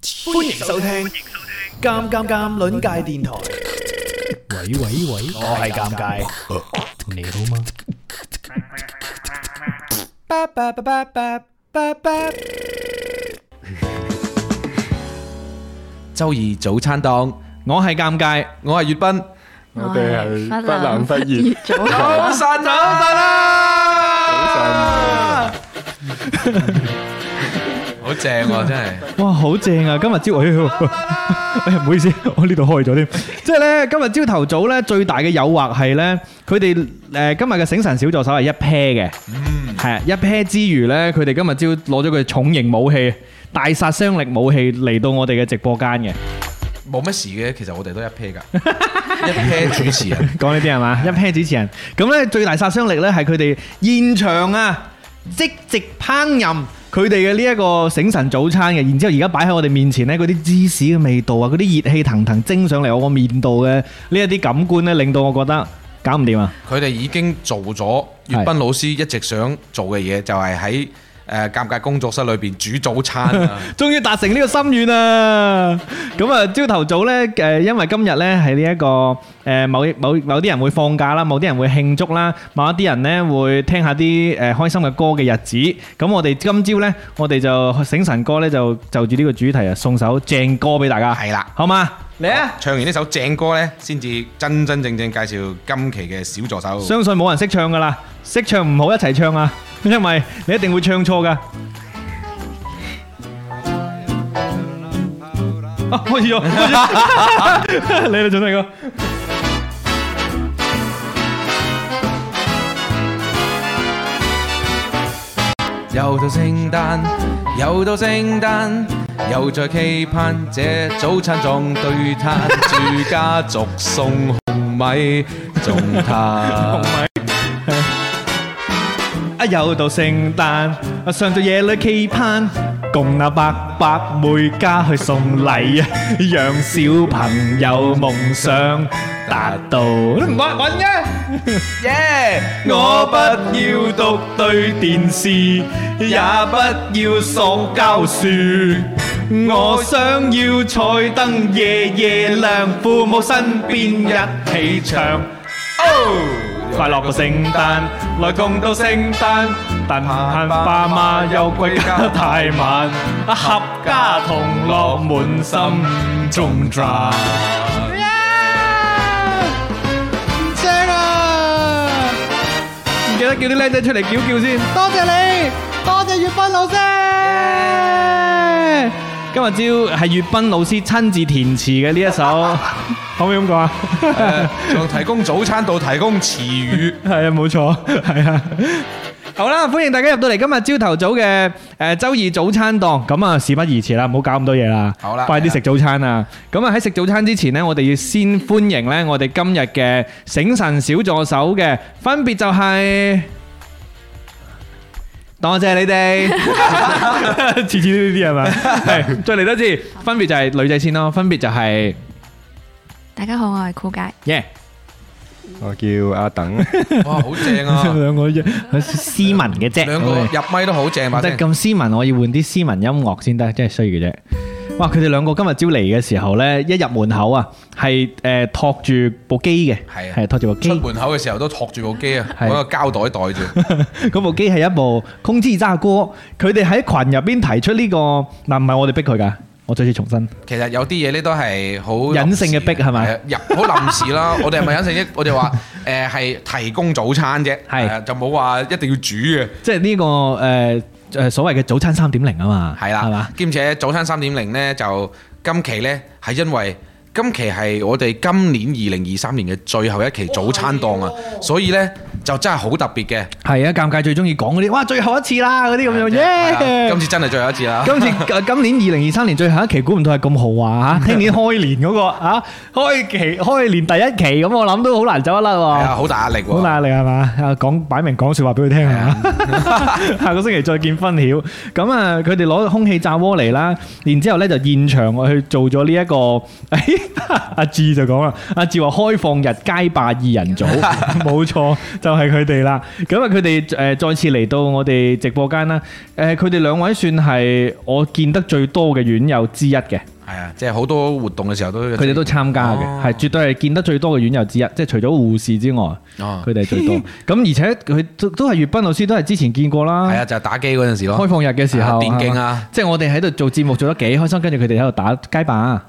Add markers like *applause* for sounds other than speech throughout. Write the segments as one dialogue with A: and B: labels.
A: 歡迎收聽《尷尷尷》鄰界電台。
B: 喂喂喂，
A: 我係尷尬，
B: 你好嗎？
A: 巴巴巴巴巴巴巴。
C: 周二早餐檔，我係尷尬，我係粵賓，
D: 我
E: Ờ,
D: 哋係不冷不
E: *laughs*
D: 熱，
E: 熱早
C: 早晨早晨啦，好正喎真係，
B: 哇，好正啊！今日朝，哎，哎呀，唔好意 *laughs* 思，我呢度開咗添。即係咧，今日朝頭早咧，最大嘅誘惑係咧，佢哋誒今日嘅醒神小助手係一 pair 嘅，係啊一 pair 之餘咧，佢哋今日朝攞咗佢重型武器。大殺傷力武器嚟到我哋嘅直播間嘅，
C: 冇乜事嘅，其實我哋都一 *laughs* pair 㗎，一 pair 主持 *laughs* 人，
B: *laughs* 講呢啲係嘛？一 pair 主持人，咁咧最大殺傷力咧係佢哋現場啊，即席烹飪佢哋嘅呢一個醒神早餐嘅，然之後而家擺喺我哋面前呢，嗰啲芝士嘅味道啊，嗰啲熱氣騰騰蒸上嚟我個面度嘅呢一啲感官呢，令到我覺得搞唔掂啊！
C: 佢哋已經做咗粵賓老師一直想做嘅嘢，就係喺誒尷尬工作室裏邊煮早餐啊。 *laughs*
B: 終於達成呢個心願啦！咁啊，朝頭早呢，誒，因為今日呢係呢一個誒某某某啲人會放假啦，某啲人會慶祝啦，某一啲人呢會聽下啲誒開心嘅歌嘅日子。咁我哋今朝呢，我哋就醒神歌呢，就就住呢個主題啊，送首正歌俾大家，
C: 係啦
B: 好嘛？嚟啊！
C: 唱完呢首正歌呢，先至真真正正介紹今期嘅小助手。
B: 相信冇人識唱噶啦，識唱唔好一齊唱啊， *laughs* 因為你一定會唱錯噶。 *laughs* 啊，開始咗，開始 *laughs* 你哋準備個。
C: 又到聖誕，又到聖誕，又在期盼這早餐檔對攤， *laughs* 住家族送紅米中他。
B: *laughs* 啊，又到聖誕，啊上晝夜裏期盼，共那伯伯每家去送禮啊， *laughs* 讓小朋友夢想達到。唔玩玩
C: *laughs*
B: 啫，耶！我不要獨對電視，也不要塑膠樹，我想要彩燈夜夜亮，父母身邊一起唱。快樂個聖誕，來共度聖誕，但盼爸媽又歸家太晚，啊合家同樂滿心中讚。正啊！唔記得叫啲靚仔出嚟叫叫先。多謝你，多謝粵賓老師。今日朝係粵賓老師親自填詞嘅呢一首， *laughs* 可唔可以咁講 *laughs* 啊？
C: 從提供早餐到提供詞 *laughs* 語，
B: 係啊，冇錯，係啊。好啦，歡迎大家入到嚟今日朝頭早嘅誒週二早餐檔。咁啊，事不宜遲啦，唔好搞咁多嘢啦。
C: 好啦
B: 快啲食早餐啊！咁啊，喺食早餐之前呢，我哋要先歡迎呢我哋今日嘅醒神小助手嘅，分別就係多謝你哋，次次呢啲係咪？係，再嚟多次，分別就係女仔先咯，分別就係
E: 大家好，我係酷界，
B: 耶。
D: 我叫阿等，
C: 哇，好正 *laughs* 啊！
B: *laughs* 兩個啫，斯文嘅啫
C: 兩個入咪都好正把
B: 唔得
C: 聲。
B: 咁斯文，我要換啲斯文音樂先得，真係衰嘅啫。哇！佢哋兩個今日朝嚟嘅時候呢，一入門口啊，係誒托住部機嘅，
C: 係啊
B: 係托住部機
C: 出。
B: *laughs*
C: 門口嘅時候都托住部機啊，
B: 係
C: 揾個膠袋袋住。
B: 嗰部機係一部空之炸歌，佢哋喺群入邊提出呢個嗱，唔係我哋逼佢㗎，我再次重申，
C: 其實有啲嘢呢都係好
B: 隱性嘅逼係咪
C: 係啊入好臨時
B: *laughs*
C: 啦。我哋係咪隱性啫？我哋話誒係提供早餐啫，
B: 係
C: 啊就冇話一定要煮嘅。
B: 即係呢個誒誒所謂嘅早餐三點零啊嘛，
C: 係
B: 係嘛
C: 啦，，兼且早餐三點零呢，就今期呢，係因為今期係我哋今年二零二三年嘅最後一期早餐檔啊，
B: 哦
C: 所以呢，就真係好特別嘅。
B: 係啊，尷尬最中意講嗰啲，哇，最後一次啦嗰啲咁樣，
C: 係啊
B: 耶
C: 啦！今次真係最後一次啦。
B: 今次呃今年二零二三年最後一期，估唔到係咁豪華嚇！聽年開年嗰個嚇，開期開年第一期咁，我諗都好難走得甩
C: 係
B: 喎
C: 啊，。好大壓力喎。
B: 好大壓力係嘛？啊講擺明講説話俾佢聽啊！ *laughs* 下個星期再見分曉。咁啊，佢哋攞空氣炸鍋嚟啦，然之後咧就現場我去做咗呢一個，哎 *laughs* 阿志就講啦，阿志話開放日街霸二人組， *laughs* 冇錯，就係佢哋啦。咁啊，佢哋誒再次嚟到我哋直播間啦。誒，佢哋兩位算係我見得最多嘅院友之一嘅，
C: 係啊，即係好多活動嘅時候都
B: 佢哋都參加嘅，
C: 哦
B: 係、絕對係見得最多嘅院友之一。即係除咗護士之外，
C: 哦
B: 佢哋係最多。咁而且佢都都係粵斌老師，都係之前見過啦。
C: 係啊，就係打機嗰陣時
B: 開
C: 咯，
B: 放日嘅時候，
C: 啊電競啊
B: 係嘛，即係我哋喺度做節目做得幾開心，跟住佢哋喺度打街霸，啊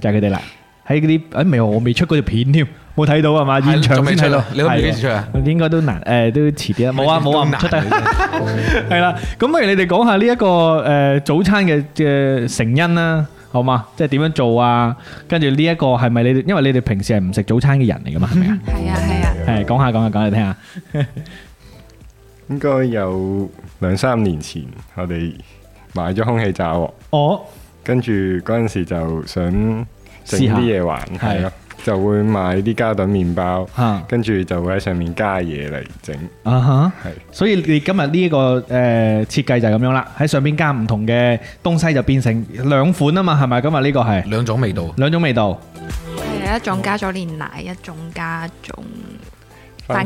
B: 就係佢哋啦。喺嗰啲，誒未，我未出嗰條片添，冇睇到係嘛？
C: 係
B: 現場
C: 仲
B: 先
C: 未出
B: 睇到
C: 啊，你都唔知幾時出啊
B: 係？應該都難，誒都遲
C: *laughs*
B: 啲啦。冇啊冇啊，唔出得
C: 都。難嘅
B: *laughs* 係啦，咁不如你哋講下呢一個誒早餐嘅嘅成因啦，好嘛？即係點樣做啊？跟住呢一個係咪你哋？因為你哋平時係唔食早餐嘅人嚟噶嘛，係咪啊？
E: 係啊係啊，
B: 係講下講下講嚟聽下。
D: 應該有兩三年前，我哋買咗空氣炸鍋，
B: 我
D: 跟住嗰陣時就想整
B: 試下
D: 啲嘢玩，係咯，就會買啲膠袋麵包
B: 嚇，
D: 跟住就會喺上面加嘢嚟整，
B: 啊哈。
D: 係
B: 所以你今日呢個誒設計就係咁樣啦，喺上邊加唔同嘅東西就變成兩款啊嘛，係咪？今日呢個係
C: 兩種味道，
B: 兩種味道。
E: 係一種加咗煉奶，一種加種番
D: 番茄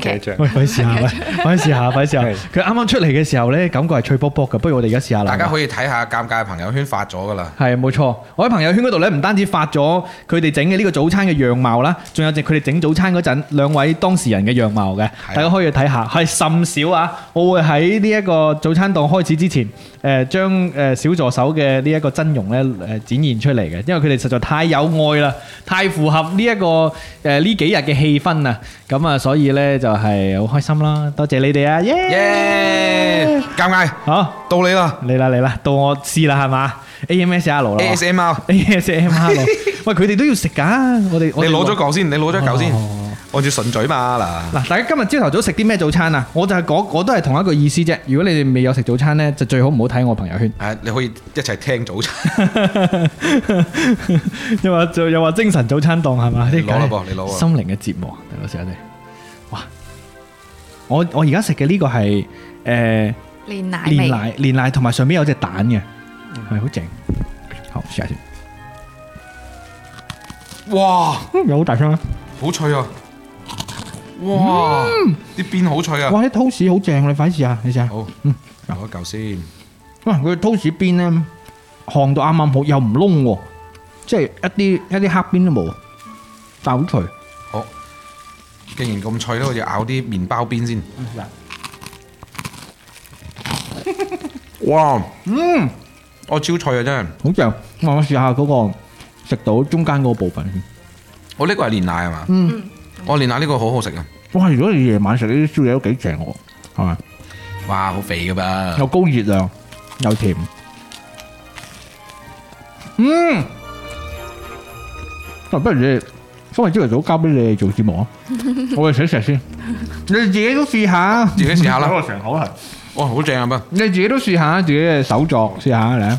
E: 茄
D: 醬。
B: 喂，快試下， *laughs* 喂，快試下，快試下。
D: 係
B: 佢啱啱出嚟嘅時候呢，感覺係脆卜卜嘅。不如我哋而家試下啦。
C: 大家可以睇下尷尬朋友圈發咗噶啦。
B: 係冇錯，我喺朋友圈嗰度咧，唔單止發咗佢哋整嘅呢個早餐嘅樣貌啦，仲有就佢哋整早餐嗰陣兩位當事人嘅樣貌嘅，
C: 啊
B: 大家可以睇下，係甚少啊！我會喺呢一個早餐檔開始之前，誒、將誒、小助手嘅呢一個真容咧誒、展現出嚟嘅，因為佢哋實在太有愛啦，太符合呢、一個誒呢、幾日嘅氣氛啊！咁啊，所以咧就係、好開心啦，多謝你哋啊，耶、
C: 耶！尷尬，
B: 好
C: 到你啦
B: 嚟啦嚟啦，到我試啦係嘛，AMSR 啦。
C: ，ASMR，
B: *laughs* 哎 ASMR 咯，喂，佢哋都要食噶，我哋
C: 你
B: 我哋
C: 攞咗嚿先，你攞咗嚿先
B: 哦，
C: 按住順嘴嘛嗱。，
B: 嗱，大家今日朝頭早食啲咩早餐啊？我就係講，我都係同一個意思啫。如果你哋未有食早餐呢，就最好唔好睇我朋友圈
C: 係，你可以一齊聽早餐，
B: *laughs* 又話就又話精神早餐檔係嘛？
C: 你攞啦噃你攞啊
B: 心靈嘅折磨，大佬試下先。哇！我我而家食嘅呢個係誒
E: 煉奶
B: 煉
E: 味。
B: 奶煉奶，同埋上邊有隻蛋嘅，係好正。好，試下先。
C: 哇，
B: *laughs* 有好大聲啊！
C: 好脆啊！哇，啲邊好脆啊！
B: 哇，啲 toast 好正，你快試下，你試下。
C: 好，攞一嚿先，
B: 哇！佢 toast 邊咧烘到啱啱好，又唔燶喎，即係一啲一啲黑邊都冇，但係好脆。
C: 好，既然咁脆咧，我就咬啲麵包邊先。哇，
B: 嗯，
C: 我超脆啊真係！
B: 好正。我試下嗰、個食到中間嗰個部分先。
C: 我呢個係煉奶係嘛？
B: 嗯，
C: 我煉奶呢個好好食啊！
B: 哇！如果你夜晚食呢啲宵夜都幾正喎，係咪？
C: 哇，好肥噶噃，
B: 又高熱量，又甜。嗯，啊不如你，今日朝頭早交俾你哋做節目啊，我哋食一食先。你哋自己都試下，
C: 自己試下啦
B: 我成口係。
C: 哇，好正啊噃！ *laughs*
B: 你自己都試下自己嘅手作，試下嚟啊！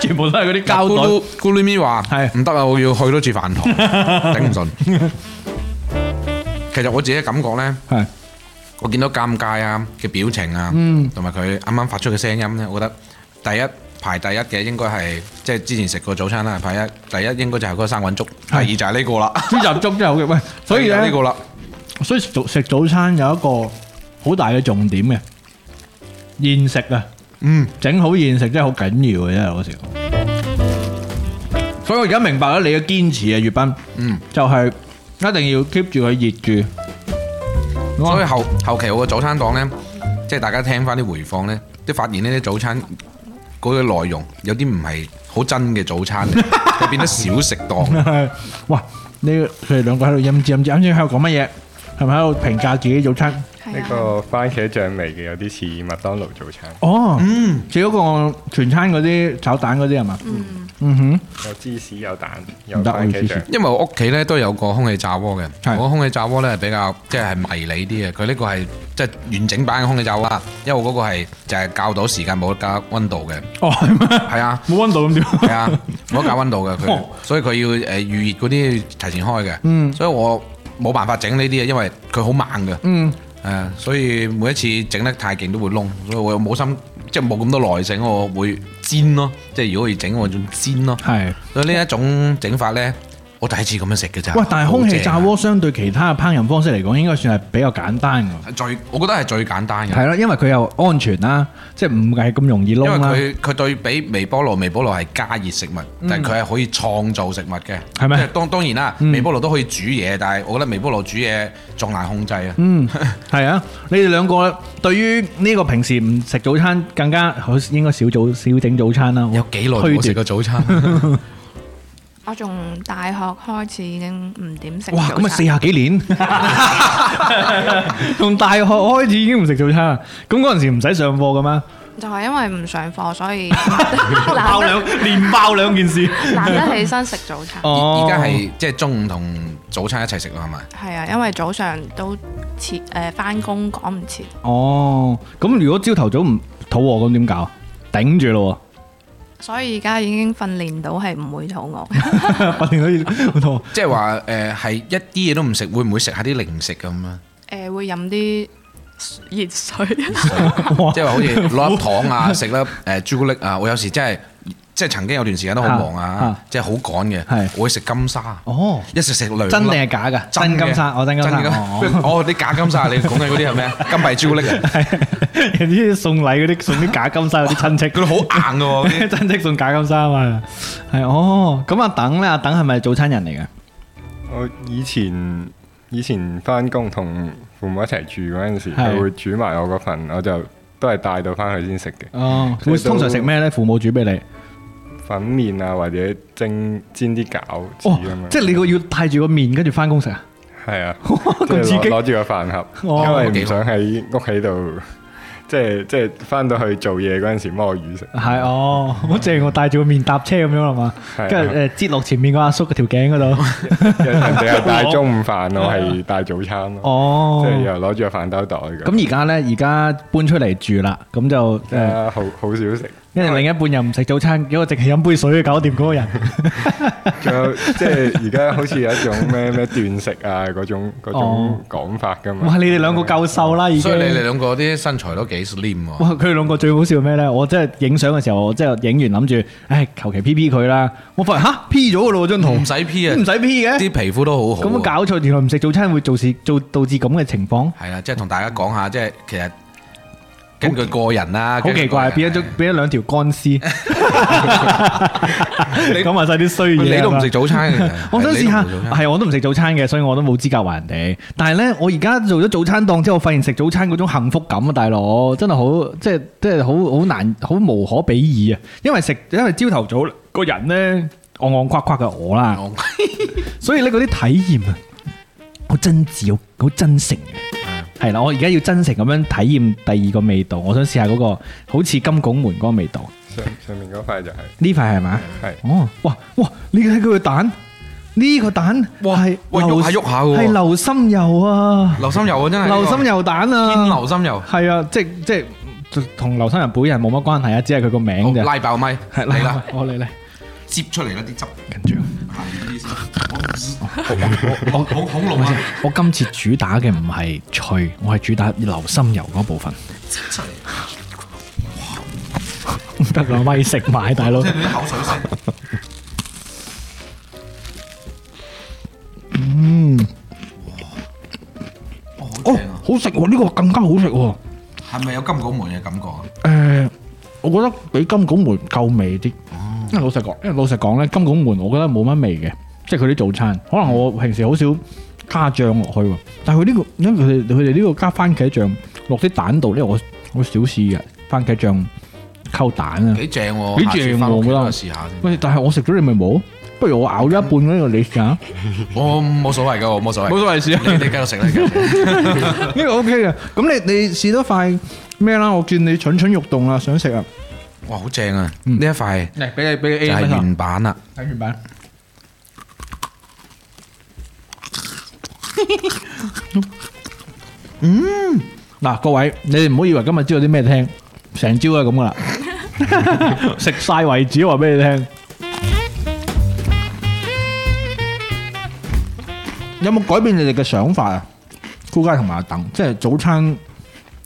B: 全部都係嗰啲
C: 咕嚕咕嚕咪話
B: 係
C: 唔得啊！我要去多次飯堂，
B: *laughs*
C: 頂唔順。其實我自己嘅感覺咧，
B: 袋，係
C: 我見到尷尬啊嘅表情啊
B: 嗯，
C: 同埋佢啱啱發出嘅聲音咧，我覺得第一排第一嘅應該係即係之前食過早餐啦，排一第一應該就係嗰個生滾粥，第
B: 係
C: 二就係呢個啦，
B: 豬雜粥真係好嘅。喂，所以
C: 就係呢
B: 咧，
C: 個啦，
B: 所以食早食早餐有一個好大嘅重點嘅，現食啊，
C: 嗯，
B: 整好現食真係好緊要嘅，真係嗰時。所以我而家明白咗你嘅堅持啊，月斌，
C: 嗯，
B: 就係一定要 keep 住佢熱住。啊
C: 所以後後期我嘅早餐檔咧，即係大家聽翻啲回放咧，都發現呢啲早餐嗰嘅內容有啲唔係好真嘅早餐嚟，佢變得小食檔。
B: *laughs* 哇！你佢哋兩個喺度陰知陰知，啱先喺度講乜嘢？係咪喺度評價自己早餐？
E: 係
D: 呢
E: 啊，
D: 個番茄醬味嘅有啲似麥當勞早餐，
B: 哦，嗯，似嗰個全餐嗰啲炒蛋嗰啲係嘛？
E: 嗯，
B: 嗯哼，
D: 有芝士有蛋有
B: 唔得我要
D: 番茄
B: 芝士
D: 醬。
C: 因為我屋企咧都有個空氣炸鍋
B: 係
C: 嘅，我空氣炸鍋咧比較即係迷你啲嘅，佢呢個係即係完整版嘅空氣炸鍋啦，因為我嗰個係就係校到時間冇得加温度嘅，
B: 哦， *laughs* 係咩？。
C: 係啊
B: 冇温度咁點？
C: 係啊，冇得加温度嘅佢
B: 哦，
C: 所以佢要誒預熱嗰啲提前開嘅，
B: 嗯
C: 所以我冇辦法整呢啲嘢，因為佢好猛嘅，誒、啊
B: 嗯，
C: 所以每一次整得太勁都會燶，所以我又冇心即係冇咁多耐性，我會煎咯。即係如果要整，我仲煎咯。
B: 係。
C: 所以呢一種整法咧，我第一次咁樣食嘅咋。
B: 喂，但係空氣炸
C: 好正啊
B: 鍋相對其他嘅烹飪方式嚟講，應該算係比較簡單㗎。
C: 係最，我覺得係最簡單嘅，
B: 係啦，因為佢又安全啦，即係唔係咁容易
C: 因
B: 窿
C: 為
B: 啦。嗯
C: 佢佢對比微波爐，微波爐係加熱食物，但係佢係可以創造食物嘅。
B: 係咪嗯
C: 即係當當然啦，微波爐都可以煮嘢，但係我覺得微波爐煮嘢仲難控制啊。 *laughs*
B: 嗯，係啊，你哋兩個對於呢個平時唔食早餐更加好，應該少早少整早餐啦。我
C: 有幾耐
B: 推
C: 冇食
B: 斷
C: 過早餐？
E: 我從大學開始已經唔點食
B: 哇，
E: 早
B: 咁啊
E: 餐
B: 四廿幾年，從大學開始已經唔食早餐啦。咁嗰陣時唔使上課噶嘛，
E: 就係因為唔上課，所 *laughs* 以懶
B: 爆
E: 得
B: 兩連爆兩件事。
E: 懶得起身食早餐。
B: *laughs* 哦
C: 而而家係即係中午同早餐一齊食咯，係咪？
E: 係啊，因為早上都切誒翻工趕唔切，
B: Ờ. 哦，咁如果朝頭早唔肚餓咁點搞？頂住咯
E: 所以而家已經訓練到係唔會肚餓。
B: 喎，我連到好肚餓。
C: 即係話誒係一啲嘢都唔食，會唔會食下啲零食咁啊？
E: 誒會飲啲熱水，
B: 哇
C: 即係話好似攞粒糖
B: *laughs*
C: 啊，食粒誒朱古力啊。我有時真係即係曾經有段時間都好忙
B: 啊
C: 啊
B: 啊，
C: 即係好趕嘅
B: 係，
C: 我會食金沙，
B: 哦，
C: 一食食兩粒
B: 真定係假㗎？真
C: 嘅
B: 金沙，我真金沙。
C: 嘅
B: 哦 *laughs* 哦
C: 哦，你假金沙，你講緊嗰啲係咩啊？金幣朱古力啊，
B: 有啲送禮嗰啲送啲假金沙嗰啲親戚，
C: 佢好硬嘅喎嗰
B: *laughs*
C: 啲。
B: 親戚送假金沙啊嘛，係哦。咁阿等咧，阿等係咪早餐人嚟嘅？
D: 我以前以前翻工同父母一齊住嗰陣時，
B: 係
D: 佢會煮埋我嗰份，我就都係帶到翻去先食嘅
B: 哦，會
D: 即係都
B: 通常食咩咧？父母煮俾你，
D: 粉面啊，或者蒸煎啲餃子
B: 哦
D: 咁樣。，
B: 即係你個要帶住個面跟住翻工食啊？
D: 係啊， *laughs* 即
B: 咁
D: 係
B: 刺
D: 攞
B: 激
D: 攞住個飯盒，
B: 哦
D: 因為唔想喺屋企度，即係即係翻到去做嘢嗰陣時摸魚食。 *laughs*
B: 係哦，好正！我帶住個面搭車咁樣啦嘛，
D: 係啊
B: 跟住誒擠落前面個阿叔嘅條頸
D: *laughs*
B: 嗰度。
D: 人哋係帶中午飯，我係帶早餐咯，即
B: 哦，
D: 係又攞住個飯兜袋咁。
B: 咁而家嗯咧，而家搬出嚟住啦，咁就誒。
D: 啊，好好少食，
B: 因為另一半又唔食早餐，如果淨係飲杯水搞掂嗰
D: *laughs*
B: 個人，
D: 仲有即係而家好似有一種咩咩斷食啊嗰種嗰
B: 哦
D: 種講法噶嘛。
B: 哇！你哋兩個夠瘦啦，已經
C: 所。以你哋兩個啲身材都幾 slim 喎。
B: 哇！佢哋兩個最好笑咩咧？我真係影相嘅時候，我真係影完諗住，唉，求其 P P 佢啦。我發現吓 P 咗噶咯喎張圖，
D: 嗯
C: 唔使 P 啊
B: 唔使 P 嘅。
C: 啲皮膚都好好。啊
B: 咁樣搞錯，原來唔食早餐會做事做導致咁嘅情況，
C: 係啦，即係同大家講下，即係其實根據個人啊啦，
B: 好奇怪，
C: 根據個人
B: 變咗變咗兩條乾絲。
C: *laughs* 你
B: 講埋晒啲衰嘢，啊
C: 你都唔食。早餐嘅，
B: 我想
C: 你
B: 試
C: 都
B: 下，
C: 唔食早餐
B: 係我都唔食早餐嘅，所以我都冇資格話人哋。但係呢，我而家做咗早餐檔之後，我發現食早餐嗰種幸福感啊，大佬真係好，即係即係好好難，好無可比擬啊！因為食，因為朝頭早個人呢，戇戇誇誇嘅我啦，
C: 我
B: 所以呢，嗰啲體驗啊，好真摯，好好真誠嘅。係啦，我而家要真誠咁樣體驗第二個味道，我想試下嗰個好似金拱門嗰個味道。
D: 上上面嗰塊就係
B: 呢塊係嘛？
D: 係
B: 哦，哇哇！你睇佢個蛋，呢個蛋
C: 哇
B: 係
C: 喂
B: 流
C: 喐下喐下嘅喎
B: 係流心油啊，
C: 流心油啊，真係呢個
B: 流心油蛋
C: 堅
B: 啊，
C: 流心油，
B: 係啊，即即同流心油本人冇乜關係啊，只係佢個名
C: 好
B: 啫。
C: 拉爆咪，
B: 係
C: 嚟啦，，
B: 我嚟嚟，
C: 接出嚟啦啲汁，
B: 緊張。
C: 好恐龍啊！
B: 我今次主打嘅唔係脆，我係主打流心油嗰部分。唔得啦，喂食埋大佬。
C: 啲口水聲，嗯，哇好
B: 哦
C: 正啊！，
B: 好食喎，呢個更加好食喎。
C: 係咪有金拱門嘅感覺啊？
B: 誒、呃我覺得比金拱門夠味啲。因為老實講，因為老實講咧，金拱門我覺得冇乜味嘅，即係佢啲早餐。可能我平時好少加醬落去喎，但係佢呢個，因為佢哋佢哋呢個加番茄醬落啲蛋度咧，我我少試嘅番茄醬溝蛋啊。
C: 幾正喎！
B: 幾
C: 下次
B: 正喎
C: 返屋企
B: 我覺得
C: 都係試下先。
B: 喂，但係我食咗你咪冇？不如我咬咗一半嗰個你試下，呢
C: 我冇所謂㗎，我冇所謂。
B: 冇所謂試啊 *laughs*
C: 你你繼續食啦，你繼續食
B: 個 OK 嘅。咁你你試多塊咩啦？我見你蠢蠢欲動啦，想食啊！
C: 哇，好正啊！呢一塊
B: 嚟俾你俾
C: 就
B: 你
C: 係原版啦。
B: 睇原 *laughs* 版。嗯，嗱，各位，你哋唔好以為今日知道啲咩聽，成朝都係咁噶 *laughs* 啦，食晒為止，話俾你聽。有冇改變你哋嘅想法啊？à. 高佳同埋阿鄧，即係早餐，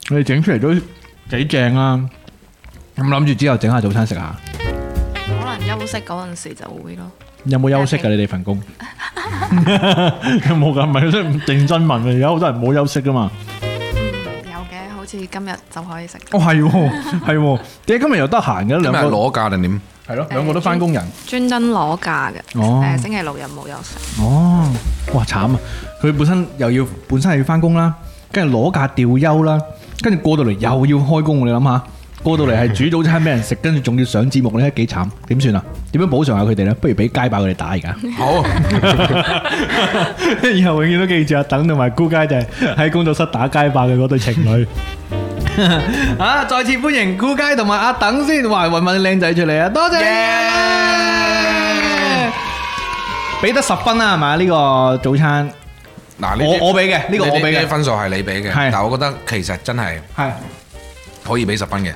B: 你哋整出嚟都幾正啊！咁諗住之後整下早餐食下，
E: 可能休息嗰陣時就會咯。
B: 有冇休息㗎？你哋份工？ *laughs*
A: 有冇㗎？唔係，真係唔認真問嘅。而家好多人冇休息㗎嘛。
E: 有嘅，好似今日就可以食。
B: 哦，係喎，係喎，點解今日又得閒嘅？
C: 今日
B: 兩個
C: 攞價定點？
B: 係咯，兩個都翻工人。
E: 專登攞假嘅，
B: 哦
E: 誒星期六日冇休息。
B: 哦，哇慘啊！佢本身又要本身又要翻工啦，跟住攞假調休啦，跟住過到嚟又要開工喎，你諗下，過到嚟係煮早餐俾人食，跟住仲要上節目咧，幾慘？點算啊？點樣補償下佢哋咧？不如俾街霸佢哋打而家。
C: 好，
A: *laughs* 以後永遠都記住阿等同埋姑街就係
B: *laughs*
A: 喺工作室打街霸嘅嗰對情侶。
B: *laughs* 啊！再次歡迎姑街同埋阿等先，哇！揾揾靚仔出嚟啊！多謝你。俾得十分啦，係嘛？呢個早餐
C: 嗱，呢啲
B: 我我俾嘅，呢個
C: 你
B: 我俾
C: 呢
B: 嘅
C: 啲，分數係你俾嘅，
B: 係
C: 但係我覺得其實真係
B: 係
C: 可以俾十分嘅，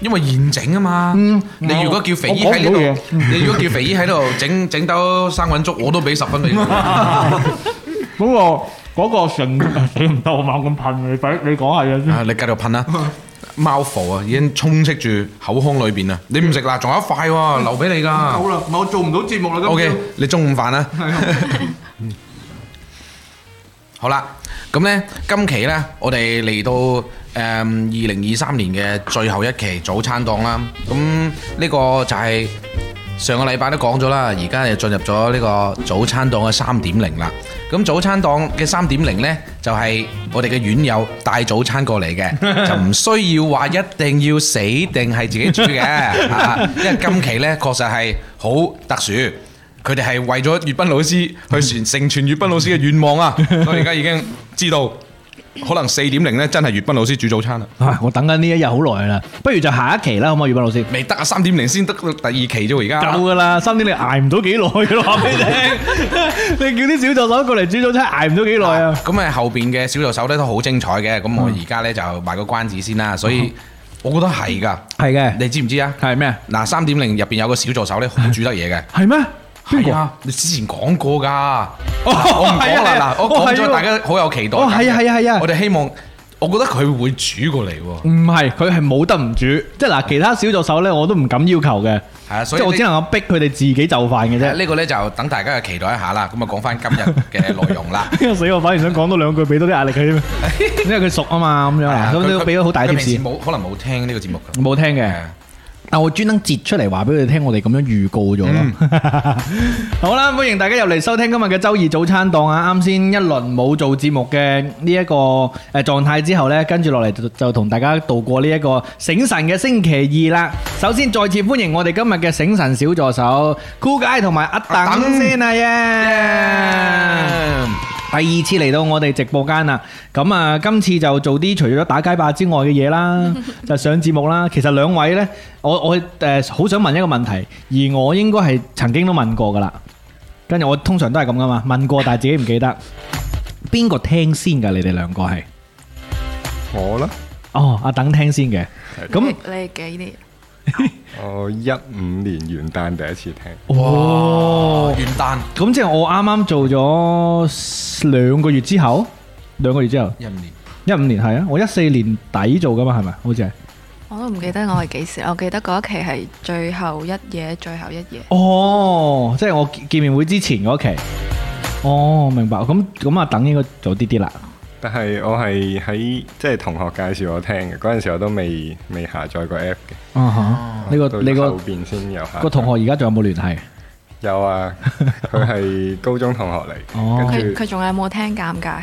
C: 因為現整啊嘛。你如果叫肥姨喺
A: 我講唔到
C: 呢
A: 嘢
C: 度， *laughs* 你如果叫肥姨喺度整整兜生滾粥，我都俾十分你。
A: 嗰個嗰個成死唔得，我猛咁噴你，俾你講下嘢先。
C: 啊，你繼續噴啦！貓浮啊，已經充斥住口腔裏邊啊！你唔食辣，仲有一塊喎，留俾你噶。
B: 啦，我做唔到節目啦
C: O K，你中午飯啦。 *laughs* 好啦，咁呢，今期呢，我哋嚟到誒二零二三年嘅最後一期早餐檔啦。咁呢個就係上個禮拜都講咗啦，而家就進入咗呢個早餐檔嘅三點零啦。咁早餐檔嘅三點零呢，就係我哋嘅院友帶早餐過嚟 *laughs* 嘅，就唔需要話一定要死定係自己煮 *laughs* 嘅，啊因為今期呢，確實係好特殊。佢哋係為咗粵斌老師去傳成全粵斌老師嘅願望 *laughs* 啊！所以而家已經知道，可能四點零咧真係粵斌老師煮早餐啦，
B: 唉，我等緊呢一日好耐啦，不如就下一期啦，好唔好，宇斌老師？
C: 未得啊！三點零先得第二期啫喎，而家
A: 夠噶啦，三點你捱唔到幾耐噶
C: *laughs*
A: 啦，話俾你聽。你叫啲小助手過嚟煮早餐，捱唔到幾耐啊！
C: 咁誒後邊嘅小助手咧都好精彩嘅，咁
B: 嗯
C: 我而家咧就賣個關子先啦，所以我覺得係噶，
B: 係嘅，
C: 你知唔知啊？
B: 嗯係咩？
C: 嗱，三點零入邊有個小助手咧，好煮得嘢嘅。
B: 係咩？邊
C: 係
B: 個？哦
C: 啊，你之前講過㗎，嗱我唔講
B: 係
C: 啦
B: 啊，
C: 嗱，我講
B: 哦係
C: 咗，
B: 喎
C: 大家好有期待
B: 哦
C: 感嘅。
B: 係啊係啊係啊
C: 我哋希望，我覺得佢會煮過嚟喎。
B: 唔係，佢係冇得唔煮，即係嗱，其他小助手咧，我都唔敢要求嘅，
C: 係啊，
B: 即
C: 所以
B: 係我
C: 呢
B: 只能夠逼佢哋自己就飯嘅啫。
C: 呢個呢，就等大家去期待一下啦。咁啊，講翻今日嘅內容
B: *laughs*
C: 啦。
A: 死我，反而想講多兩句，俾多啲壓力佢添。
B: 因為佢熟啊嘛，咁樣
C: 係啊
B: 啊，咁
C: 佢
B: 都
C: 佢
B: 俾咗好大嗯
C: 佢
B: 貼
C: 平時
B: 士。
C: 冇可能冇聽呢個節目㗎。
B: 冇聽嘅
C: 係，啊
B: 但我專登截出嚟話俾佢哋聽，我哋咁樣預告咗咯。 *laughs* 好啦，歡迎大家入嚟收聽今日嘅周二早餐檔啊！啱先一輪冇做節目嘅呢一個誒狀態之後呢，跟住落嚟就就同大家度過呢一個醒神嘅星期二啦。首先再次歡迎我哋今日嘅醒神小助手酷街同埋阿
C: 阿
B: 等
C: 等
B: 先啊耶！
C: 嗯
B: 第二次嚟到我哋直播間啦，咁啊，今次就做啲除咗打街霸之外嘅嘢啦，就上節目啦。其實兩位呢，我我誒好想問一個問題，而我應該係曾經都問過噶啦。跟住我通常都係咁噶嘛，問過但係自己唔記得。邊個聽先㗎？你哋兩個係？
D: 我啦，
B: 哦，阿等聽先嘅。咁
E: 你你幾年？
D: 我一五年元旦第一次聽，
B: 哇，
C: 元旦
B: 哦咁即係我啱啱做咗兩個月之後，兩個月之後，
C: 一五年，
B: 一五年係啊，我一四年底做噶嘛，係咪？好似係。
E: 我都唔記得我係幾時，我記得嗰一期係最後一夜，最後一夜。
B: 哦，即係我見面會之前嗰期。哦，明白。咁咁啊，等應該早啲啲啦。
D: 但係我係喺即係同學介紹我聽嘅，嗰陣時我都未未下載個 app 嘅，
B: 啊哈，你
D: 到
B: 個你
D: 後
B: 個
D: 邊先有下載。
B: 個同學而家仲有冇聯繫？
D: 有啊，佢係高中同學嚟嘅，
B: 哦
E: 佢
D: 跟
E: 佢仲有冇聽尷尬？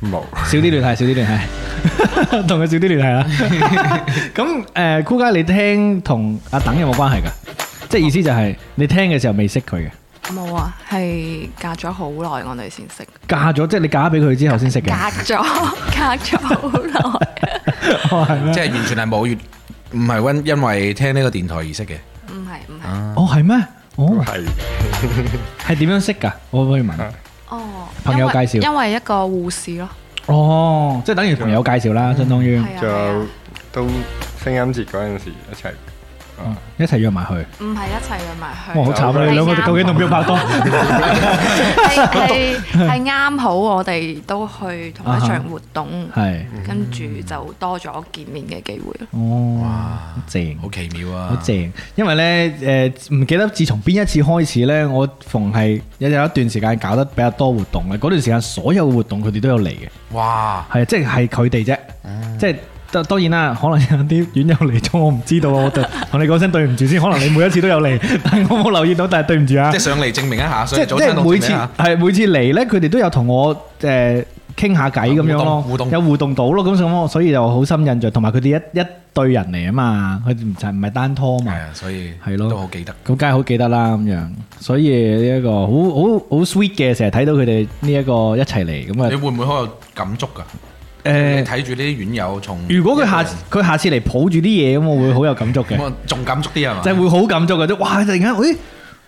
D: 住冇。
B: 少啲聯繫，少啲聯繫， *laughs* 同佢少啲聯繫啦。咁誒，酷街你聽同阿等有冇關係㗎？即係意思就係你聽嘅時候未識佢嘅，
E: 冇啊，係隔咗好耐，我哋先識。
B: 嫁咗即係你嫁咗俾佢之後先識
E: 隔
B: 嘅。
E: 咗， *laughs* 隔咗好耐。
B: 哦，係咩？
C: 即係完全係冇月，唔係因因為聽呢個電台而識嘅。
E: 唔係唔係，
B: 哦，係咩？哦，
D: 係
B: 係點樣識㗎？我可唔可以問。
E: 哦，
B: 朋友
E: 因為
B: 介紹
E: 因為一個護士咯，
B: 哦，即係等於朋友介紹啦，相當於。
E: 係啊係啊
D: 就，都聲音節嗰陣時一齊
B: 哦一齊約埋去。
E: 唔係一齊約埋去。
B: 哇，好慘啊！你兩個究竟同邊個拍拖？
E: 係係係啱好，我哋都去同一場活動，
B: 係，
E: 跟住就多咗見面嘅機會咯。
B: 哦，正。
C: 好奇妙啊！
B: 好正，因為咧誒唔記得自從邊一次開始咧，我逢係有有一段時間搞得比較多活動嘅，嗰段時間所有活動佢哋都有嚟嘅，
C: 哇！
B: 係啊即係係佢哋啫，即係。當當然啦，可能有啲院友嚟咗，我唔知道啊，我就同你講聲對唔住先。可能你每一次都有嚟，但係我冇留意到，但係對唔住啊
C: 即係。上嚟證明一下，上
B: 即
C: 嚟
B: 即
C: 早餐
B: 係
C: 度證
B: 每
C: 明一
B: 次
C: 下
B: 係每次嚟咧，佢哋都有同我誒傾下偈咁樣咯，
C: 啊互動互動
B: 有互動到咯，咁所以我所以就好深印象。同埋佢哋一一對人嚟啊嘛，佢唔就唔係單拖嘛
C: 嗯係。啊，所以
B: 係咯
C: 都好記得。
B: 咁梗係好記得啦咁樣，所以呢一個好好好 sweet 嘅，成日睇到佢哋呢一個一齊嚟
C: 你
B: 咁啊
C: 會唔會好有感觸㗎？你
B: 誒。
C: 睇住呢啲院友從
B: 如果佢下佢下次嚟抱住啲嘢咁，我會好有感觸嘅，
C: 咁啊仲感觸啲係嘛？
B: 就係會好感觸嘅啫。哇！突然間，誒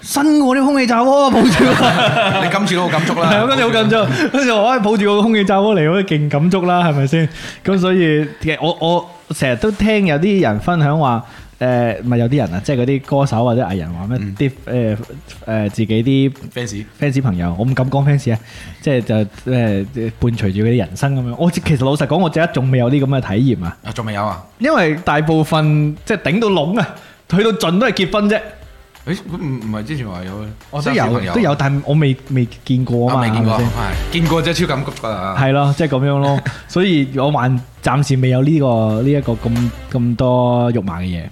B: 新喎啲空氣罩喎，抱住，
C: 你今次都好感觸啦。
B: 係啊，跟住好感觸，跟住我可以抱住個空氣罩鍋嚟，我都勁感觸啦，係咪先？咁所以其實我我成日都聽有啲人分享話。誒唔係有啲人啊，即係嗰啲歌手或者藝人話咩啲誒誒自己啲
C: fans
B: fans 朋友，我唔敢講 fans 啊，即係就誒、伴隨住佢啲人生咁樣。我其實老實講，我自己仲未有啲咁嘅體驗啊，
C: 啊，仲未有啊？
B: 因為大部分即係頂到籠啊，去到盡都係結婚啫，
C: 誒，佢唔唔係之前話有，
B: 都
C: 生小朋
B: 有都有，但係我未未見過
C: 啊
B: 啊嘛，
C: 未見過，
B: 係咪先
C: 係見過啫，超感觸㗎啦。
B: 係咯，即係咁
C: *laughs*
B: 樣咯，所以我還暫時未有呢、個呢一、個咁咁多肉麻嘅嘢。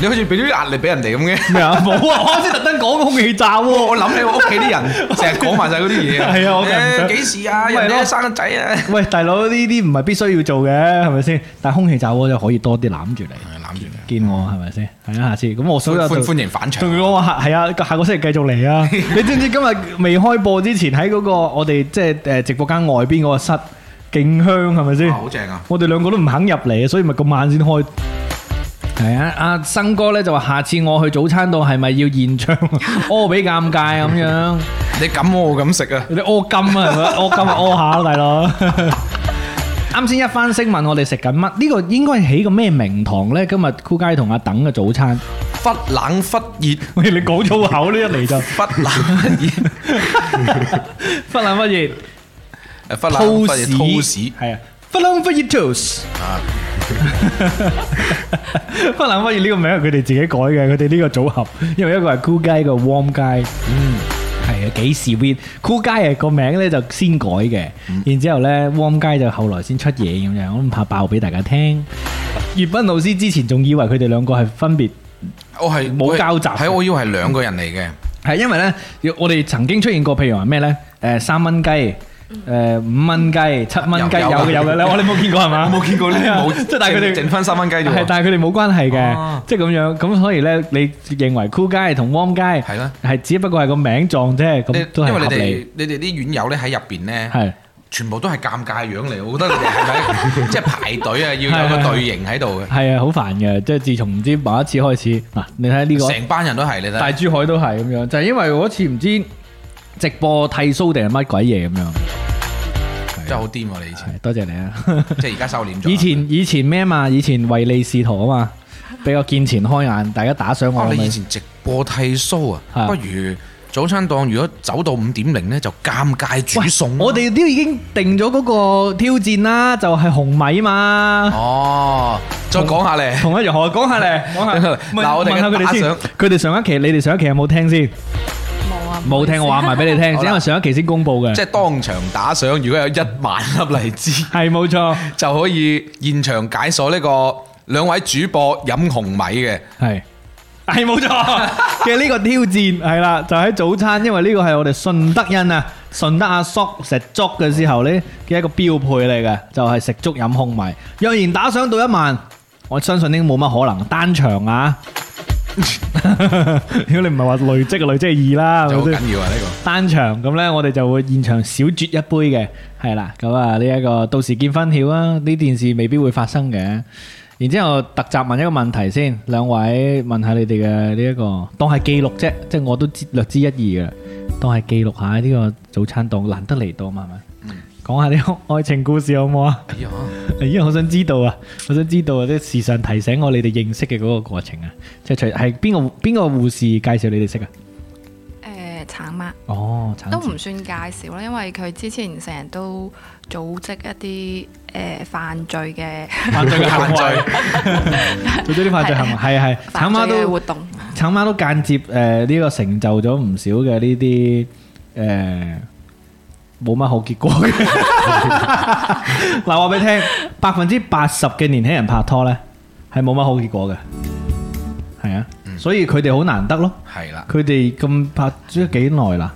C: 你好似俾咗啲壓力俾人哋咁嘅。
B: 咩啊？ *laughs* 冇啊！我啱先特登講個空氣罩
C: *laughs*
B: 喎、
C: 我諗起我屋企
B: *laughs*
C: 啲人成日講埋晒嗰啲嘢。
B: 係啊我梗係唔
C: 誒
B: 想
C: 幾時啊？
B: 咪係
C: 人哋
B: 咯
C: 都生個仔啊！
B: 喂，大佬呢啲唔係必須要做嘅，係咪先？但係空氣罩鍋就可以多啲攬住你，
C: 係攬住你，
B: 見我係咪先？係啊，下次咁我所以
C: 歡歡迎返場
B: 仲。要我下係啊，下個星期繼續
C: *laughs*
B: 嚟啊！你知唔知今日未開播之前喺嗰個我哋即係誒直播間外邊嗰個室勁香係咪先
C: 哇，？好正啊！
B: 我哋兩個都唔肯入嚟，所以咪咁晚先開。係啊，阿生哥咧就話下次我去早餐度係咪要現場屙俾尷尬咁樣？
C: 你咁我咁食啊！
B: 你 *laughs* 屙金啊，係咪屙金啊，屙下咯，大 *laughs* 佬。啱先一翻聲問我哋食緊乜？呢、個應該係起個咩名堂呢？今日酷街同阿等嘅早餐，
C: 忽冷忽熱，
B: 喂，你講粗口呢，一嚟就
C: 忽冷忽熱，
B: *laughs* 忽冷忽熱
C: 誒忽冷忽熱啊
B: toast，
C: 吐屎。
B: 係啊，忽冷忽熱 toast。忽冷忽熱呢個名係佢哋自己改嘅，佢哋呢個組合，因為一個係 cool 街，一個 warm 街。嗯，係啊，幾 sweet。cool 街係個名咧就先改嘅，
C: 嗯
B: 然之後咧 warm 街就後來先出嘢咁樣，我唔怕爆俾大家聽。粵斌老師之前仲以為佢哋兩個係分別。
C: 我係
B: 冇
C: 我係
B: 交集
C: 係我以為係兩個人嚟嘅。
B: 係因為咧，我哋曾經出現過，譬如話咩咧？誒三蚊雞。誒五蚊雞、七蚊雞有
C: 有
B: 嘅
C: 有
B: 有嘅咧，我哋冇見過係嘛？
C: 我冇見過呢啲
B: 係啊
C: 冇
B: 即係但係佢哋
C: 剩返三蚊雞啫喎
B: 係但係佢哋冇關係嘅
C: 哦，
B: 即係咁樣。咁所以咧，你認為 cool 街同 warm 街
C: 係啦
B: 係只不過係個名撞啫，
C: 你
B: 咁都係
C: 因為
B: 合
C: 你
B: 理
C: 哋。你哋啲院友咧喺入邊咧，
B: 係
C: 全部都係尷尬樣嚟，我覺得你哋
B: *laughs*
C: 係咪即係排隊啊？要有個隊形喺度嘅，
B: 係啊，好煩嘅，即係自從唔知某一次開始，嗱，你睇下呢個。
C: 成班人都係你
B: 大
C: 睇。
B: 珠海都係咁樣，就係、因為嗰次唔知直播剃須定係乜鬼嘢咁樣。
C: 真係好癲喎！你以
B: *laughs*
C: 前
B: 係多謝你啊！
C: 即係而家收斂咗。
B: 以前以前咩嘛？以前唯利是圖啊嘛，比較見錢開眼，大家打賞我
C: 哇！哦你
B: 咪
C: 以前啊直播剃須啊，
B: 係啊
C: 不如早餐檔如果走到五點零咧，就尷尬煮
B: 喂
C: 餸啊。
B: 我哋都已經定咗嗰個挑戰啦，就係、紅米嘛。
C: 哦，再講下咧，
B: 同一樣，我講下咧，講 *laughs* 下
C: 嗱
B: 問
C: 我哋嘅
B: 問下佢哋先
C: 打賞，
B: 佢哋上一期，你哋上一期有冇聽先？
E: 冇啊，
B: 冇聽，我話
E: *laughs*
B: 埋俾你聽，
C: 好啦
B: 因為上一期先公佈嘅，
C: 即係當場打賞，如果有一萬粒荔枝。 *laughs*
B: 係冇錯，
C: 就可以現場解鎖呢個兩位主播飲紅米嘅，
B: 係係冇錯嘅呢個挑戰係啦，就喺早餐，因為呢個係我哋順德人啊，順德阿叔食粥嘅時候呢嘅一個標配嚟嘅，就係、食粥飲控米。若然打賞到一萬，我相信呢冇乜可能單
C: *laughs*
B: 場啊！如果你唔係話累積啊，累積係二啦，係
C: 就
B: 咪
C: 好
B: 先
C: 緊要啊！呢個
B: 單場咁呢，我哋就會現場小啜一杯嘅，係啦。咁啊，呢一個到時見分曉啊，呢件事未必會發生嘅。然之後特集問一個問題先，兩位問下你哋嘅呢一個，當係記錄啫，即係我都知略知一二嘅，當係記錄下呢個早餐檔難得嚟到嘛，係咪？講下啲愛情故事好唔好啊？
C: 嗯哎呀，
B: 咦，好想知道啊！好想知道啊！啲時常提醒我你哋認識嘅嗰個過程啊，即係除係邊個邊個護士介紹你哋識啊？
E: 誒橙媽
B: 哦，橙
E: 都
B: 子
E: 唔算介紹啦，因為佢之前成日都組織一啲誒犯罪
B: *laughs*
E: 嘅
B: 犯罪嘅行為，做咗啲犯罪行為，係係
E: 犯
B: 橙媽
E: 罪嘅
B: 都
E: 活動。
B: 橙媽都間接誒呢個成就咗唔少嘅呢啲誒冇乜好結果嘅。 *laughs* 嗱，話俾你聽，百分之八十嘅年輕人拍拖咧係冇乜好結果嘅，係啊，所以佢哋好難得咯。
C: *laughs* 係啦，
B: 佢哋咁拍咗幾耐啦？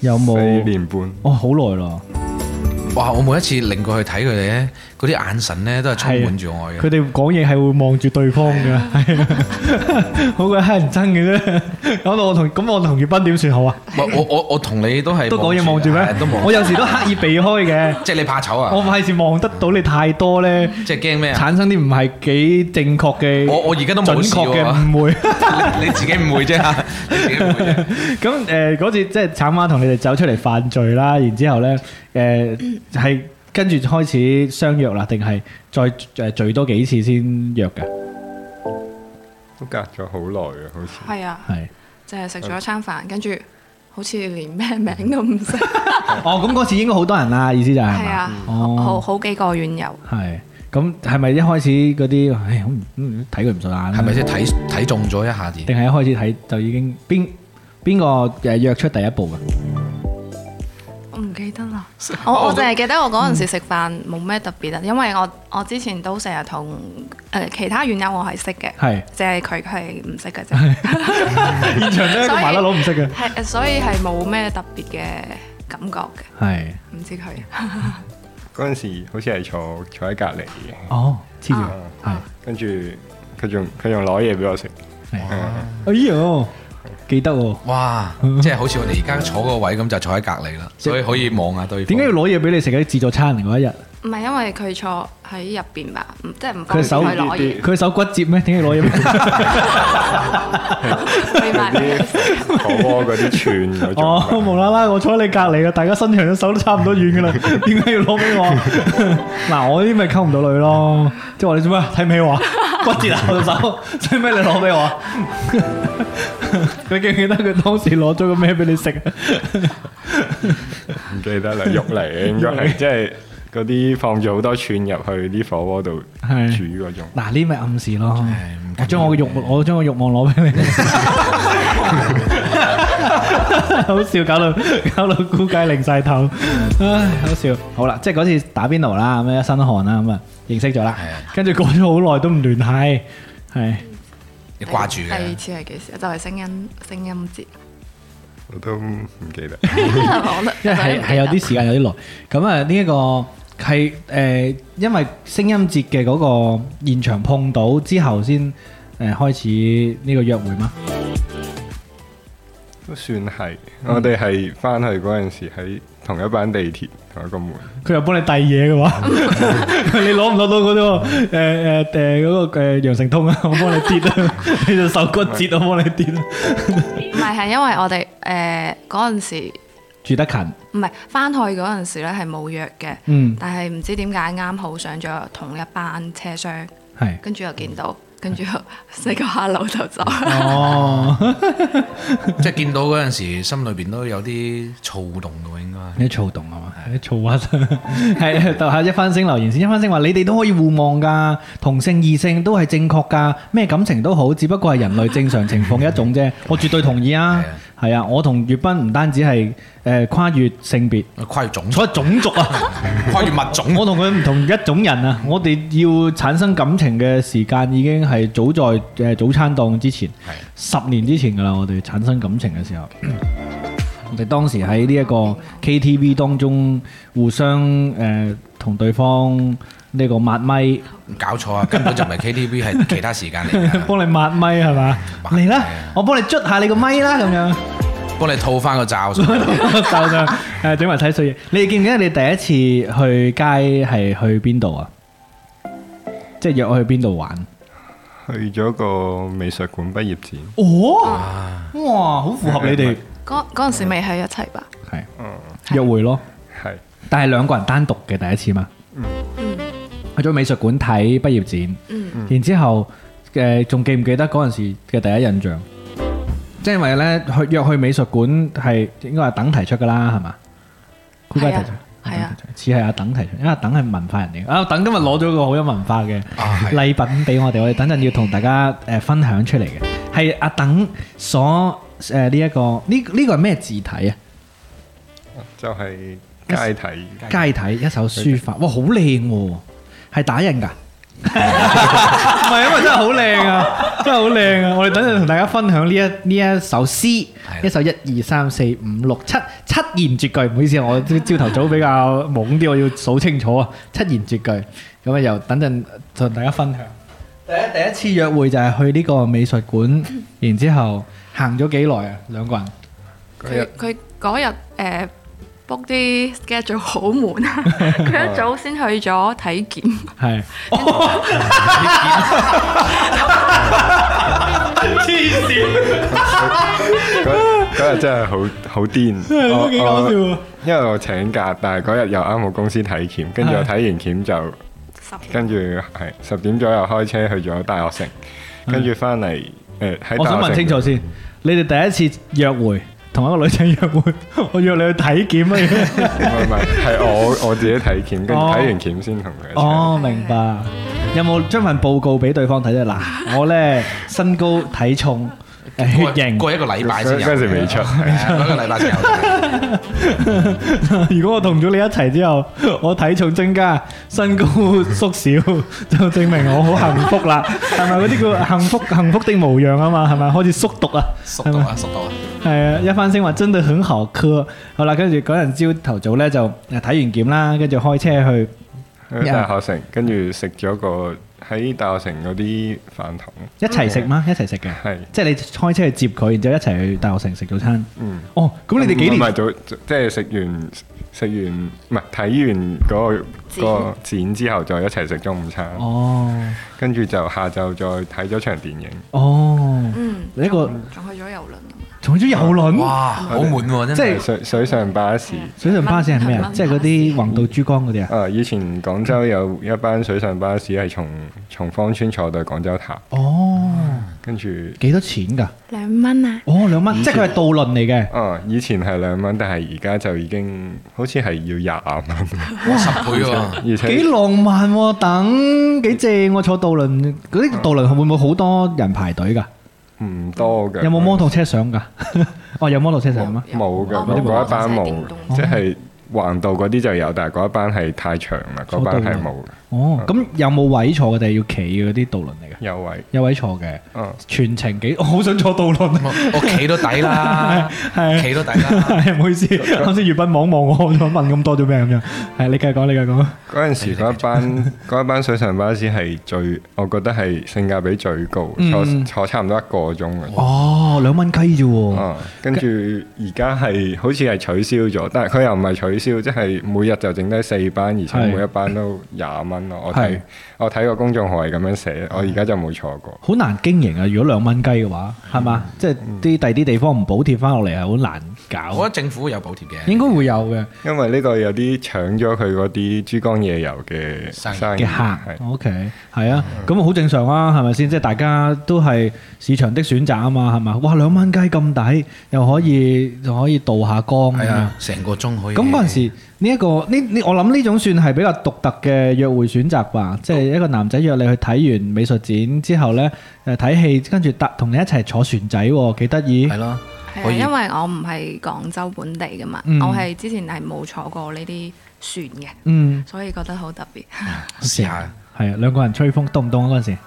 B: 有冇？
D: 四年半，
B: 哦，好耐咯。
C: 哇！我每一次擰過去睇佢哋咧，嗰啲眼神咧都係充滿住愛嘅
B: 佢。哋講嘢係會望住對方嘅，係啊，好鬼乞人憎嘅啫。講到我同咁，我同月斌點算好啊？
C: 唔係我我我同你都係
B: 都講嘢望住咩
C: 係都？望
B: 我。有時都刻意避開嘅，
C: 即係你怕醜
B: 我
C: 啊？
B: 費事望得到你太多咧，
C: 即係驚咩啊？
B: 產生啲唔係幾正確嘅、
C: 我我而家都冇
B: 準
C: 事
B: 確嘅
C: 喎，
B: 誤會。
C: *laughs* 你自己唔會啫，你自己唔會啫。 *laughs*
B: 咁誒嗰次即係橙媽同你哋走出嚟犯罪啦，然之後咧誒係跟住開始相約啦，定係再誒聚多幾次先約嘅？
D: 都隔咗好耐啊，好似
E: 係啊，
B: 係。
E: 就係食咗一餐飯，跟住好似連咩名都唔識。
B: 哦，咁嗰次應該好多人啦，意思就係係
E: *laughs* 係
B: 嘛
E: 啊，
B: 哦
E: 好好幾個院友。
B: 係。咁係咪一開始嗰啲，唉，好唔嗯睇佢唔順眼，
C: 係咪先睇睇中咗一下子？
B: 定係一開始睇就已經邊邊個誒約出第一步啊㗎？
E: 我唔記得 *laughs* 啦，我我淨係記得我嗰陣時食飯冇咩特別啊，因為我我之前都成日同誒其他院友我係識嘅，
B: 係
E: 淨係佢佢係唔識嘅
B: *laughs*
E: 啫，
B: 現場咧個
E: 所以
B: 麻甩佬唔識嘅，
E: 係所以係冇咩特別嘅感覺嘅，
B: 係
E: 唔知佢
B: 嗯
D: 嗰陣時好似係坐坐喺隔離嘅，
B: 哦，黐住
E: 啊
B: 係
D: 跟住佢仲佢仲攞嘢俾我食，
B: 哎呦，記得喎，
C: 哇！即係好似我哋而家坐嗰個位咁，就坐喺隔離啦，所以可以望下對方。
B: 點解要攞嘢俾你食嘅自助餐嚟嗰一日？
E: 唔係因為佢坐喺入邊吧，唔即係唔方
B: 佢
E: 便
B: 手
E: 去攞嘢，
B: 佢手骨折咩？點解要攞嘢俾你？
E: 佢
B: *laughs*
E: 埋
D: 火鍋嗰啲串嗰種。
B: 哦，無啦啦，我坐喺你隔離嘅，大家伸長咗手都差唔多 *laughs* 遠噶啦，點解要攞俾我？嗱，我呢啲咪溝唔到女咯，即係話你做咩睇唔起我 *laughs* 啊？骨折啊我隻手，使咩你攞俾我 *laughs* 啊？你記唔記得佢當時攞咗個咩俾你食啊？
D: 唔記得啦，肉嚟嘅應該係即係嗰啲放咗好多串入去啲火鍋度
B: 係
D: 煮嗰種。
B: 嗱，呢咪暗示咯。我將我嘅欲，我將我欲望攞俾你。 *laughs* 好笑，搞到搞到估計擰晒頭，唉，好笑。好啦，即係嗰次打邊爐啦，咁樣一身汗啦，咁啊認識咗啦，跟住過咗好耐都唔聯繫，係
C: 要掛住
E: 第二
C: 嘅？
E: 次係幾時？就係聲音聲音
B: *laughs*
E: 節，
D: 我都唔記得。
E: 我都
B: 因為 *laughs* 係係有啲時間有啲耐。咁啊，呢一個係誒，因為聲音節嘅嗰個現場碰到之後先誒開始呢個約會嗎？
D: 都算係，我哋係翻去嗰陣時喺同一班地鐵同一個門，
B: 佢又幫你遞嘢嘅 *laughs* 話，你攞唔攞到嗰個誒誒誒嗰個誒羊城通啊？我 *laughs* 幫你跌啊！你隻手骨折，我幫你跌啊！
E: 唔係係因為我哋誒嗰陣時。
B: 住得近，
E: 唔係翻去嗰陣時咧係冇約嘅，
B: 嗯
E: 但係唔知點解啱好上咗同一班車廂，
B: 係
E: 跟住又見到，
B: 嗯
E: 跟住又 say 個 hello 就走。
B: *laughs* 哦，
C: 即係見到嗰陣時，心裏邊都有啲躁動嘅，應該。
B: 你躁動啊嘛，你躁屈 *laughs* 係讀下一番星留言先。一番星話：你哋都可以互望㗎，同性異性都係正確㗎，咩感情都好，只不過係人類正常情況嘅一種啫。 *laughs* 我絕對同意啊，係啊，我同粵斌唔單止係誒跨越性別，
C: 跨越種族，
B: 所以種族啊。
C: 跨越物種。
B: 我同佢唔同一種人啊！我哋要產生感情嘅時間已經係早在誒早餐檔之前，十年之前㗎啦。我哋產生感情
C: *clears throat*
B: 嘅時候，我哋當時喺呢一個 KTV 當中互相誒同、對方呢個
C: *laughs*
B: 抹咪，
C: 搞錯啊！根本就唔係 KTV，係其他時間嚟嘅。
B: *laughs* 幫你抹咪係嘛？
C: 抹咪啊
B: 嚟啦，我幫你捽下你個咪啦咁
C: *laughs*
B: 樣。
C: 幫你套翻個罩上。
B: 就上誒整埋睇水嘢。你哋記唔記得你第一次去街係去邊度啊？即係約我去邊度玩？
D: 去咗個美術館畢業展，
B: 哦，哇，好符合你哋
E: 嗰嗰陣時未喺一齊吧？
B: 係約會咯。
D: 係
B: 但係兩個人單獨嘅第一次嘛。
E: 嗯
B: 去咗美術館睇畢業展，
E: 嗯
B: 然之後誒仲、記唔記得嗰陣時嘅第一印象？即係因為咧去約去美術館係應該係等提出噶啦，係嘛？估計係提出
E: 係啊係啊，
B: 似係阿等提出，因為阿等係文化人嚟嘅。啊，等今日攞咗個好有文化嘅
C: 啊係
B: 禮品俾我哋，我哋等陣要同大家誒分享出嚟嘅，係阿等所誒呢一個呢呢個係咩字體啊？
D: 就係街體，
B: 楷體一手書法，哇，好靚喎，係打印 *laughs* 㗎，唔係因為真係好靚啊，真係好靚啊！我哋等陣同大家分享呢一呢一首詩，一首一二三四五六七七言絕句，唔好意思，我朝朝頭早比較懵啲，我要數清楚啊，七言絕句，咁啊又等陣同大家分享。第一第一次約會就係去呢個美術館，然之後行咗幾耐啊？兩個人。
E: 佢佢嗰日誒 book 啲 schedule 好滿
B: *laughs*
E: 啊，佢一早先去咗體檢，
B: 係。
D: 嗰嗰日真係好好癲，我我
B: 啊
D: 因為我請假，但係嗰日又啱我公司體檢，跟住我睇完檢就。
E: 十
D: 跟住係十點左右開車去咗大學城，跟住翻嚟誒喺
B: 嗯我
D: 大
B: 想
D: 學
B: 問
D: 城
B: 清楚先，你哋第一次約會同一個女仔約會，我約你去體檢啊！
D: 唔係唔係係我 *laughs* 我自己體檢，跟住睇完檢先同佢一齊。
B: 哦，明白。有冇將份報告俾對方睇啫？嗱，我呢身高體重誒血型， *laughs*
C: 過一個禮拜
D: 嗰
C: 先有，
D: 嗰陣時
C: *laughs*
D: 未出，
C: 係啊過一個禮拜先有。
B: 如果我同咗你一齊之後，我體重增加，身高 *laughs* 縮小，就證明我好幸福啦。係咪嗰啲叫幸福幸福的模樣啊嘛？係咪開始縮毒啊？
C: 熟
B: 係
C: 到
B: 咪
C: 啊，熟到啊！
B: 係啊，一番聲話真的很好磕。好啦，跟住嗰陣朝頭早咧就誒睇完檢啦，跟住開車去
D: 去大學城，跟住食咗個喺大學城嗰啲飯堂，
B: 一齊食嗎？一齊食嘅，
D: 係
B: 即係你開車去接佢，然之後一齊去大學城食早餐。
D: 嗯。
B: 哦，咁你哋幾
D: 唔係
B: 年？
D: 早即係食完食完唔係睇完嗰個
E: 展
D: 個展之後，再一齊食中午餐，
B: 哦
D: 跟住就下晝再睇咗場電影。
B: 哦，
E: 嗯，
B: 你一個
E: 仲去咗遊輪啊嘛，
B: 坐咗遊輪，
C: 哇，好悶喎，真
B: 即
C: 係
B: 係
D: 水水上巴士。
B: 水上巴士係咩啊？
E: 蚊
B: 即係嗰啲橫渡珠江嗰啲啊？
D: 啊！以前廣州有一班水上巴士係從從芳村坐到廣州塔，
B: 哦，
D: 跟住
B: 幾多錢㗎？
E: 嗯兩蚊啊，
B: 哦，兩蚊，即係佢係渡輪嚟嘅。
D: 啊，以前係兩蚊，但係而家就已經好似係要廿
B: *laughs*
D: 蚊，
C: 十倍喎。
D: 而
B: 幾
D: 且
B: 浪漫喎，等幾正喎，坐渡輪嗰
D: 嗯
B: 啲渡輪會唔會好多人排隊㗎？
D: 唔多嘅。
B: 有冇摩托車上㗎？ *laughs* 哦，有摩托車上咩？
D: 冇嘅，
E: 哦
D: 嗰嗰一班
E: 電動
D: 冇，即係橫道嗰啲就有，但係嗰一班係太長啦，嗰班係冇
B: 哦，咁有冇位坐嘅定係要企嘅嗰啲渡輪嚟嘅？
D: 有位。
B: 有位坐嘅，
D: 嗯，
B: 全程幾？我好想坐渡 *laughs* 輪啊！
C: 我我企都抵啦，
B: 係啊
C: 企都抵啦。
B: 係，唔好意 *laughs* 思，啱先粵斌望望我，我想問咁多做咩咁樣？係你繼續講，你繼續講。
D: 嗰陣時嗰一班
B: *laughs*
D: 嗰一班水上巴士係最，我覺得係性價比最高，坐
B: 嗯
D: 坐差唔多一個鐘嘅。
B: 哦，兩蚊雞啫喎，
D: 啊，跟住而家係好似係取消咗，但係佢又唔係取消，即係每日就整低四班，而且
B: 係
D: 每一班都廿蚊咯。我
B: 係
D: 睇我睇個公眾號係咁樣寫，我而家就冇錯過。
B: 好難經營啊！如果兩蚊雞嘅話，係嘛？即係啲第啲地方唔補貼翻落嚟係好難
C: 我覺
B: 搞
C: 得，政府有補貼嘅，
B: 應該會有嘅
D: 因為呢個有啲搶咗佢嗰啲珠江夜遊嘅
C: 生意
D: 生意
B: 嘅
D: 係
B: 客。OK，係啊，咁好正常啊，係咪先？即係大家都係市場的選擇啊嘛，係嘛？哇，兩蚊雞咁抵，又可以又可以渡下江咁
C: 係
B: 樣
C: 啊，成個鐘可以。
B: 咁嗰陣時，呢、一個呢呢，我諗呢種算係比較獨特嘅約會選擇吧，即係一個男仔約你去睇完美術展之後呢，誒睇戲，跟住搭同你一齊坐船仔喎，幾得意
C: 係。咯，
E: 係
C: 可
E: 啊，
C: 以
E: 因為我唔係廣州本地嘅嘛，
B: 嗯
E: 我係之前係冇坐過呢啲船嘅，
B: *laughs* 嗯，
E: 所以覺得好特別。
C: 試下。
B: 係啊，兩個人吹風凍唔凍啊？嗰陣時，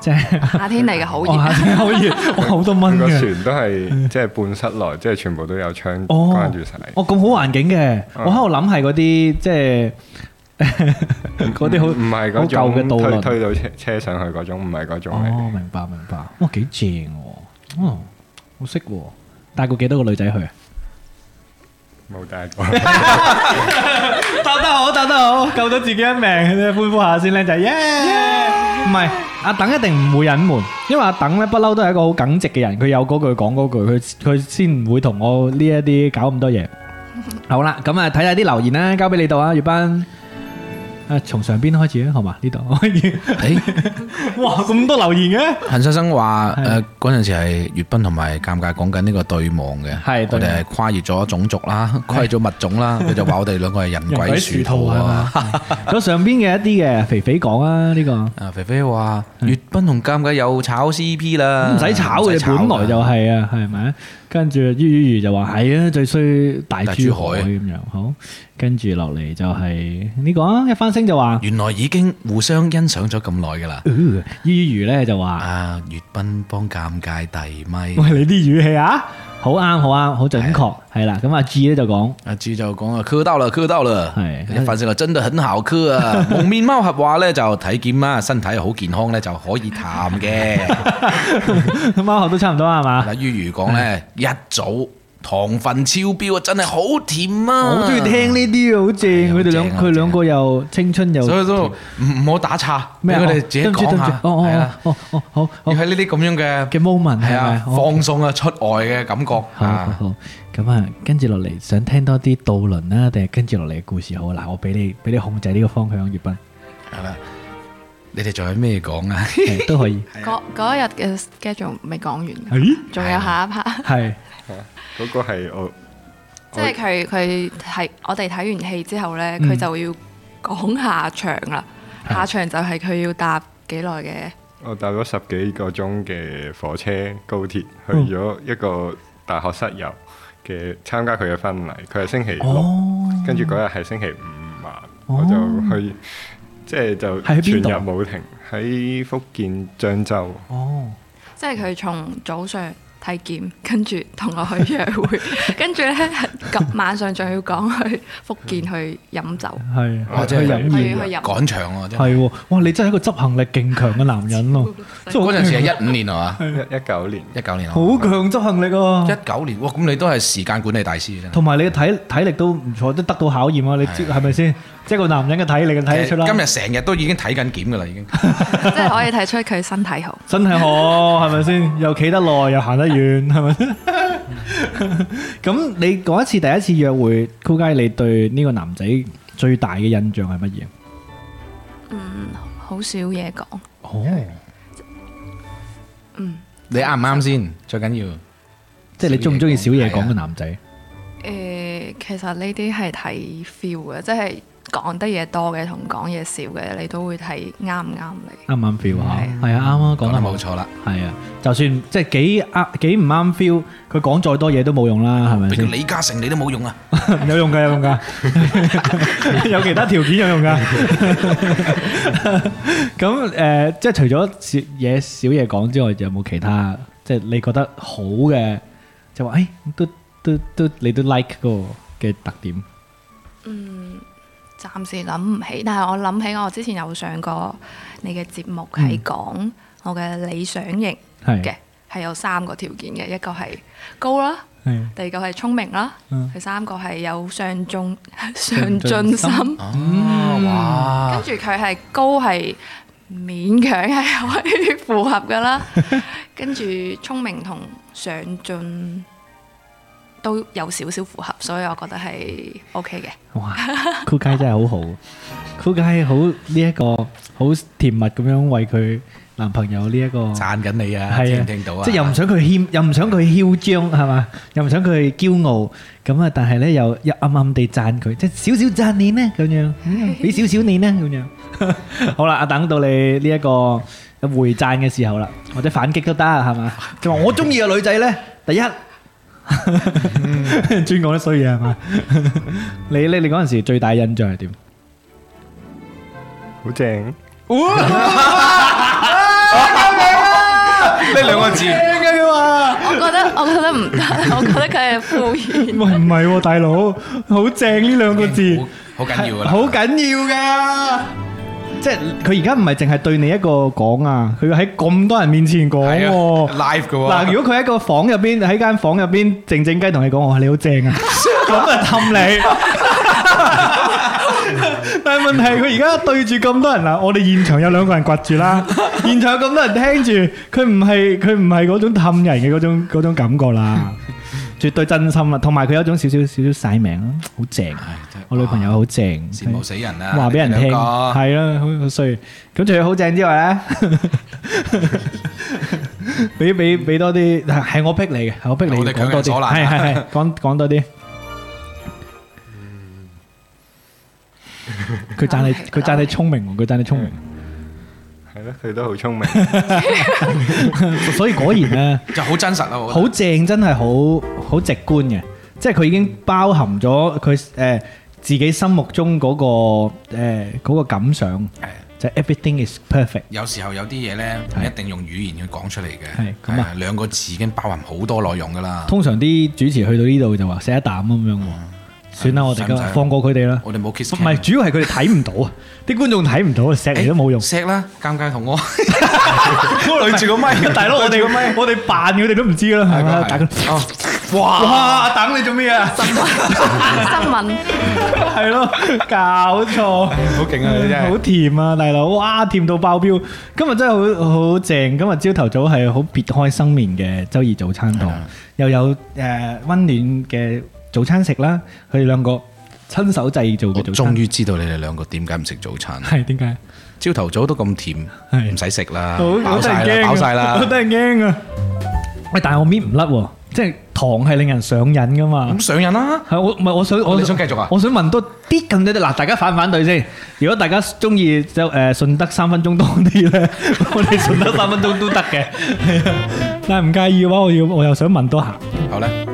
B: *laughs* 即係
E: 夏天嚟嘅好
B: 我夏
E: 熱，
B: 天好熱，哇好多蚊
D: 佢個
B: 嘅。
D: 船都係即係半室內，即係全部都有窗
B: 嗯哦
D: 關住晒。
B: 哦，咁好環境嘅，
D: 嗯
B: 我喺度諗係嗰啲即係嗰啲好
D: 唔係嗰
B: 好舊
D: 種
B: 嘅渡
D: 推
B: 輪
D: 推到車車上去嗰種，唔係嗰種嚟
B: 哦，
D: 嘅。
B: 明白明白，哇幾正喎，哦好識喎，帶過幾多個女仔去啊？
D: 冇帶過。 *laughs*
B: 答得好，答得好，救咗自己一命，歡呼下先，靚仔，耶！唔係，阿等一定唔會隱瞞，因為阿等咧不嬲都係一個好耿直嘅人，佢有嗰句講嗰句，佢佢先唔會同我呢一啲搞咁多嘢。好啦，咁啊睇下啲留言啦，交俾你度啊，月斌。啊，從上邊開始啊，好嘛？呢度 *laughs* 可以。
C: 诶，
B: 哇，咁多留言嘅。
C: 陳先生話诶嗰陣時係粵斌同埋尷尬講緊呢個對望嘅，
B: 係
C: 我
B: 對
C: 哋係跨越咗種族啦，跨越咗物種啦，佢就話我哋兩個係人鬼殊途
B: 係嘛
C: 啊！？
B: 咁上邊嘅一啲嘅肥肥講啊，呢個
C: 啊，肥肥話粵斌同尷尬又炒 CP 啦，
B: 唔使炒
C: 唔使
B: 嘅，本來就
C: 㗎
B: 係啊，係咪？跟住於於如就話係啊，最衰大
C: 大
B: 珠
C: 珠
B: 海
C: 海啊
B: 咁樣。好，跟住落嚟就係呢個啊，一翻聲就話。
C: 原來已經互相欣賞咗咁耐㗎啦。
B: 呃於如咧就話：
C: 啊，粵斌幫尷尬遞咪。
B: 喂，你啲語氣啊，好啱，好啱，好準確，係啦。咁阿啊 G 咧就講。
C: 阿志就講啊，磕到啦，磕到啦，
B: 係
C: 范少話真的很好磕
B: *laughs*
C: 啊！蒙面貓俠話咧就體檢啊，身體好健康咧就可以談
B: *laughs*
C: 嘅。
B: *laughs* 猫后都差唔多係嘛？
C: 嗱，於如講咧一早糖分超標啊，真係好甜啊！
B: 我好中意聽呢啲啊，好正！
C: 係好
B: 佢哋兩
C: 正好
B: 佢兩
C: 正
B: 個又青春又
C: 所以都唔唔好打岔，俾
B: 咩啊
C: 佢哋自己
B: 對唔住
C: 講
B: 對唔住
C: 下，
B: 哦
C: 係
B: 哦
C: 啊，
B: 哦哦哦，好
C: 要
B: 好
C: 喺呢啲咁樣嘅
B: 嘅 moment
C: 係
B: 係咪？哦
C: 啊
B: 好
C: 放鬆啊出外嘅感覺
B: 好好
C: 啊，
B: 好，咁啊，跟住落嚟想聽多啲渡輪啦，定係跟住落嚟嘅故事好啊？嗱，我俾你俾你控制呢個方向，粵 *laughs* 斌
C: 係啦，你哋仲有咩講啊？
B: 係都可以。
E: 嗰嗰一日嘅 schedule 未講完㗎，
B: 咦，
E: 仲有下一 part。
B: 係
D: 嗰個係我
E: 即係佢佢睇我哋睇完戲之後呢，佢就要講下場啦。下場就係佢要搭幾耐嘅，
D: 我搭咗十幾個鐘嘅火車高鐵去咗
B: 嗯
D: 一個大學室友嘅參加佢嘅婚禮，佢係星期六，
B: 哦，
D: 跟住嗰日係星期五晚，
B: 哦
D: 我就去即係就
B: 喺
D: 全
B: 邊度
D: 日冇停喺福建漳州。
B: 哦，
E: 即係佢從早上體檢， *laughs* 跟住同我去約會，跟住呢，咁晚上仲要講去福建去飲酒，
B: 係啊
D: 哦
B: 去
D: 即係
B: 飲
E: 去
B: 嘢
E: 去。飲。
C: 趕場喎，真係
B: 係喎，哇！你真係一個執行力勁強嘅男人咯，即係
C: 嗰
B: 好
C: 陣時係一五年係嘛？
D: 一一九年
C: 一九年啊
B: *laughs* 好強執行力啊！
C: 一九年，哇！咁你都係時間管理大師真係。
B: 同埋你嘅體體力都唔錯，都得到考驗啊！你知係咪先？即係個男人嘅體力嘅睇得出啦。
C: 今日成日都已經睇緊檢㗎啦，已
B: *laughs*
C: 經。
E: *laughs* 即係可以睇出佢身體好。
B: 身體 *laughs* 好係咪先？又企得耐，又行得遠，係咪 *laughs* 先？咁你嗰一次第一次約會，酷街，你對呢個男仔最大嘅印象係乜嘢？
E: 好少嘢講，
B: 哦，
C: 你啱唔啱先？最緊要。
B: 即係你中唔中意少嘢講嘅男仔？
E: 誒、其實呢啲係睇 feel 嘅，即係講得嘢多嘅同講嘢少嘅，你都會睇啱唔啱你。
B: 啱唔啱 feel 啊？係啊，啱啊，講
C: 講
B: 得
C: 得
B: 冇
C: 冇
B: 錯。
C: 錯啦，
B: 係啊，就算即係幾啱幾唔啱 feel，佢講再多嘢都冇用啦，係咪
C: 譬
B: 先
C: 如？李嘉誠你都冇用啊，
B: *laughs* 有用噶，有用噶，有其他條件有用噶。咁誒、呃即係除咗少嘢少嘢講之外，有冇其他即係你覺得好嘅，就話誒、哎都都都你都 like 嗰個嘅特點？
E: 暫時諗唔起，但係我諗起我之前有上過你嘅節目，係
B: 嗯
E: 講我嘅理想型
B: 係
E: 嘅，係有三個條件嘅，一個係高啦，
B: 係
E: 第二個係聰明啦，
B: 嗯
E: 第三個係有上進 *laughs*
B: 上
E: 上
B: 進
E: 進
B: 心啊
E: 心。
C: 哇！
E: 跟住佢係高係勉強係可以符合噶
B: *laughs*
E: 啦，跟住聰明同上進都有少少符合，所以我覺得係 OK 嘅。
B: 哇酷街真係好好酷街好呢一個好甜蜜咁樣為佢男朋友呢、一個。
C: 讚緊你啊，
B: 係
C: 聽
B: 啊，
C: 唔聽到啊？
B: 即係又唔想佢謙，又唔想佢囂張係嘛，又唔想佢驕傲咁啊，但係咧又又暗暗地讚佢，即係少少讚你呢咁樣，嗯俾少少你呢咁樣。 *laughs* 好啦，啊等到你呢一個回讚嘅時候啦，或者反擊都
C: *laughs*
B: 得係嘛，就話我中意嘅女仔咧，第一。 *laughs* 專講啲衰嘢係嘛？ *laughs* 你你你嗰陣時最大印象係點？
D: 好正，
B: *laughs*
C: 呢兩
B: *laughs*
C: 個字，
E: 我覺得我覺得唔得，我覺得佢係敷衍。
B: *laughs* 喂唔係喎，大佬好正呢兩個字。
C: 好好緊要㗎啦，啊
B: 好緊要噶。即係佢而家唔係淨係對你一個講啊，佢喺咁多人面前講
C: 係
B: 喎。
C: 啊，live 嘅喎。
B: 嗱，如果佢喺個房入邊，喺間房入邊靜靜雞同你講，我話你好正
C: *laughs*
B: 啊，咁啊氹你。 *laughs* 但係問題佢而家對住咁多人嗱，我哋現場有兩個人掘住
C: *laughs*
B: 啦，現場有咁多人聽住，佢唔係佢唔係嗰種氹人嘅嗰種嗰種感覺啦。絕對真心啊！同埋佢有一種少少少少晒命啊，好正啊！我女朋友好正，
C: 羨慕死人啊！
B: 話俾人聽，
C: 你兩
B: 係
C: 個
B: 啦，好好衰。咁除咗好正之外咧， *laughs* 俾俾俾多啲，係係我逼你嘅，係我逼你
C: 我哋
B: 講多
C: 強人所
B: 啲，
C: 難啊
B: 係係
C: *laughs*
B: 係，講講多啲。佢讚
C: 嗯
B: 你，佢讚你聰明喎，佢讚你聰明。
D: 系咯，佢都好
B: *laughs*
D: 聰明。
B: 所以果
C: *laughs*
B: 然咧，
C: 就好真實啦，我覺得
B: 好正真係好好直觀嘅，即係佢已經包含咗佢誒自己心目中嗰、個誒嗰、個感想，就係 everything is perfect。
C: 有時候有啲嘢咧，唔
B: 係
C: 一定用語言去講出嚟嘅
B: 係，咁啊
C: 係兩個字已經包含好多內容噶啦。
B: 通常啲主持去到呢度就話食一啖咁樣喎，算啦，我哋今日
C: 使唔使
B: 放過佢哋啦。
C: 我哋冇 kiss，啊
B: 唔係，主要係佢哋睇唔到啊！啲觀眾睇唔到啊，錫嚟都冇用。
C: 錫啦，尷尬同我。
B: 對住個咪， *laughs* 大佬，我哋我哋扮佢哋都唔知啦，係咪？大家
C: 哦，
B: 哇！等你做咩啊？
E: 新聞
B: 係咯，搞錯。
D: 好勁啊！你真
B: 好
D: 係
B: 甜啊，大佬，哇，甜到爆表！今日真係好好正，今日朝頭早係好別開生面嘅周二早餐檔，又有誒温暖嘅早餐食啦。佢哋兩個親手製造
C: 我
B: 嘅早
C: 終
B: 餐，
C: 於知道你哋兩個點解唔食早餐。
B: 係點解？
C: 朝頭早都咁甜，
B: 係
C: 唔使食啦，
B: 好，好
C: 飽
B: 得
C: 晒
B: 人驚
C: 啦，
B: 啊
C: 飽晒
B: 好
C: 啦。
B: 得人驚啊！喂，但係我搣唔甩喎，即係糖係令人上癮噶嘛
C: 咁。上癮啦，
B: 係我唔係我想我
C: 你想繼續啊
B: 我想問多啲咁多啲嗱，大家反唔反對先？如果大家中意就誒順德三分鐘多啲 *laughs* 咧，我哋順德三分鐘都得嘅。係啊，但係唔介意嘅話，我要我又想問多下，
C: 好咧，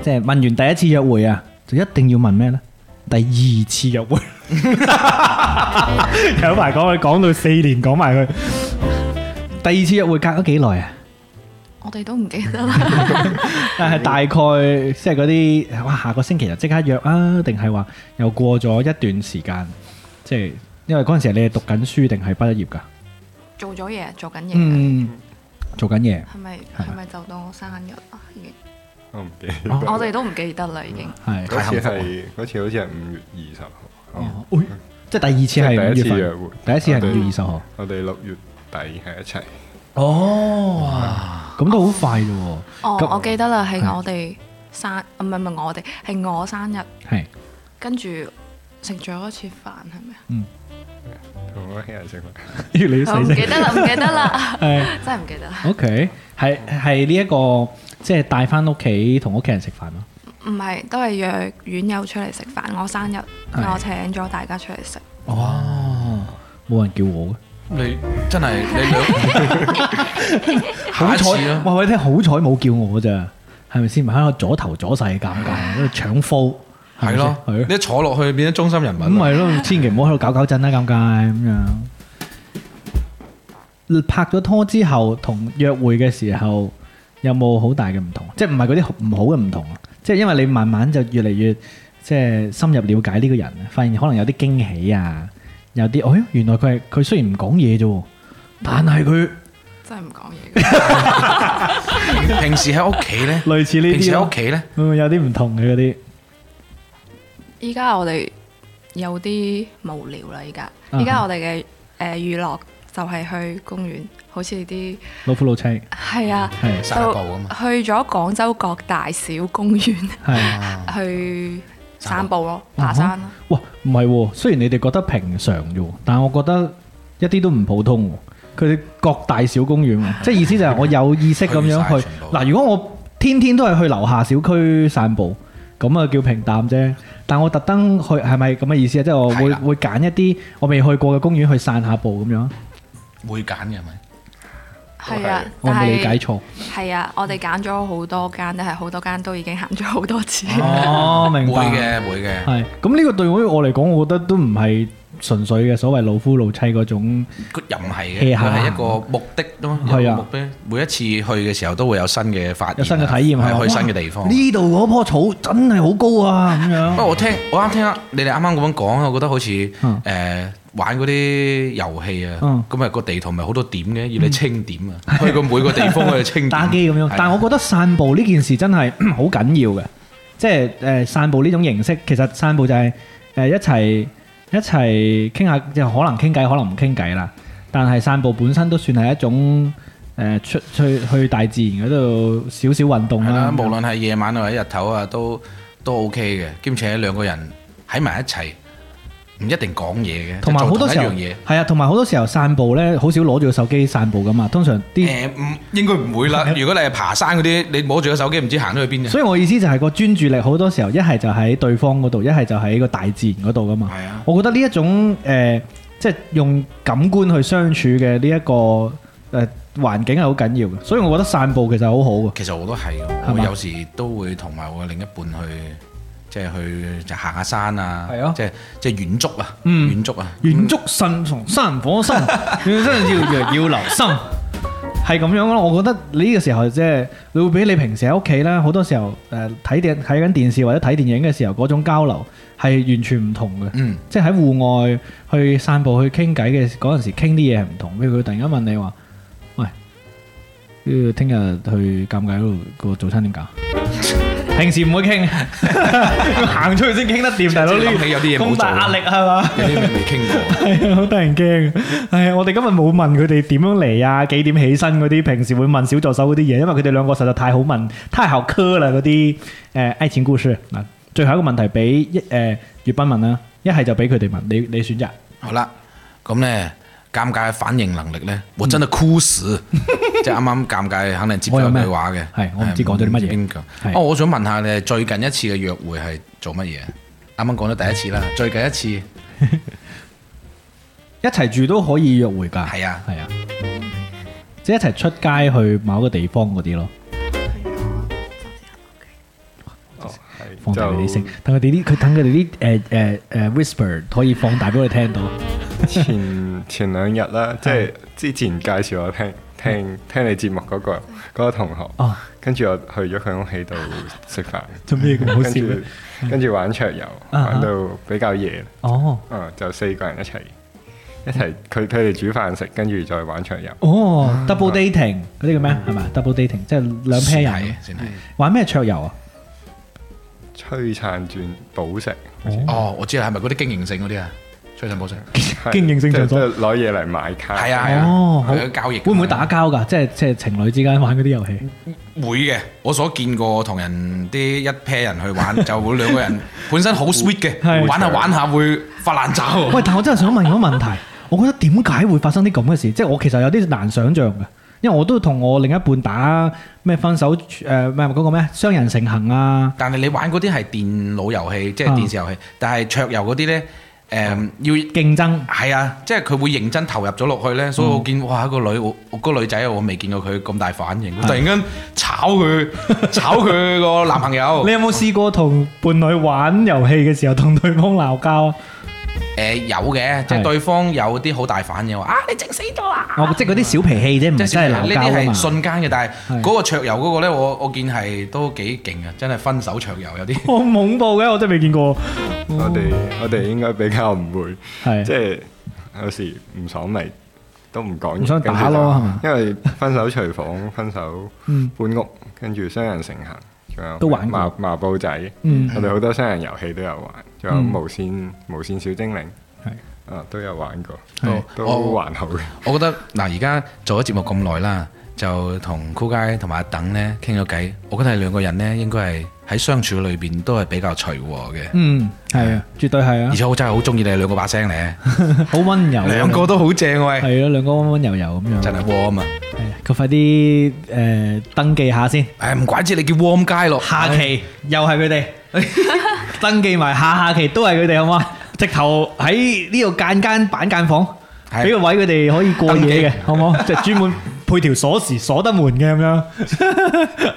B: 即係問完第一次約會啊，就一定要問咩咧？第二次約會， *laughs* 有排講佢講到四年，講埋佢。第二次約會隔咗幾耐啊？
E: 我哋都唔記得啦，
B: 但啊係大概即係嗰啲，哇！下個星期就即刻約啊，定係話又過咗一段時間，即係因為嗰陣時你係讀緊書定係畢咗業㗎？
E: *laughs* 做咗嘢，做緊嘢㗎，
B: 嗯，做緊嘢，
E: 係咪係咪就到我生日啊？已經，
D: 我唔記得。
B: 哦
E: 我哋都唔記得啦，已經。
B: 係
D: 嗰次係嗰次好似係五月二十號，
B: 哦，喂即係第二次係五
D: 即係第一次
B: 月
D: 約
B: 份
D: 會，
B: 第一次係五月二十號，
D: 我哋六月底喺一齊。
B: 哦，咁都好快啫喎，
E: 哦，
B: 咁嗯
E: 我記得啦，係
B: 係
E: 我哋生，唔係唔係我哋，係我生日，
B: 係
E: 跟住食咗一次飯，係咪啊？
D: 同屋企人食飯，
B: 要 *laughs* 你
E: 我唔
B: 細
E: 記
B: 聲，
E: 得
B: *laughs*
E: 啦，唔記得啦，
B: 係
E: 真係唔記得啦。
B: OK，係係呢一個即係帶翻屋企同屋企人食飯咯，
E: 唔係，都係約院友出嚟食飯。我生日，
B: 係
E: 我請咗大家出嚟食。
B: 哦，冇人叫我嘅。
C: 你真係你兩下
B: 好
C: 一
B: 彩
C: 次啊啦，
B: 話俾你聽，好彩冇叫我咋，係咪先？咪喺度左頭左勢，尷尬，喺度搶 f
C: 係咯，
B: 係
C: 你
B: 咯，
C: 一坐落去變咗中心人物
B: 咁
C: 啦。
B: 咪咯，千祈唔好喺度搞搞震啦，尷尬咁樣。拍咗拖之後同約會嘅時候有冇好大嘅唔同？即係唔係嗰啲唔好嘅唔同啊？即係因為你慢慢就越嚟越即係深入了解呢個人，發現可能有啲驚喜啊，有啲哦，原來佢係佢雖然唔講嘢啫喎，但係佢
E: 真係唔講嘢
C: *laughs*
E: 嘅。
C: 平時喺屋企咧，
B: 類似呢
C: 平時喺
B: 啲咯
C: 屋，企咧，
B: 會唔會有啲唔同嘅嗰啲？
E: 依家我哋有啲無聊啦，依家。
B: 啊
E: 依家我哋嘅誒娛樂就係去公園，好似啲
B: 老夫老妻
E: 係啊，
B: 係
C: 散
E: 到
C: 步啊嘛，
E: 去咗廣州各大小公園
B: 係，
E: 去
C: 散
E: 散步咯，爬山咯。
B: 哇唔係喎，雖然你哋覺得平常啫喎，但係我覺得一啲都唔普通喎。佢哋各大小公園
C: *laughs*
B: 喎，即係意思就係我有意識咁樣
C: 去晒
B: 去
C: 全部
B: 嗱。如果我天天都係去樓下小區散步，咁啊叫平淡啫。但我特登去係咪咁嘅意思啊？即係我
C: 係
B: 會
C: 啦
B: 會揀一啲我未去過嘅公園去散下步咁樣。
C: 會揀嘅係咪？
E: 係啊，
B: 我
E: 但
B: 冇理解
E: 係 *laughs*
B: 錯。
E: 係啊，我哋揀咗好多間，但係好多間都已經行咗好多次。
B: 哦，明
C: 會
B: 白。
C: 嘅會嘅，
B: 係咁呢個對於我嚟講，我覺得都唔係純粹嘅所謂老夫老妻嗰種。
C: 佢又唔係
B: hea
C: 嘅，
B: 下
C: 佢係一個目的啊嘛，
B: 係啊
C: 有個目標。每一次去嘅時候都會有新嘅發現啊，
B: 有新嘅體驗係嘛
C: 係去新嘅地方。哦
B: 呢度嗰棵草真係好高啊！咁
C: *laughs* 不
B: 樣
C: 過我聽我啱聽啊，你哋啱啱咁樣講，我覺得好似
B: 嗯
C: 誒玩嗰啲遊戲
B: 嗯
C: 啊，咁咪個地圖咪好多點嘅，要你清點啊，去過每個地方去
B: *laughs*
C: 清點
B: 打機咁樣
C: 係，
B: 但係我覺得散步呢件事真係 *clears throat* 好緊要嘅，即係誒、呃散步呢種形式，其實散步就係、誒、一齊一齊傾下，即係可能傾偈，可能唔傾偈啦。但係散步本身都算係一種誒、誒出去去大自然嗰度少少運動啊
C: 係啦
B: 啦，，
C: 無論係夜晚或者日頭啊，都都 à, OK 嘅。兼且兩個人喺埋一齊，唔一定講嘢嘅，
B: 同埋好多
C: 就
B: 時
C: 做
B: 候
C: 同一樣嘢。
B: 係啊，同埋好多時候散步咧，好少攞住個手機散步噶嘛，通常啲。
C: 誒唔應該唔會啦。如果你係爬山嗰啲，你摸住個手機唔知行咗去邊嘅。
B: 所以我意思就係個專注力好多時候一係就喺對方嗰度，一係就喺個大自然嗰度噶嘛。
C: 係啊，
B: 我覺得呢一種誒、呃即係用感官去相處嘅呢一個誒、呃、環境係好緊要嘅，所以我覺得散步其實好好嘅。
C: 其實我都係嘅，
B: 係
C: 我
B: 嘛
C: 有時都會同埋我另一半去，即係去就行下山啊
B: 係啊，
C: 即係即係遠足啊，
B: 嗯
C: 遠足啊，
B: 遠足慎從山火心，真係要要留心。係咁樣咯，我覺得你呢個時候即係你會比你平時喺屋企啦，好多時候誒睇電睇緊電視或者睇電影嘅時候嗰種交流係完全唔同嘅。
C: 嗯，
B: 即係喺戶外去散步去傾偈嘅嗰陣時，傾啲嘢係唔同。譬如佢突然間問你話：，喂，呃聽日去尷尬嗰度個早餐點搞？平時唔會傾，要行出去先傾得掂，大佬呢
C: 即係諗起有啲嘢冇
B: 咁大壓
C: 做
B: 力係嘛？
C: 嗯有啲咩未傾過。
B: 係啊，好得人驚。係啊，我哋今日冇問佢哋點樣嚟啊，幾點起身嗰啲，平時會問小助手嗰啲嘢，因為佢哋兩個實在太好問，太好磕啦嗰啲誒愛情故事。嗱，最後一個問題俾一誒粵斌問啦，一係就俾佢哋問，你你選擇。
C: 好啦，咁呢，尷尬嘅反應能力呢，我真係酷死！ *laughs* 即係啱啱尷尬，肯定接
B: 我有
C: 咗
B: 咩
C: 句話嘅。
B: 嗯係我唔知講咗啲乜嘢
C: 係邊個
B: 係
C: 哦，我想問下你最近一次嘅約會係做乜嘢？啱啱講咗第一次啦，最近一次
B: 一齊住都可以約會㗎。
C: 係啊
B: 係啊，即係一齊出街去某一個地方嗰啲咯。
D: 哦
B: 放大佢啲聲，等佢哋啲佢等佢哋啲誒誒誒 whisper 可以放大俾我哋聽到。
D: 前前兩日
B: 嗯
D: 啦，即係之前介紹我聽聽聽你節目嗰個嗰個同學，
B: 嗯哦，
D: 跟住我去咗佢屋企度食飯，
B: *laughs* 做咩咁好笑啊嘅？
D: 跟住跟住玩桌遊，
B: 啊
D: 玩到比較夜，
B: 哦
D: 嗯，就四個人一齊一
B: 嗯
D: 齊，佢佢哋煮飯食，跟住再玩桌遊。
C: 啊
B: 哦，double dating 嗰啲叫咩？係咪 double dating 即係兩 pair 人
C: 嗯先係先係。
B: 玩咩桌遊啊？
D: 璀璨轉寶石，
C: 哦，我知啦，係咪嗰啲經營性嗰啲啊？吹神寶石
D: 係
B: 經營性場所
D: 即係即係攞嘢嚟買卡，
C: 係啊係啊，
B: 哦，好
C: 係啊交易
B: 會唔會打交㗎？即係即係情侶之間玩嗰啲遊戲。
C: 會嘅。我所見過同人啲一 pair 人去玩，就會兩個人本身好 sweet
B: 係
C: 嘅，玩下玩下會發爛渣喎。
B: 喂，但我真係想問個問題，我覺得點解會發生啲咁嘅事？即係我其實有啲難想像嘅，因為我都同我另一半打咩分手誒咩嗰個咩雙人成行啊，
C: 但係你玩嗰啲係電腦遊戲，即係
B: 啊
C: 電視遊戲，但係桌遊嗰啲呢，誒、要
B: 競爭
C: 係啊，即係佢會認真投入咗落去呢。所以我見哇個女，我我個女仔我未見過佢咁大反應，突然間炒佢炒佢個男朋
B: *laughs*
C: 友
B: 你，有冇試過同伴侶玩遊戲嘅時候同對方鬧交啊？
C: 誒、有嘅，即
B: 係
C: 係對方有啲好大反應話啊你整死咗啊！
B: 我即係嗰啲小脾氣啫，唔
C: 即
B: 係真係
C: 呢
B: 鬧交
C: 啲
B: 啊
C: 係
B: 嘛。
C: 瞬間嘅，但
B: 係
C: 係嗰個桌遊嗰個呢，我我見係都幾勁啊！真係分手桌遊有
B: *laughs*
C: 啲。
B: 好恐怖嘅，我真係未見過。
D: 我哋我哋應該比較唔會，
B: 係
D: 即係有時唔爽咪都唔講嘢，
B: 唔想打咯係嘛
D: 跟住就因為分手廚房、分手
B: 嗯
D: 搬屋，跟住雙人成行，仲有
B: 都玩過
D: 麻麻布仔，
B: 嗯
D: 我哋好多雙人遊戲都有玩，仲
B: 嗯
D: 有無線無線小精靈
B: 係。
D: 啊，都有玩過，
C: 係
D: 都
C: 我
D: 都還好嘅。
C: 我覺得嗱，而家做咗節目咁耐啦，就同酷街同埋阿等呢傾咗偈，我覺得係兩個人呢應該係喺相處裏邊都係比較隨和嘅，
B: 嗯，係啊，絕對係啊
C: 而，且我真係好中意你哋兩個把聲
B: *laughs*
C: 咧，
B: 好温柔。
C: 兩個都好正喂，
B: 係咯，兩個温温柔柔咁樣。
C: 真係 warm 啊！
B: 係啊佢快啲誒登記下先。
C: 唉，唔怪之你叫 warm 街咯，
B: 下期又係佢哋 *laughs* 登記埋，下下期都係佢哋，好嘛？直頭喺呢度間間板間房，
C: 係
B: 俾個位佢哋可以過夜嘅，好唔好？就專門配條鎖匙鎖得門嘅咁樣。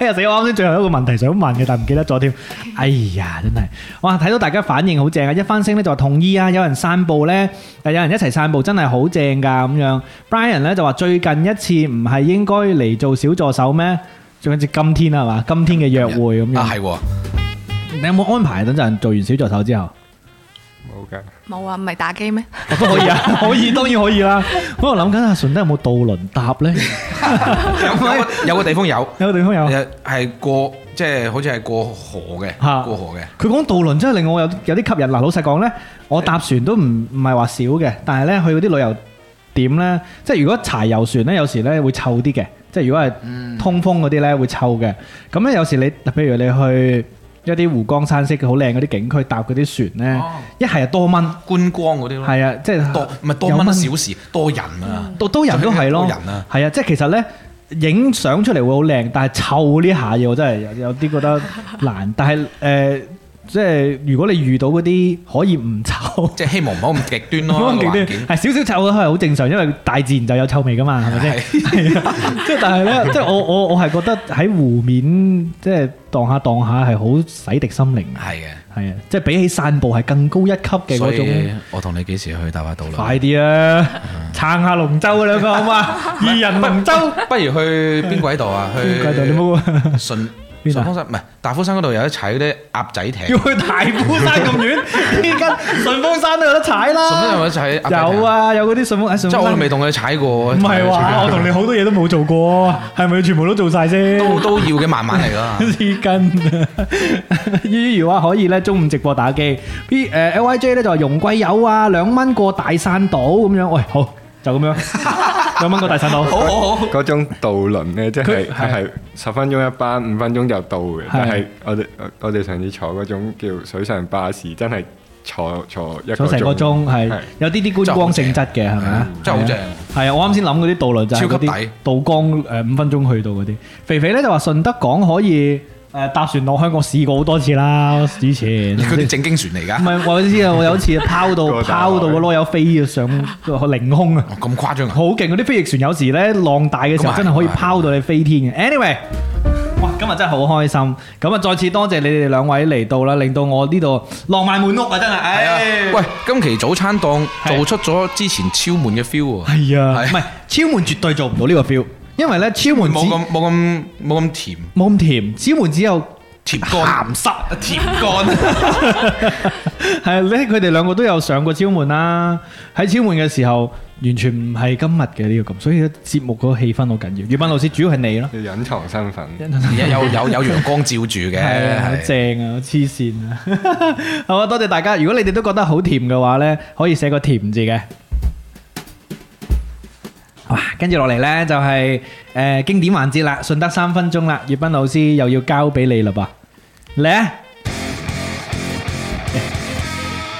B: *laughs* 哎呀死我！啱先最後一個問題想問嘅，但唔記得咗 *laughs* 添。哎呀，真係哇！睇到大家反應好正啊！一翻聲咧就話同意啊，有人散步咧，有人一齊散步真係好正㗎咁樣。Brian 咧就話最近一次唔係應該嚟做小助手咩？仲有隻今天啊嘛，今天嘅約會咁樣。
C: 啊係喎，
B: 你有冇安排等陣做完小助手之後？
D: 冇㗎，
E: 冇啊，唔係打機咩？
B: 都 *laughs* 可以啊， *laughs* 可以當然可以啦。我喺度諗緊阿順德有冇渡輪搭 *laughs* 咧？
C: 有有個有個地方有，
B: 有個地方有。
C: 係過即係好似係過河嘅，
B: 哦嚇
C: 過河嘅，
B: 佢講渡輪真係令我有有啲吸引。嗱，老實講咧，我搭船都唔唔係話少嘅，但係咧去嗰啲旅遊點呢？即係如果柴油船呢，有時呢會臭啲嘅，即係如果係
C: 嗯
B: 通風嗰啲呢會臭嘅。咁呢，有時你，譬如你去一啲湖光山色嘅好靚嗰啲景區搭嗰啲船呢，
C: 哦
B: 一係就多蚊，
C: 觀光嗰啲咯，
B: 係啊，即係
C: 多唔係多
B: 有嗯
C: 蚊少時，多人啊，
B: 多多人都係咯，
C: 多人啊
B: 係啊，即係其實呢，影相出嚟會好靚，但係臭呢下嘢我真係有有啲
C: *laughs*
B: 覺得難。但係誒、呃即係如果你遇到嗰啲可以唔臭。
C: 即係希望唔好咁極端
B: *laughs*
C: 咯，
B: 咁
C: 個
B: 極
C: 環
B: 端
C: 境
B: 係少少臭都係好正常，因為大自然就有臭味噶嘛，係咪
C: *laughs*
B: 先？係啊，即係但係咧，即係我我我係覺得喺湖面即係蕩下蕩下係好洗滌心靈嘅，
C: 係嘅。
B: *laughs* 係啊，即係比起散步係更高一級嘅
C: 所
B: 嗰種。
C: 以我同你幾時去大把島啦？
B: 快啲啊！
C: *laughs*
B: 撐下龍舟啊，兩個好嘛？二人龍舟，
C: 不如去邊鬼度
B: *laughs*
C: 啊？去
B: 邊鬼度你冇啊
C: 順
B: 邊啊
C: 順峰山唔係大夫山嗰度有得踩嗰啲鴨仔
B: *laughs*
C: 艇，
B: 要
C: 順
B: 去大夫山咁遠，而家順風山都有得踩
C: 峰山有
B: 啦。
C: 得踩鴨仔艇
B: 有，啊，有嗰啲順風喺順
C: 即
B: 風
C: 係我
B: 山
C: 都未同佢踩過。啊
B: 唔係話，我同你好多嘢都冇做過，係咪全部都做晒先？ *laughs*
C: 都都要嘅，慢慢嚟啦。
B: 黐 *laughs* 筋。於如話可以咧，中午直播打機。B 誒 LYJ 咧就話容貴友啊，兩蚊過大山島咁樣。喂，好就咁樣，兩蚊過大山島。
C: 好好好，
D: 嗰種渡輪咧，即係
B: 佢係
D: 係十分鐘一班，五分鐘就到嘅。但
B: 係
D: 係我哋我我哋上次坐嗰種叫水上巴士，真係坐坐一個
B: 坐成個鐘係
D: 係
B: 有啲啲觀光性質嘅係咪啊？
C: 真係好正
B: 係啊！我啱先諗嗰啲渡輪就係嗰
C: 超級
B: 啲
C: 抵
B: 渡江誒五分鐘去到嗰啲。肥肥咧就話順德港可以誒搭船落香港試過好多次啦，之前。
C: 嗰啲正經船嚟
B: 唔
C: 㗎，
B: 係我知啊！我有
C: *laughs*
B: 一次拋到
D: 過大海
B: 拋到個啰柚飛咗上凌空啊！
C: 哦咁誇張啊！
B: 好勁！嗰啲飛翼船有時咧浪大嘅時
C: 咁
B: 候，
C: 啊
B: 真係可以
C: 咁啊
B: 拋到你飛天嘅。Anyway，哇！今日真係好開心。咁啊，再次多謝你哋兩位嚟到啦，令到我呢度浪漫滿屋啊！真係，
C: 係啊
B: 唉，
C: 喂，今期早餐檔
B: 係
C: 做出咗之前超悶嘅 feel 喎，
B: 係啊，
C: 係
B: 唔係超門絕對做唔到呢個 feel，因為咧超門只
C: 冇咁冇咁冇咁甜
B: 冇咁甜，超門只有 *laughs*
C: 甜乾
B: 鹹濕。
C: 甜乾。
B: 係咧，佢哋兩個都有上過超門啦。喺超門嘅時候，完全唔係今日嘅呢個咁，所以節目嗰個氣氛好緊要。粵斌老師主要係你咯，
D: 要隱藏身份。
C: *laughs* 有有有有陽光照住嘅，
B: *laughs* 係啊，好
C: 係
B: 正啊，好 *laughs* 黐線啊！好啊，多謝大家。如果你哋都覺得好甜嘅話呢，可以寫個甜字嘅。哇，跟住落嚟呢，就係、呃經典環節啦，順德三分鐘啦，粵斌老師又要交俾你啦噃，嚟啊！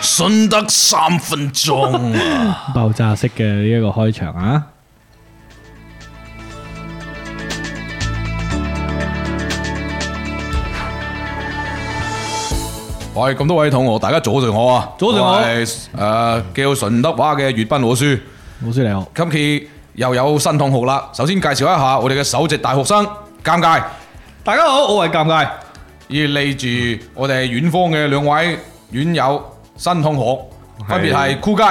C: 順德三分鐘啊！
B: 爆炸式嘅呢一個開場啊！
C: *laughs* 喂，咁多位同學，大家早上好啊！
B: 早上好
C: 我係誒叫順德話嘅粵賓老師，
B: 老師你好。
C: 今期又有新同學啦。首先介紹一下我哋嘅首席大學生，尷尬，
B: 大家好，我係尷尬。
C: 而嚟自我哋遠方嘅兩位院友新同學，分別係酷街，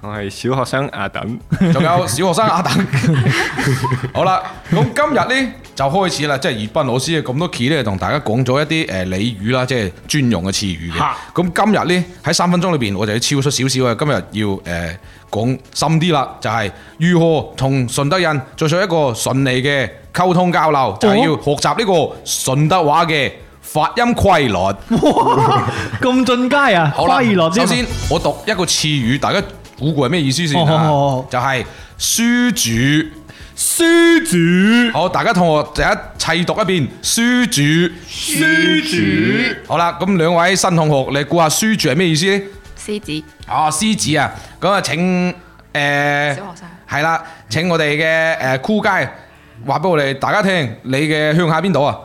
D: 我係小學生阿等，
C: 仲有小學生阿等。 *laughs* 好啦，咁今日呢就開始啦，即係葉斌老師嘅咁多期呢，同大家講咗一啲誒俚語啦，即係專用嘅詞語嘅。咁今日呢，喺三分鐘裏邊，我就要超出少少啊！今日要誒、呃、講深啲啦，就係、如何同順德人做出一個順利嘅溝通交流，就係、要學習呢個順德話嘅發音規律。
B: 咁進階啊，
C: 好啦，
B: 快樂
C: 首
B: 啲。
C: 先我讀一個詞語，大家估估係咩意思先
B: 哦好
C: 啊
B: 好好
C: 就係書主。
B: 書主，
C: 好，大家同我第一砌讀一遍書主。書主。好啦，咁兩位新同學，你估下書主係咩意思咧？
E: 獅子
C: 啊，獅子啊，咁啊請誒。
E: 小
C: 呃
E: 學生，
C: 係啦，請我哋嘅誒酷街話俾我哋大家聽，你嘅鄉下邊度啊？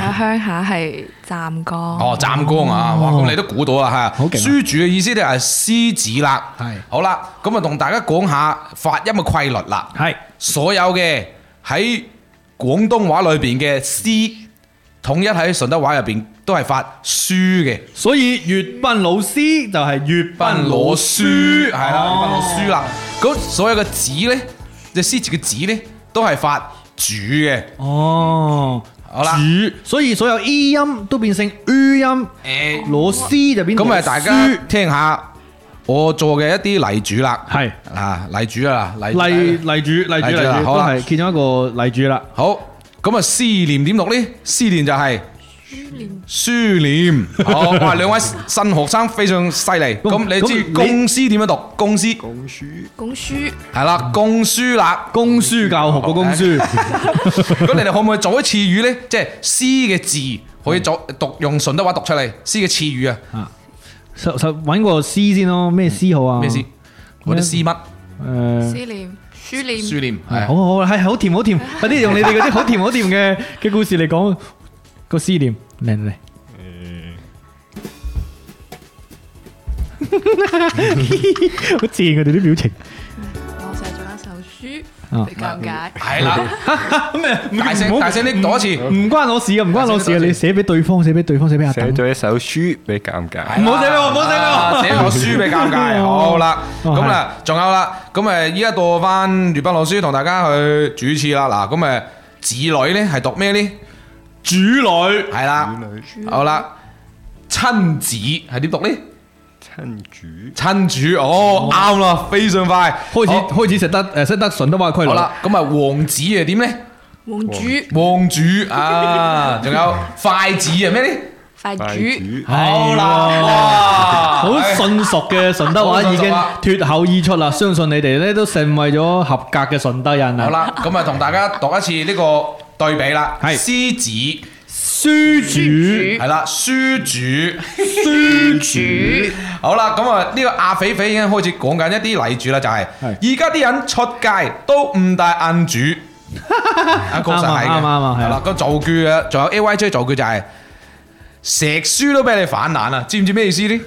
E: 啊鄉下係湛江，
C: 哦，湛江啊，哇！咁你都估到啦嚇。
B: 好勁啊
C: 書主嘅意思咧係獅子啦。
B: 係
C: 好啦，咁啊同大家講下發音嘅規律啦。
B: 係
C: 所有嘅喺廣東話裏邊嘅詩，統一喺順德話入邊都係發書嘅，
B: 所以粵賓老師就係粵
C: 賓
B: 賓老
C: 攞
B: 師，
C: 書係啦，賓攞書啦。咁所有嘅子呢，隻獅子嘅子呢，都係發主嘅。
B: 哦，
C: 好啦
B: 主，所以所有 E 音都變成 U 音，
C: 誒，
B: 老師就變成
C: 咁啊，大家聽下我做嘅一啲例主啦。
B: 係
C: 啊，例主啦，例
B: 例例主例主
C: 例
B: 例
C: 主
B: 主
C: 啦
B: 都
C: 好啦
B: 係見咗一個例主啦。
C: 好，咁啊思念點讀呢？思念就係舒廉，好，哇！ *laughs* 兩位新學生非常犀利。咁你知
B: 咁你
C: 公司點樣讀？公司
E: 拱書
C: 係啦，公書啦。
B: 公書教學個公書，
C: 咁你哋可唔可以做一次語呢？即係詩嘅字可
B: 嗯
C: 以做讀用順德話讀出嚟，詩嘅詞語啊，
B: *laughs* 實實揾個詩先咯，咩詩好啊？
C: 咩詩？或者詩乜？
B: 誒？
E: 思念書念
C: 書廉
B: 係
C: 係
B: 嗯好好係好甜好甜，快啲用你哋嗰啲好甜好甜嘅嘅故事嚟講個思念，嚟
C: *laughs*
B: 嚟嚟。好賤佢哋啲表情，
E: 我寫咗一首書
B: 啊
E: 嚟講解，
C: 係啦，
B: *laughs* 咩
C: 大聲大聲啲讀一次。
B: 唔關我事啊，唔關我事啊！你寫俾對方，寫俾對方，寫俾阿
D: 寫
B: 等。
D: 咗一首書俾尷尬，
B: 唔好寫俾我唔好寫俾我
C: 啊寫我書俾尷尬。好啦，
B: *laughs* 哦
C: 咁啦，仲有啦，咁誒依家到翻粵賓老師同大家去主持啦。嗱，咁誒子女咧係讀咩呢？主女係啦，好啦，親子係點讀呢？
D: 親主
C: 親主哦，啱啦，非常快，
B: 開始
C: 好
B: 開始識得誒識得順德話規律
C: 好啦，咁啊王子係點呢？
E: 王主
C: 王主啊，仲有筷子係咩呢？
E: 快
D: 快
E: 主。
D: 主，
B: 啊
C: 好啦，哇
B: 好迅速嘅順啊德話已經脱口而出啦！相信你哋咧都成為咗合格嘅順德人
C: 好
B: 啦。
C: 啦，咁啊同大家讀一次呢個對比啦，
B: 係
C: 獅子。
B: 書主
C: 系啦，書主，
B: 書主
C: *laughs* 好啦，咁啊呢個阿肥肥已經開始講緊一啲例主啦，就係而家啲人出街都唔帶銀
B: *laughs*
C: 主，啊，確實係嘅
B: 啱啊啱啊啱啊係啊
C: 係啦，咁造句啊，仲有 A Y J 造句就係石書都俾你反難啊，知唔知咩意思
B: *laughs*
C: 呢？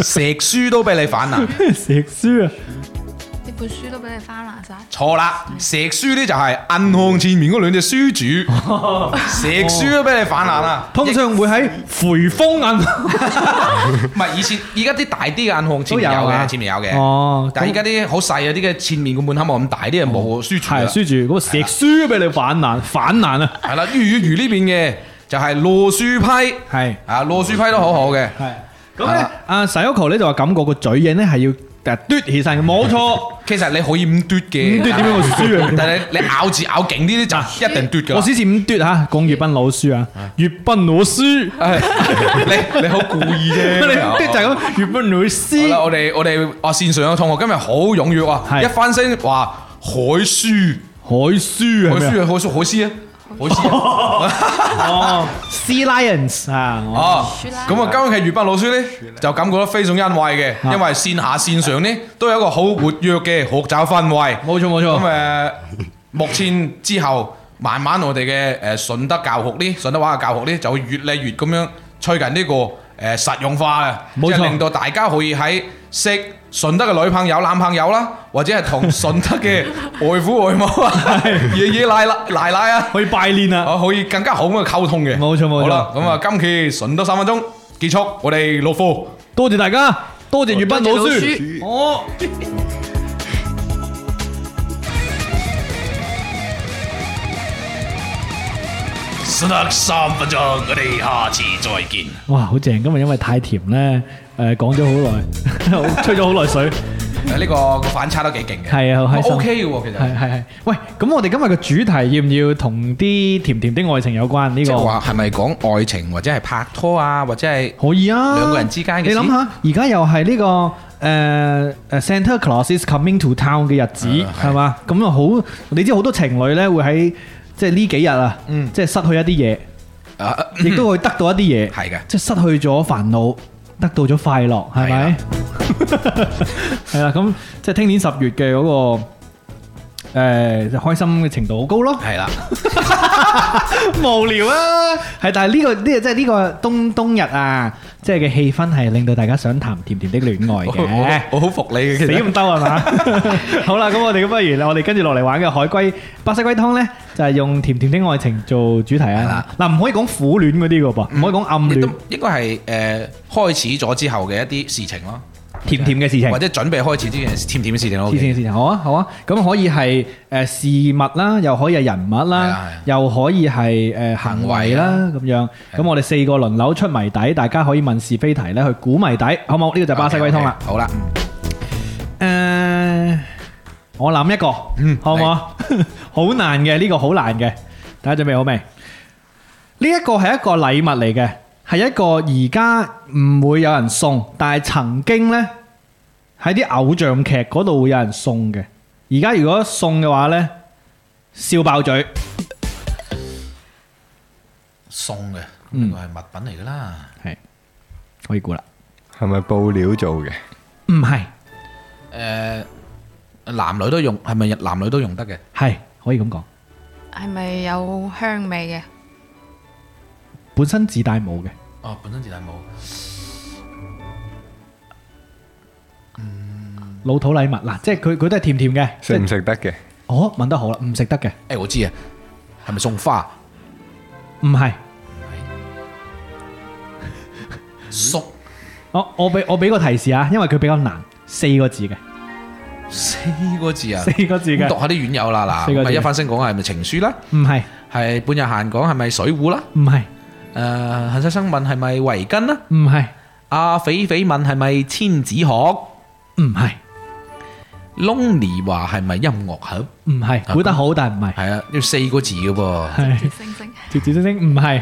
C: 石書都俾你反難，
B: 食書啊！
E: 呢本書都俾你翻爛晒，
C: 錯啦，石書呢就係銀行前面嗰兩隻書主，
B: *laughs*
C: 石書都俾你反難啊，
B: 哦通常會喺啊回風銀
C: 唔係以前而家啲大啲嘅銀行前面有
B: 都有啊
C: 嘅，前面有嘅。
B: 哦，
C: 但係而家啲好細啊，啲嘅前面個門口冇咁大，啲人冇書住
B: *laughs* 係啊
C: 啦。
B: 書主嗰個食書俾你反難反難啊！
C: 係啦，粵語魚呢邊嘅就係羅書批，
B: 係
C: 啊羅書批都好好嘅。
B: 係咁咧，阿 Sayoko 咧就話感覺個嘴型咧係要誒嘟起身嘅，冇錯。
C: 其實你可以咁嘟嘅，
B: 咁嘟點樣個書啊？
C: *laughs* 但係你你咬字咬勁啲就一定嘟㗎啦。
B: 我試試五嘟嚇，講粵賓老書啊，粵賓老書，
C: *laughs* 哎你你好故意啫。
B: *laughs* 你五嘟就係咁，粵賓老
C: 好啦，
B: 師。
C: 我哋我哋啊線上嘅同學今日好踴躍啊！
B: 係
C: 一翻聲話海書，
B: 海書
C: 海
B: 係咪
C: 書係海書海詩啊，海詩啊
B: 啊？哦，Sea Lions 啊，我
C: 哦
E: 書啦，
C: 咁啊，今日嘅粵北老師呢，就感覺得非常欣慰嘅，因為線下線上呢，都有一個好活躍嘅學習氛圍。
B: 冇錯冇
C: 咁啊
B: 錯，
C: 誒，目前之後，慢慢我哋嘅誒順德教學呢，順德話嘅教學呢，就會越嚟越咁樣趨近呢個誒實用化啊，即
B: 冇錯
C: 係令到大家可以喺識順德嘅女朋友、男朋友啦，或者係
B: *laughs*
C: 同順德嘅外父外母啊、爺爺奶奶奶奶啊，
B: 可以拜年啦。
C: 啊可以更加好咁嘅溝通嘅。
B: 冇錯冇錯
C: 好啦，咁啊，今期順德三分鐘結束，我哋落課。
B: 多謝大家，多謝粵賓老
E: 多謝老
B: 師
E: 師。
B: 我。
F: 得三分鐘，我哋下次再見。
B: 哇，好正！今日因為太甜咧，誒講咗好耐， *laughs* 吹咗好耐水，
C: 誒呢個個反差都幾勁嘅，
B: 係啊好開心
C: O K 嘅喎，其實
B: 係係係。喂，咁我哋今日嘅主題要唔要同啲甜甜的愛情有關呢
C: 即係
B: 個？
C: 話係咪講愛情或者係拍拖啊，或者係
B: 可以啊，
C: 兩個人之間嘅
B: 你
C: 事
B: 諗下，而家又係呢個誒誒 ờ, Santa Claus is coming to town 嘅日子，係嘛？咁啊好，你知好多情侶咧會喺即係呢幾日啊，即係失去一啲
C: 啊
B: 嘢，亦都會得到一啲嘢，
C: 係嘅
B: 即係失去咗煩惱，得到咗快樂，係
C: 係
B: 咪
C: 啦？
B: *laughs* 係啦，咁即係聽年十月嘅嗰個誒開心嘅程度好高咯。
C: 係啦，
B: 無聊啊！係，但係呢個呢個即係呢個冬冬日啊，即係嘅氣氛係令到大家想談甜甜的戀愛嘅。
C: *laughs* 我好服你嘅，其
B: 死
C: 實
B: 咁兜啊係嘛？好啦，咁我哋咁不如我哋跟住落嚟玩嘅海龜白西龜湯呢，就係用甜甜的愛情做主題啊！嗱，唔可以講苦戀嗰啲嘅噃，唔可以講暗
C: 亦都
B: 戀，
C: 應該係誒開始咗之後嘅一啲事情咯，
B: 甜甜嘅事情
C: 或。者準備開始之前甜甜嘅事情咯。
B: 黐線黐線，好啊好啊，咁可以係誒事物啦，又可以係人物
C: 係
B: 啦
C: 啊係啊，
B: 又可以係誒行為啦咁樣。咁我哋四個輪流出謎底，大家可以問是非題咧去估謎底，好冇？呢個就巴西龜湯啦。
C: 好啦，
B: 誒，呃我諗一個， *laughs* 好唔好啊？好難嘅呢個好難嘅，大家準備好未？呢一個係一個禮物嚟嘅，係一個而家唔會有人送，但係曾經呢，喺啲偶像劇嗰度會有人送嘅。而家如果送嘅話呢，笑爆嘴，
C: 送嘅，
B: 嗯
C: 呢個係物品嚟噶啦。
B: 係可以估啦。
D: 系咪布料做嘅？
B: 唔係，
C: 誒，男女都用，係咪男女都用得嘅？
B: 係可以咁講。
E: 係咪有香味嘅？
B: 本身自帶冇嘅，
C: 哦，本身自帶冇。
B: 老土禮物嗱，即係佢佢都係甜甜嘅。即
D: 食唔
B: 係
D: 食得嘅？
B: 哦，問得好啦，唔食得嘅，
C: 誒，我知啊，係咪送花？
B: 唔係。
C: 送
B: 我我俾我俾個提示啊，因為佢比較難，四個字嘅，
C: 四個字啊，
B: 四個字
C: 咁
B: 嘅，
C: 讀下啲院友啦，
B: 四個
C: 嗱，
B: 字
C: 咪一翻聲講係咪情書啦？
B: 唔係
C: 係半日閒講係咪水壺啦？
B: 唔係
C: 誒，恨世呃生問係咪啊圍巾啦？
B: 唔係
C: 阿肥肥問係咪千紙鶴
B: 唔係
C: ？Lonely 話係咪音樂盒？
B: 唔係，估得好但唔係，
C: 係啊，要四個字嘅噃。
B: 係
E: 星星、
B: 條子星星唔係。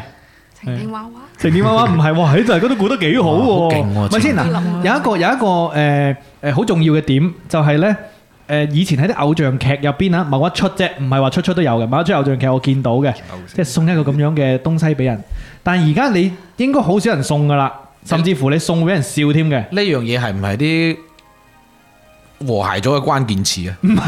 E: 晴天娃娃，
B: *laughs* 成點娃娃唔係喎，哇！喺大家都估得幾好
C: 哇好
B: 喎，
C: 勁喎
B: 咪先
E: 晴
B: 嗱
E: 天娃娃，
B: 有一個有一個誒誒好重要嘅點就係咧誒以前喺啲偶像劇入邊啊，某一出啫，唔係話出出都有嘅，某一出偶像劇我見到嘅，即係送一個咁樣嘅東西俾人，但係而家你應該好少人送噶啦，甚至乎你送會俾人笑添 *laughs* 嘅，
C: 呢樣嘢係唔係啲和諧咗嘅關鍵詞啊？唔係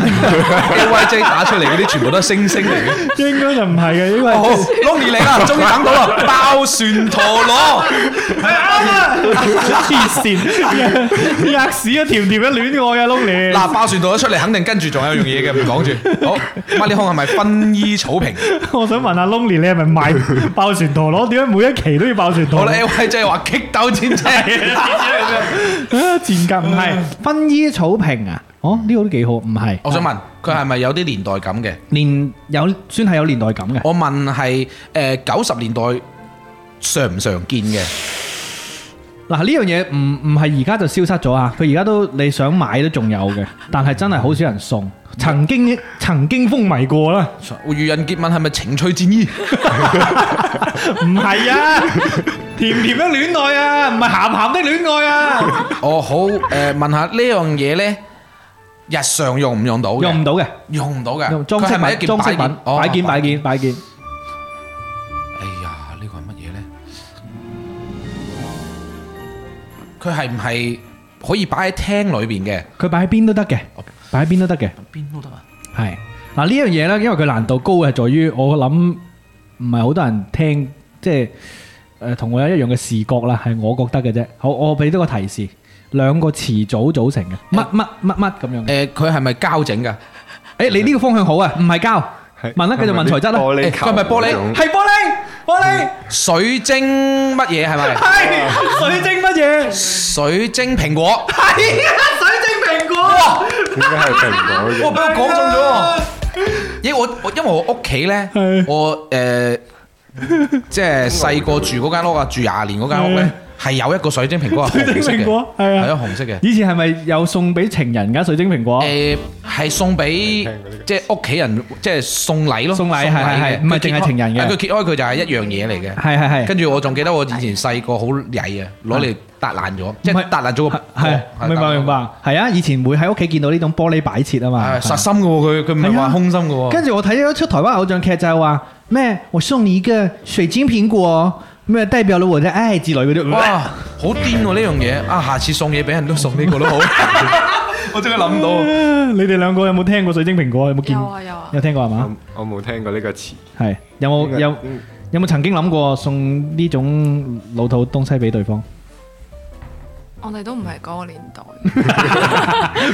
C: A Y J 打出嚟嗰啲全部都係星星嚟嘅。
B: 應該就唔係嘅，因 *laughs* 為
C: 哦 *laughs* 好，Lonely 嚟啦，終於等到啦，爆旋陀 *laughs* 螺。
B: 黐線， *laughs* 吔屎啊！甜甜嘅戀愛啊，Lonely，
C: 嗱，爆旋陀螺出嚟，肯定跟住仲有一樣嘢嘅，唔講住。好，孖呢康係咪薰衣草坪？
B: 我想問下 Lonely，你係咪賣 *laughs* 爆旋陀螺？點解每一期都要爆旋陀
C: 好
B: 螺
C: 啦？，A Y J 話激鬥戰 *laughs* 車。
B: *laughs* 啊，賤格唔係薰衣草坪啊？哦，呢個都幾好，唔係
C: 我想問佢係咪有啲年代感嘅？
B: 年有算係有年代感嘅，
C: 我問係誒九十年代常唔常見嘅？
B: 嗱呢樣嘢唔唔係而家就消失咗啊！佢而家都你想買都仲有 *laughs* 嘅，但係真係好少人送。曾經曾經風靡過啦，
C: 愚人結吻係咪情趣戰衣？
B: 唔係啊， *laughs* 甜甜的戀愛啊，唔係鹹鹹的戀愛啊，
C: *laughs* 哦，好誒、問下呢樣嘢咧，日常用唔用到嘅？
B: 用唔到嘅，
C: 用唔到嘅。
B: 用裝
C: 啊佢係咪一
B: 飾品
C: 件
B: 裝飾
C: 擺
B: 品
C: 件？哦
B: 擺件擺。件擺件，
C: 哎呀，呢個係乜嘢咧？佢係唔係可以擺喺廳裏邊嘅？
B: 佢擺喺邊都得嘅，擺喺邊都得嘅。
C: 邊都得啊！
B: 係嗱呢樣嘢咧，因為佢難度高係在於我諗唔係好多人聽，即係誒同我有一樣嘅視覺啦，係我覺得嘅啫。好，我俾多個提示，兩個詞組組成嘅，乜乜乜乜咁樣
C: 誒、
B: 嘅。
C: 呃佢係咪膠整㗎？
B: 誒，你呢個方向好啊，
C: 嗯
B: 唔係膠，
D: 係
B: 問啦，繼續問材質啦，
D: 玻璃
C: 誒佢係咪玻璃
D: 球嗰種
B: 係玻璃，玻璃
C: 水晶乜嘢係咪？
B: 係水晶乜嘢？
C: 水晶蘋果。
B: 水晶蘋果。
D: 點解係蘋果
C: 哇！
D: 嘅？
C: 俾 *laughs* 我講中咗喎，咦？我我因為我屋企咧，我誒即係細個住嗰間屋啊，住廿年嗰間屋咧，係有一個水晶蘋果係紅色
B: 水晶蘋
C: 嘅
B: 果，係啊
C: 係啊紅色嘅。
B: 以前係咪有送俾情人㗎水晶蘋果？
C: 誒係送俾即係屋企人，即係送禮咯，
B: 送禮
C: 嘅
B: 係係係唔係
C: 佢揭
B: 淨係
C: 開
B: 情人嘅
C: 但佢揭開佢就係一樣嘢嚟嘅。
B: 係係 *laughs* 係。
C: 跟住我仲記得我以前細個好曳啊，攞嚟搭爛咗，即
B: 唔
C: 係
B: 係
C: 搭爛咗個
B: 係
C: 係搭
B: 明
C: 爛
B: 白明白，係啊！以前會喺屋企見到呢種玻璃擺設啊嘛
C: 係。實心嘅喎，佢佢唔係
B: 係啊
C: 話空心嘅喎。
B: 跟住我睇咗一出台灣偶像劇就係話咩，我送你一個水晶蘋果，咩代表了我的愛之類嗰啲。
C: 哇，好癲喎呢樣嘢啊！下次送嘢俾人都送呢個
B: *laughs*
C: 都好，我即刻諗到。
B: *laughs* 你哋兩個有冇聽過水晶蘋果？有冇見？
E: 有啊有啊
B: 有聽過係嘛？
D: 我我冇聽過呢個詞。
B: 係有
D: 呢
B: 冇
D: 個
B: 有有冇曾經諗過送呢種老土東西俾
C: *laughs*
B: 對方？
E: 我哋都唔係嗰個年代，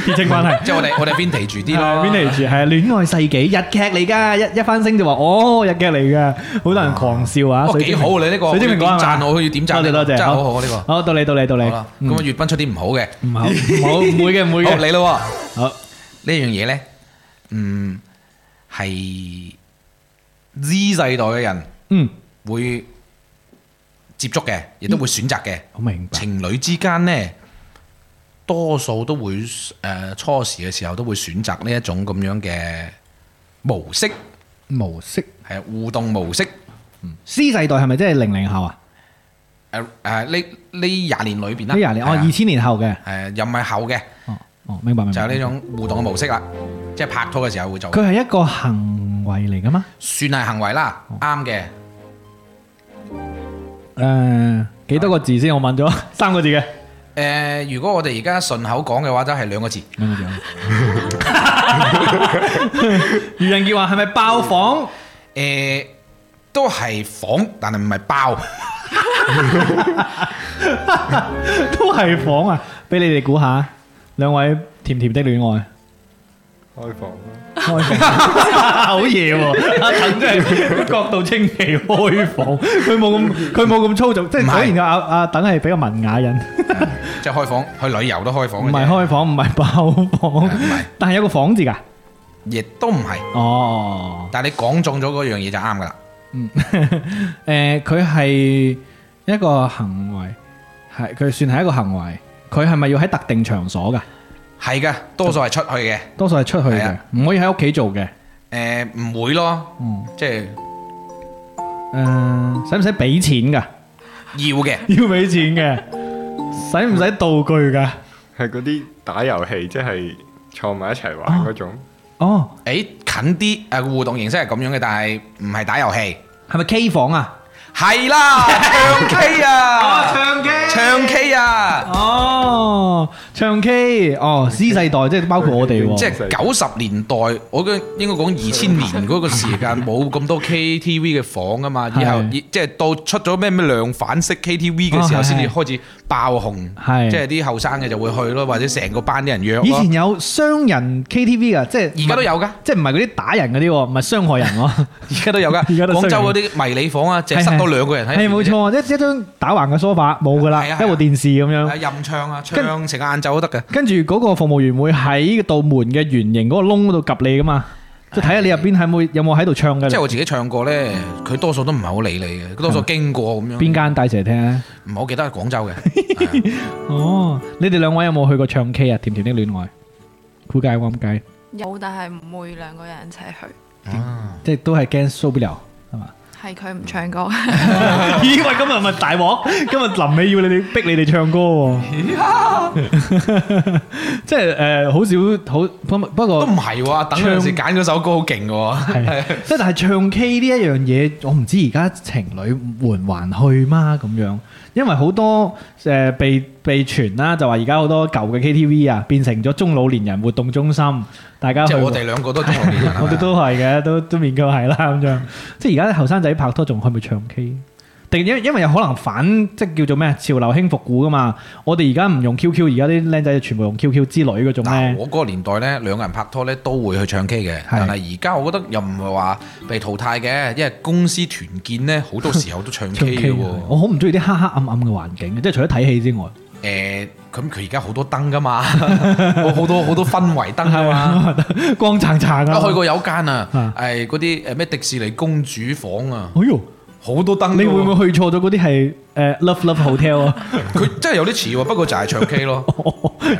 B: 撇清 *laughs* 關係。
C: 即係我哋我哋 vintage 住啲
B: 係
C: 咯
B: vintage 係戀愛世紀日劇嚟㗎，一一翻聲就話哦日劇嚟㗎，好多人狂笑啊！
C: 哇
B: 水
C: 幾
B: 晶
C: 好啊你呢個
B: 水晶蘋果
C: 我要點讚
B: 係嘛
C: 我要點讚
B: 多謝多謝，
C: 真係好好啊呢個
B: 好到你到你到你，
C: 好啦，咁啊
B: 嗯
C: 月斌出啲唔好嘅，
B: 唔好唔好唔會嘅唔會
C: *laughs* 好
B: 嘅，
C: 你咯喎。
B: 好
C: 呢樣嘢咧，嗯係 Z 世代嘅人
B: 嗯
C: 會接觸嘅，亦都會選擇嘅。
B: 好明白。
C: 情侶之間呢，多數都會誒、呃初時嘅時候都會選擇呢一種咁樣嘅模式，啊
B: 模式
C: 係互動模式。
B: C 世代係咪即係零零後啊？
C: 誒誒呢呢廿年裏邊啦，
B: 呢廿年哦，
C: 係啊
B: 二千年後嘅。
C: 誒又唔係後嘅，
B: 哦哦，明白明
C: 就係
B: 白。
C: 呢種互動嘅模式啦，即係拍拖嘅時候會做，
B: 佢係一個行為嚟噶嘛？
C: 算係行為啦，
B: 哦
C: 啱嘅。
B: 誒，幾多個字先？我問咗三個字嘅。
C: 誒，如果我哋而家順口講嘅話，都係兩個字。
B: 兩個字。 *laughs* 余仁傑話係咪爆房？ *laughs*
C: 誒，都係房，但係唔係包。
B: 都係房啊！俾你哋估下，兩位甜甜的戀愛。
D: 開房
B: 好嘢喎！阿陳真係角度清奇開放，佢冇咁佢冇咁粗俗，即係
C: 唔係
B: 果然阿阿等係比較文雅人，
C: *laughs* 即係開房，去旅遊都開房
B: 唔
C: 嘅
B: 係
C: 啫，
B: 開房，唔係爆房，但係有個房字㗎。
C: 亦都唔係。
B: 哦，
C: 但係你講中咗嗰樣嘢就啱噶啦。
B: 誒，佢係一個行為，係佢算係一個行為。佢係咪要喺特定場所㗎？
C: 係噶，多數係出去嘅，
B: 多數係出去
C: 係
B: 嘅
C: 啊，
B: 唔可以喺屋企做嘅。
C: 誒唔會咯，
B: 嗯，
C: 即係
B: 誒，使唔使俾錢㗎？ *laughs*
C: 要嘅。
B: 要俾錢嘅，使唔使道具㗎？
D: 係嗰啲打遊戲，即係坐埋一齊玩嗰種。
B: 哦，
C: 誒近啲誒互動形式係咁樣嘅，但係唔係打遊戲。
B: 係咪 K 房啊？
C: 係啦，唱 K 啊，
B: *laughs* 唱 K，
C: 唱 K 啊，
B: 哦，唱 K，哦，C 世代即係包括我哋喎，
C: 即係九十年代，我嘅應該講二千年嗰個時
B: *laughs*
C: 間冇咁多 KTV 嘅房啊嘛，以後
B: 係
C: 即係到出咗咩咩量反式 KTV 嘅時
B: 哦
C: 候，
B: 係
C: 先至
B: 係
C: 開始爆紅，
B: 係
C: 即係啲後生嘅就會去咯，或者成個班啲人約
B: 以
C: 咯
B: 前，有雙人 KTV 噶，即係
C: 而家都，有㗎。
B: 即係唔係嗰啲打人嗰啲喎，唔係傷害
C: *laughs*
B: 人喎，
C: 而家都有噶，
B: 而家都
C: 廣州
B: 衰
C: 嗰啲迷你房啊，淨係塞多兩個人喺。
B: 係冇。錯，一一張打橫嘅 sofa 冇噶啦，
C: 係啊係啊
B: 一部電視咁樣
C: 啊，。任唱啊，
B: 跟
C: 唱成個晏晝都得嘅。
B: 跟住嗰個服務員會喺道門嘅圓形嗰個窿嗰度及你噶嘛，即係睇下你入邊係冇有冇喺度唱嘅。
C: 即係我自己唱過咧，佢多數都唔係好理你嘅，佢多數經過咁樣。
B: 邊？間大蛇廳咧？
C: 唔係好記得係廣州嘅。係啊
B: 哦，你哋兩位有冇去過唱 K 啊？甜甜的戀愛，估計我咁計，
E: 有，但係唔會兩個人一齊去，
B: 即係都係驚受不了係嘛？
E: 係佢唔唱 *laughs* 歌。
B: *laughs* 咦喂，今日咪
C: *laughs*
B: 大鑊！今日臨尾要你哋逼你哋唱歌喎， *laughs* 即係誒好少好不
C: 都
B: 不過
C: 唔係喎，等嗰陣時揀嗰首歌好勁嘅喎。
B: 哦係，即係但係唱 K 呢一樣嘢，我唔知而家情侶還還去嗎咁樣，因為好多誒被被傳啦，就話而家好多舊嘅 KTV 啊，變成咗中老年人活動中心，大家
C: 即
B: 去
C: 係我哋兩個都中學年人啊。
B: 我哋都係嘅，都都勉強係啦咁樣。即係而家啲後生仔拍拖仲可唔可以唱 K？定因因為有可能反即係叫做咩潮流興復古噶嘛？我哋而家唔用 QQ，而家啲僆仔全部用 QQ 之類嗰種
C: 嗱，
B: 咧。
C: 我嗰個年代咧，兩個人拍拖咧都會去唱 K 嘅，但係而家我覺得又唔係話被淘汰嘅，因為公司團建咧好多時候都唱
B: 唱
C: K
B: K，
C: 嘅
B: 嘅
C: 喎。
B: 我好唔中意啲黑黑暗暗嘅環境，即係除咗睇戲之外，
C: 誒，咁佢而家好多燈噶
B: *laughs*
C: 嘛，好好多好多氛圍燈噶嘛。
B: 光燦燦啊！
C: 我去過有間啊
B: 啊，
C: 係嗰啲誒咩迪士尼公主房啊，
B: 哎呦，
C: 好多燈㗎喎。
B: 你會唔會去錯咗嗰啲係誒 Love Love Hotel 啊？ *laughs*
C: 佢真係有啲似喎，不過就係唱 K 咯，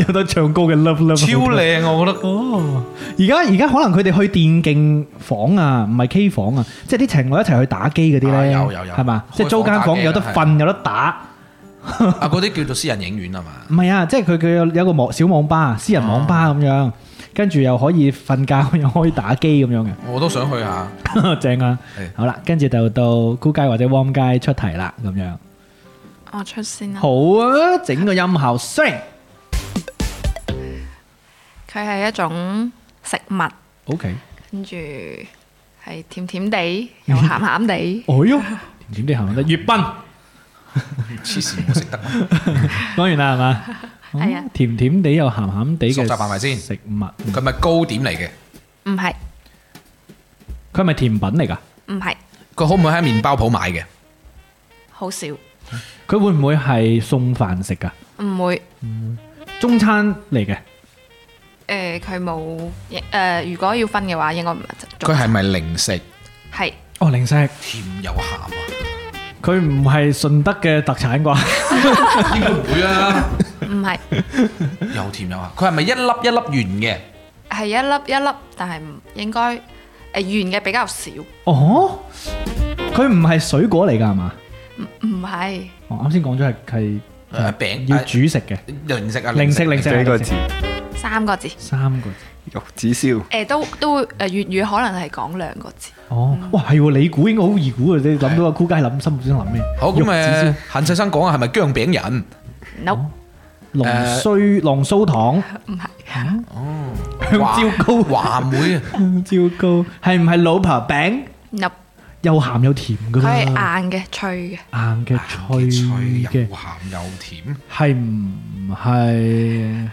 B: 有得唱歌嘅 Love Love
C: 超
B: Hotel
C: 靚啊我覺得。
B: 哦，而家而家可能佢哋去電競房啊，唔係 K 房啊，即係啲情侶一齊去打機嗰啲
C: 啊
B: 咧，
C: 有有有
B: 係嘛？
C: 開
B: 即係租間
C: 房打
B: 房
C: 機啊
B: 有得
C: 係
B: 瞓有得打，
C: 啊，嗰啲叫做私人影院啊嘛。
B: 唔係啊，即係佢佢有有個網小網吧、私人網
C: 啊
B: 吧咁樣，跟住又可以瞓覺， *laughs* 又可以打機咁樣
C: 我都想去下，
B: 嘅， *laughs* 正啊！
C: 係
B: 好啦，跟住就到高街或者 warm 街出題啦，咁樣
E: 我出先啦。
B: 好啊！整個音效聲
E: 佢係一種食物，
B: ，OK，。
E: 跟住係甜甜地，又鹹鹹地
B: 哦喲，點知行唔得？粵賓 *laughs*
C: 黐線我識得。
B: 講完啦係嘛？
E: 係啊
B: 哦甜甜地又鹹鹹地
C: 熟
B: 嘅
C: 習係咪先
B: 食物？
C: 佢咪糕點嚟嘅，
E: 唔係，
B: 佢係咪甜品嚟㗎？
E: 唔係，
C: 佢可唔可以喺麵包鋪買嘅？
E: 好少，
B: 佢會唔會係送飯食㗎？ *laughs*
E: 唔會。
B: 中餐嚟嘅，
E: 誒，佢冇誒，如果要分嘅話，應該唔係
C: 佢係咪零食？
E: 係
B: 哦零食，
C: 甜又鹹啊？
B: 佢唔係順德嘅特產啩？
C: 應該唔會啊，
E: 唔係
C: 又甜又鹹。佢係咪一粒一粒圓嘅？
E: 係一粒一粒，但係唔應該誒圓嘅比較少。
B: 哦，佢唔係水果嚟㗎係嘛？
E: 唔係
B: 我啱先講咗係係
C: 誒餅
B: 要
C: 誒
B: 煮食嘅
C: 零食啊，
B: 零食零食
D: 幾個
B: 零食
D: 字，
E: 三個字，誒、
B: 三個字。
D: 玉子燒。
E: 都都誒粵語可能係講兩個字，
B: 哦，哇係喎，你估應該好易估嘅，你諗到個酷街諗心目中諗咩？
C: 好咁
B: 玉子燒
C: 誒，陳世生講啊，係咪姜餅人？
E: no
B: 龍
C: 誒
B: 須龍須糖
E: 唔係，
B: 香蕉糕
C: 華妹啊，
B: 香蕉糕係唔係老婆餅？
E: no
B: 又鹹又甜㗎
E: 佢
B: 嘛，
E: 係啊硬嘅脆嘅，
B: 硬嘅脆
C: 又
B: 嘅
C: 鹹，又甜，
B: 係唔係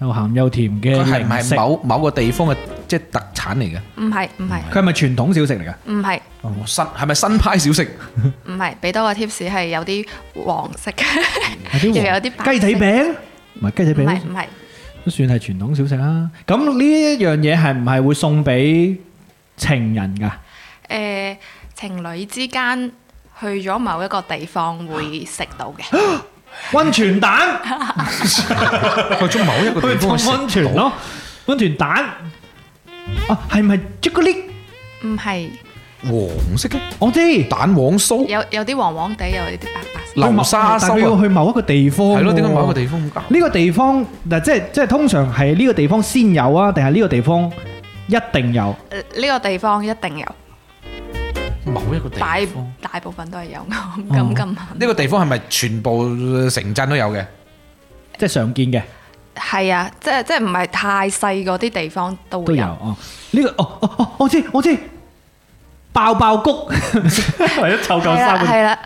B: 又鹹又甜嘅
C: 佢係唔
B: 零食
C: 係？某某個地方嘅即係特產嚟嘅？
E: 唔係唔係
B: 佢係咪傳統小食嚟㗎？
E: 唔係
C: 新係咪新派小食？
E: 唔係，俾多個 tips 係有啲黃色嘅，
B: 有啲
E: 又有
B: 黃
E: 啲白色
B: 雞仔餅，唔係雞仔
E: 唔
B: 餅
E: 係唔係
B: 都算係傳統小食啦。咁呢一樣嘢係唔係會送俾情人㗎？
E: 誒情侶之間去咗某一個地方會食到 *gasps* 嘅，
B: 温泉蛋，
C: 去咗某一個
B: 佢
C: 地
B: 送
C: 方
B: 温
C: 食
B: 泉
C: 到，
B: 咯，温泉蛋啊，係咪朱古力？
E: 唔係
C: 黃色嘅
B: 我知
C: 蛋黃酥，
E: 有有啲黃黃地，有啲白白色。
C: 流沙
B: 但佢要
C: 酥啊，
B: 去某一個地方喎。
C: 係咯？點解某一個地方咁搞？
B: 呢個地方嗱，即係即係通常係呢個地方先有啊，定係呢個地方一定有？
E: 呃呢個地方一定有，
C: 某一個地
E: 大
C: 方，
E: 大部分都係有咁咁咁
C: 呢個地方係咪全部城鎮都有嘅？
B: 即係常見嘅
E: 係啊，即係即係唔係太細嗰啲地方都
B: 都
E: 會
B: 有
E: 有。
B: 哦。呢個哦哦哦，我知我知，爆爆
C: *laughs*
B: 谷為咗湊夠
E: 係啦
B: 三個字
E: 係啦，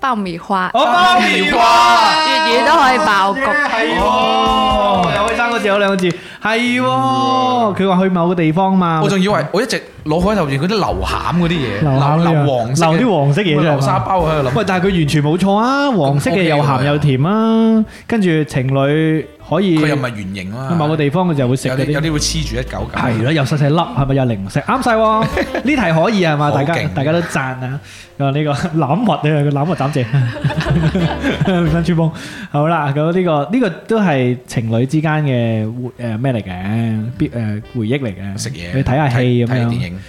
E: 爆米花，
B: 我包棉花。
E: 粵語都可以爆谷。
B: 係喎，又可以三個字，有兩個字，係喎。佢話去某個地方嘛，
C: 我仲以為我一直腦海入邊嗰啲流餡嗰啲嘢，
B: 流餡嗰啲啊
C: 流黃色嘅，
B: 流啲黃色嘢啫
C: 流沙包喺度諗。
B: 喂，但係佢完全冇錯啊，黃色嘅又鹹又甜啊，跟住情侶可以
C: 佢又唔
B: 去
C: 係圓形啊嘛，
B: 某個地方佢就會食
C: 有
B: 嗰
C: 啲有
B: 啲。
C: 啲會黐住一嚿嚿。
B: 係啦，又細細粒，係咪又零食？啱
C: *laughs*
B: 晒喎，呢題可以係
C: 好
B: 嘛？大
C: 勁
B: 家大家都讚啊！啊呢個 *laughs* 攬核啊，個攬核斬謝， *laughs* 新珠峰好啦，咁呢個呢個都係情侶之間嘅回誒咩嚟嘅？必誒回憶嚟嘅，
C: 食嘢，
B: 去睇下戲咁
C: 睇睇
B: 樣
C: 電。影，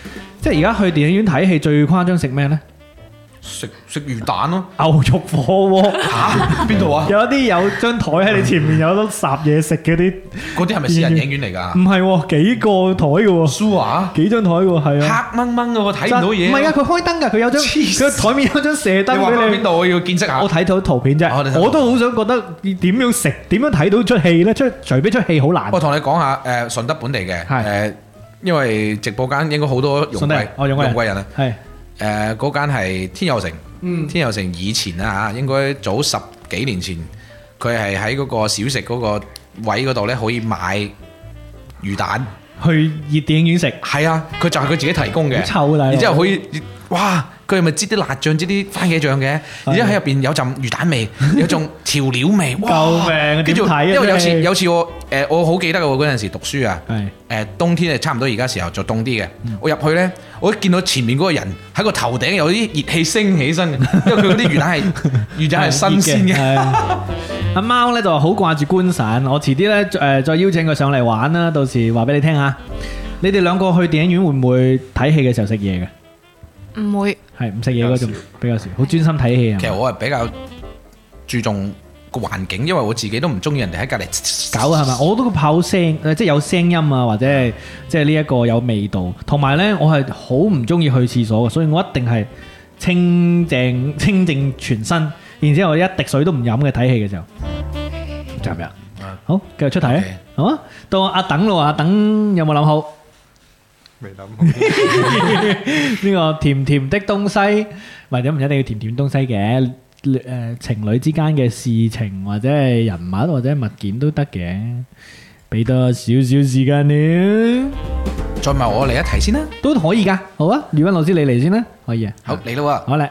B: 即係而家去電影院睇戲最誇張食咩呢？
C: 食食魚
B: *laughs*
C: 蛋咯。
B: 牛肉
C: *laughs*
B: 火鍋，
C: 嚇？邊度啊？
B: 有一啲有張台喺你前面有得霎嘢食嗰啲，
C: *laughs* 嗰啲係咪私人影院嚟㗎
B: 唔係喎，幾個台嘅喎，
C: ？Sue 啊，
B: 幾張台嘅喎，係
C: 黑
B: 啊。
C: 掹掹嘅喎，睇唔到嘢。
B: 唔係啊，，佢開燈㗎，佢有張佢個台面有張射
C: 你話
B: 燈俾
C: 邊
B: 你。
C: 度？我要見識下
B: 我。睇到圖片啫
C: 哦你睇，到
B: 我都好想覺得點樣食，點樣睇到出戲咧？出除非出戲好難
C: 我。同你講下誒順德本地嘅
B: 係
C: 誒，因為直播間應該好多容
B: 順德
C: 桂
B: 人哦容桂人
C: 桂人啊。
B: 係
C: 誒嗰間係天佑城，
B: 嗯
C: 天佑城以前啦嚇，應該早十幾年前，佢係喺嗰個小食嗰個位嗰度咧，可以買魚蛋。
B: 去熱電影院食，
C: 係啊，佢就係佢自己提供嘅。
B: 好臭啊大佬
C: 然之後可以，哇！佢係咪擠啲辣醬、擠啲番茄醬嘅？然之後喺入邊有陣魚蛋
B: *laughs*
C: 味，有種調料味。哇
B: 救命
C: 跟住，
B: 點睇啊
C: 因為有
B: 真
C: 次
B: 係
C: 有次我誒我好記得我嗰陣時讀書啊。
B: 係
C: 誒冬天係差唔多而家時候就凍啲嘅，
B: 嗯
C: 我入去呢，我一見到前面嗰個人喺個頭頂有啲熱氣升起
B: *laughs*
C: 身嘅，因為佢嗰啲魚蛋係魚蛋係新鮮
B: 熱
C: 嘅，
B: 係阿貓咧就話好掛住觀神，我遲啲咧誒再邀請佢上嚟玩啦，到時話俾你聽下。你哋兩個去電影院會唔會睇戲嘅時候食嘢嘅？
E: 唔會
B: 係唔食嘢嗰種比較少，好專心睇戲啊
C: 其。實我係比較注重個環境，因為我自己都唔中意人哋喺隔離
B: 搞啊，係嘛？我都怕有聲，誒即係有聲音啊，或者係即係呢一個有味道。同埋呢，我係好唔中意去廁所嘅，所以我一定係清淨 *laughs* 清淨全身，然之後一滴水都唔飲嘅睇戲嘅時候，就係咁樣。好，繼續出題啊
C: OK，
B: 好啊！到阿等咯，阿等有冇諗好
D: 未諗好，
B: 呢個甜甜的東西，或者唔一定要甜甜東西嘅？誒、情侶之間嘅事情，或者係人物，或者物件都得嘅。俾多少少時間你。
C: *laughs* 再問我嚟一題先啦，
B: 都可以噶。好啊，宇斌老師你嚟先啦，可以啊。
C: 好你啦喎，
B: 好啦，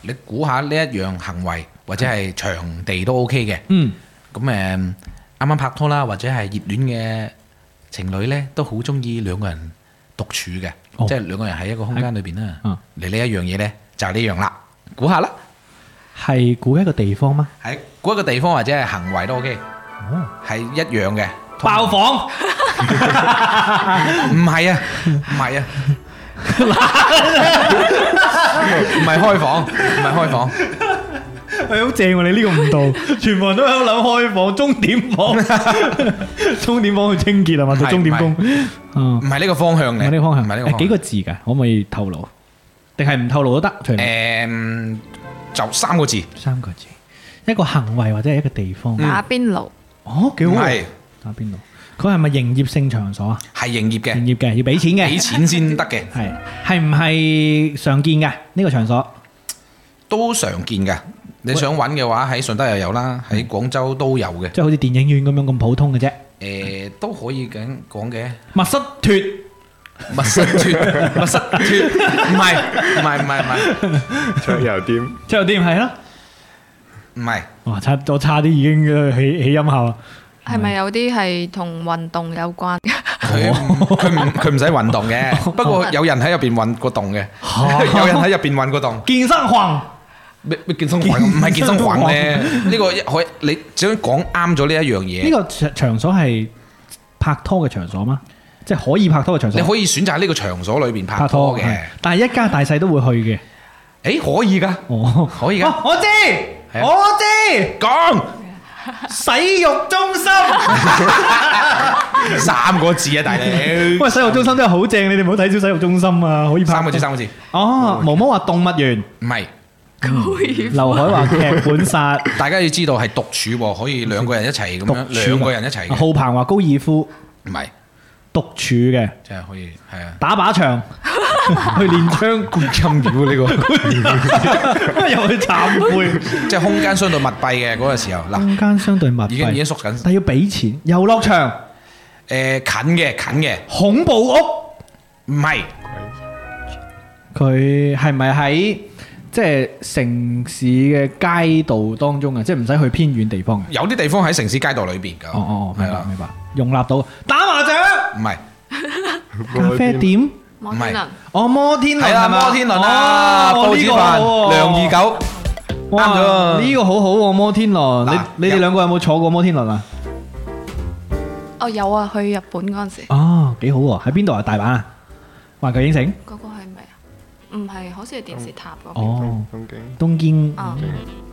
C: 你估下呢一樣行為或者係場地都 OK 嘅，
B: 嗯，
C: 咁誒啱啱拍拖啦，或者係熱戀嘅情侶呢，都好中意兩個人獨處嘅，
B: 哦
C: 即係兩個人喺一個空間裏邊啦。
B: 嗯
C: 你呢一樣嘢呢，就係呢樣啦，估下啦，
B: 係估一個地方嗎？
C: 喺估一個地方或者係行為都 OK，係一樣嘅。 *laughs*
B: 爆房，
C: à, 唔係啊，唔係啊，唔係開房，唔係開房，
B: 係好正喎！你呢個誤導，全部人都喺度諗開房、鐘點房、鐘點房去清潔啊嘛，做鐘點工。嗯，
C: 唔係呢個方向
B: 唔
C: 嚟，
B: 係呢個方向，
C: 唔係呢個方向。
B: 幾個字㗎？可唔可以透露？定係唔透露都得？隨便
C: 誒，就三個字，
B: 三個字，一個行為或者係一個地方。
E: 打邊爐，
B: 哦，幾
C: 唔
B: 好喎。
C: 嗯係
B: 打邊爐，佢係咪營業性場所啊？
C: 係營業
B: 營
C: 嘅，
B: 業嘅，要俾錢嘅。
C: 俾錢先得 *laughs* 嘅，
B: 係係唔係常見嘅呢個場所？
C: 都常見嘅。你想揾嘅話，喺順德又有啦，喺廣州都有嘅。
B: 即係好似電影院咁樣咁普通嘅啫。
C: 誒，都可以咁講嘅。
B: 密室脱
C: *laughs* 密室 *laughs* 脱，密室脱，唔係唔係唔係唔係
D: 桌遊店
B: 之後點係咯？
C: 唔係，
B: 哇！差我差啲已經呃起起音效啦。
E: 係咪有啲係同運動有關？
C: 佢唔佢唔佢唔使運動嘅，不過有人喺入邊運過動嘅， *laughs* 有人喺入邊運過動。
B: 健身房
C: 咩咩健身環唔係健身環咧？呢個一可以你只要講啱咗呢一樣嘢，
B: 呢個場場所係拍拖嘅場所嗎？即係可以拍拖嘅場所。
C: 你可以選擇喺呢個場所裏邊拍拖嘅。
B: 係但係一家大細都會去嘅。
C: 誒可以㗎，
B: 哦，
C: 可以㗎
B: 哦我知，
C: 係啊
B: 我知，
C: 講
B: 洗浴中心。
C: 三個字啊，大佬，
B: *laughs* 喂，洗浴中心真係好正，你哋唔好睇小洗浴中心啊，可以拍
C: 三個字三個字，
B: 哦，毛毛話動物園， *laughs*
C: 唔係
B: 劉海話劇
C: *laughs*
B: 本殺，
C: 大家要知道係獨處喎，可以兩個人一齊咁
B: 獨
C: 樣，
B: 處啊
C: 兩個人一齊嘅，
B: 浩鵬話高爾夫，
C: 唔係
B: 獨處嘅
C: 即係可以係啊。
B: 打
C: *laughs*
B: 靶場，去練槍，
C: 觀音廟呢個，
B: 又去懺悔。
C: *laughs* 即係空間相對密閉嘅嗰個時候，嗱
B: 空間相對密
C: 已經已經
B: 閉，
C: 縮緊。
B: 但要俾錢。遊樂場、
C: 誒近嘅近嘅，
B: 恐怖屋，
C: 唔係
B: 佢係咪喺即係城市嘅街道當中啊？即係唔使去偏遠地方嘅。
C: 有啲地方喺城市街道裏邊㗎。
B: 哦哦，哦明
C: 係
B: 白
C: 啦，
B: 明白，容納到打麻將、
C: 唔係。
B: 咖啡店。
E: 摩天輪
B: 哦，摩天輪
C: 系啦，
B: 係嘛
C: 摩天輪啦，
B: 哦
C: 報
B: 呢
C: 紙
B: 個
C: 飯
B: 好喎
C: 梁二狗，
B: 哇
C: 啱咗啊
B: 呢個好好喎，摩天輪。
C: 嗱
B: 你你哋
C: 有
B: 兩個有冇坐過摩天輪啊？
E: 哦有啊，去日本嗰陣時，
C: 啊
B: 哦，幾好喎！喺邊度啊？大阪啊？環球影城。
E: 嗰個係咪啊？唔係，好似係電視塔嗰邊。
B: 哦，
D: 東京
B: 東京
E: 啊，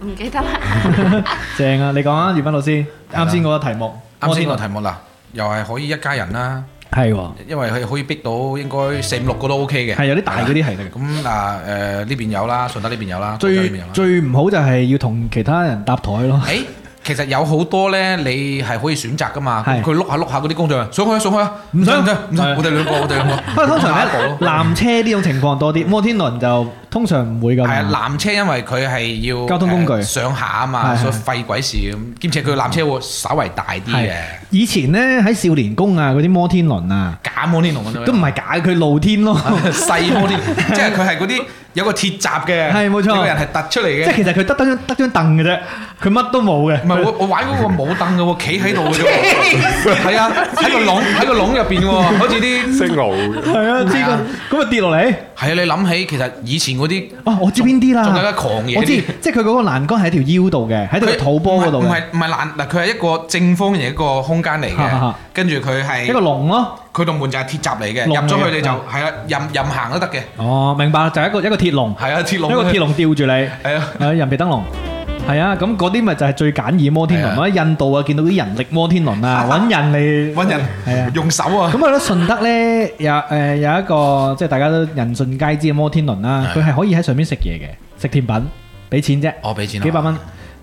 E: 唔記
B: *laughs*
E: 得啦。
B: 正啊！你講啊，葉斌老師，啱先嗰個題目，
C: 啱先個
B: 摩
C: 題
B: 天輪
C: 目啦，又係可以一家人啦，
B: 係喎，
C: 因為佢可以逼到應該四五六個都 OK 嘅。
B: 係有啲大嗰啲係得嘅。
C: 咁嗱，誒呢邊有啦，順德呢邊有啦，廣州呢邊有
B: 最
C: 啦。
B: 最唔好就係要同其他人搭台
C: *laughs*
B: 咯。
C: 誒，其實有好多咧，你係可以選擇㗎嘛。
B: 係
C: 佢碌下碌下嗰啲工作人員，上去啊上去啊，
B: 唔想
C: 唔想唔
B: 係
C: 想，我哋兩個我哋兩個。
B: *laughs* 不過
C: *laughs*
B: 通常
C: 下一
B: 咧
C: 步咯
B: 纜車呢種情況多啲，摩天輪就通常唔會咁。
C: 係啊，纜車因為佢係要
B: 交通工具
C: 誒上下啊
B: 係
C: 嘛，
B: 係
C: 所以費鬼事咁。兼且佢纜車會稍為大啲
B: 係
C: 嘅，
B: 以前咧喺少年宮啊嗰啲摩天輪啊。
C: 假摩天輪咁樣
B: 都唔係假，佢露天咯。
C: *laughs* 細
B: *laughs*
C: 摩天輪，即係佢係嗰啲有個鐵閘嘅，
B: 係冇錯
C: 呢個人係突出嚟
B: 即
C: 嘅。
B: 係其實佢得得張得張凳嘅啫，佢乜都冇嘅。
C: 唔係我我玩嗰個冇凳嘅喎，企喺度嘅啫
B: *laughs*
C: 喎，係啊，喺個籠喺個籠入邊喎，好似啲
D: 識牛，
B: 係
C: 係
B: 啊，
C: 啊
B: 知個咁啊跌落嚟。
C: 係啊！你諗起其實以前嗰啲
B: 哦，我知邊啲啦。
C: 仲有一狂野啲
B: 我知，即係佢嗰個欄杆喺條腰度嘅，喺條
C: 佢
B: 肚波嗰度
C: 唔
B: 嘅，
C: 係唔係爛嗱，佢係一個正方形一個空間嚟
B: 哈哈哈
C: 嘅，跟住佢係
B: 一個籠咯。
C: 佢棟門就係鐵閘嚟嘅，
B: 籠
C: 入咗去
B: 嚟嘅
C: 你就
B: 嗯
C: 係啦，任任行都得嘅，
B: 哦，明白，就係一個一個鐵籠，
C: 係啊，鐵
B: 一
C: 籠
B: 個鐵籠吊住你，
C: 係啊，
B: 係人皮燈籠。係啊，咁嗰啲咪就係最簡易摩天輪咯。印度啊，見到啲人力摩天輪
C: *laughs*
B: 啊，揾人嚟
C: 揾人
B: 係啊。
C: 用手啊
B: 咁，我覺得順德咧有誒有一個即係大家都人盡皆知嘅摩天輪啦，佢係可以喺上面食嘢嘅，食甜品，俾錢啫，
C: 我俾錢啊
B: 幾百蚊，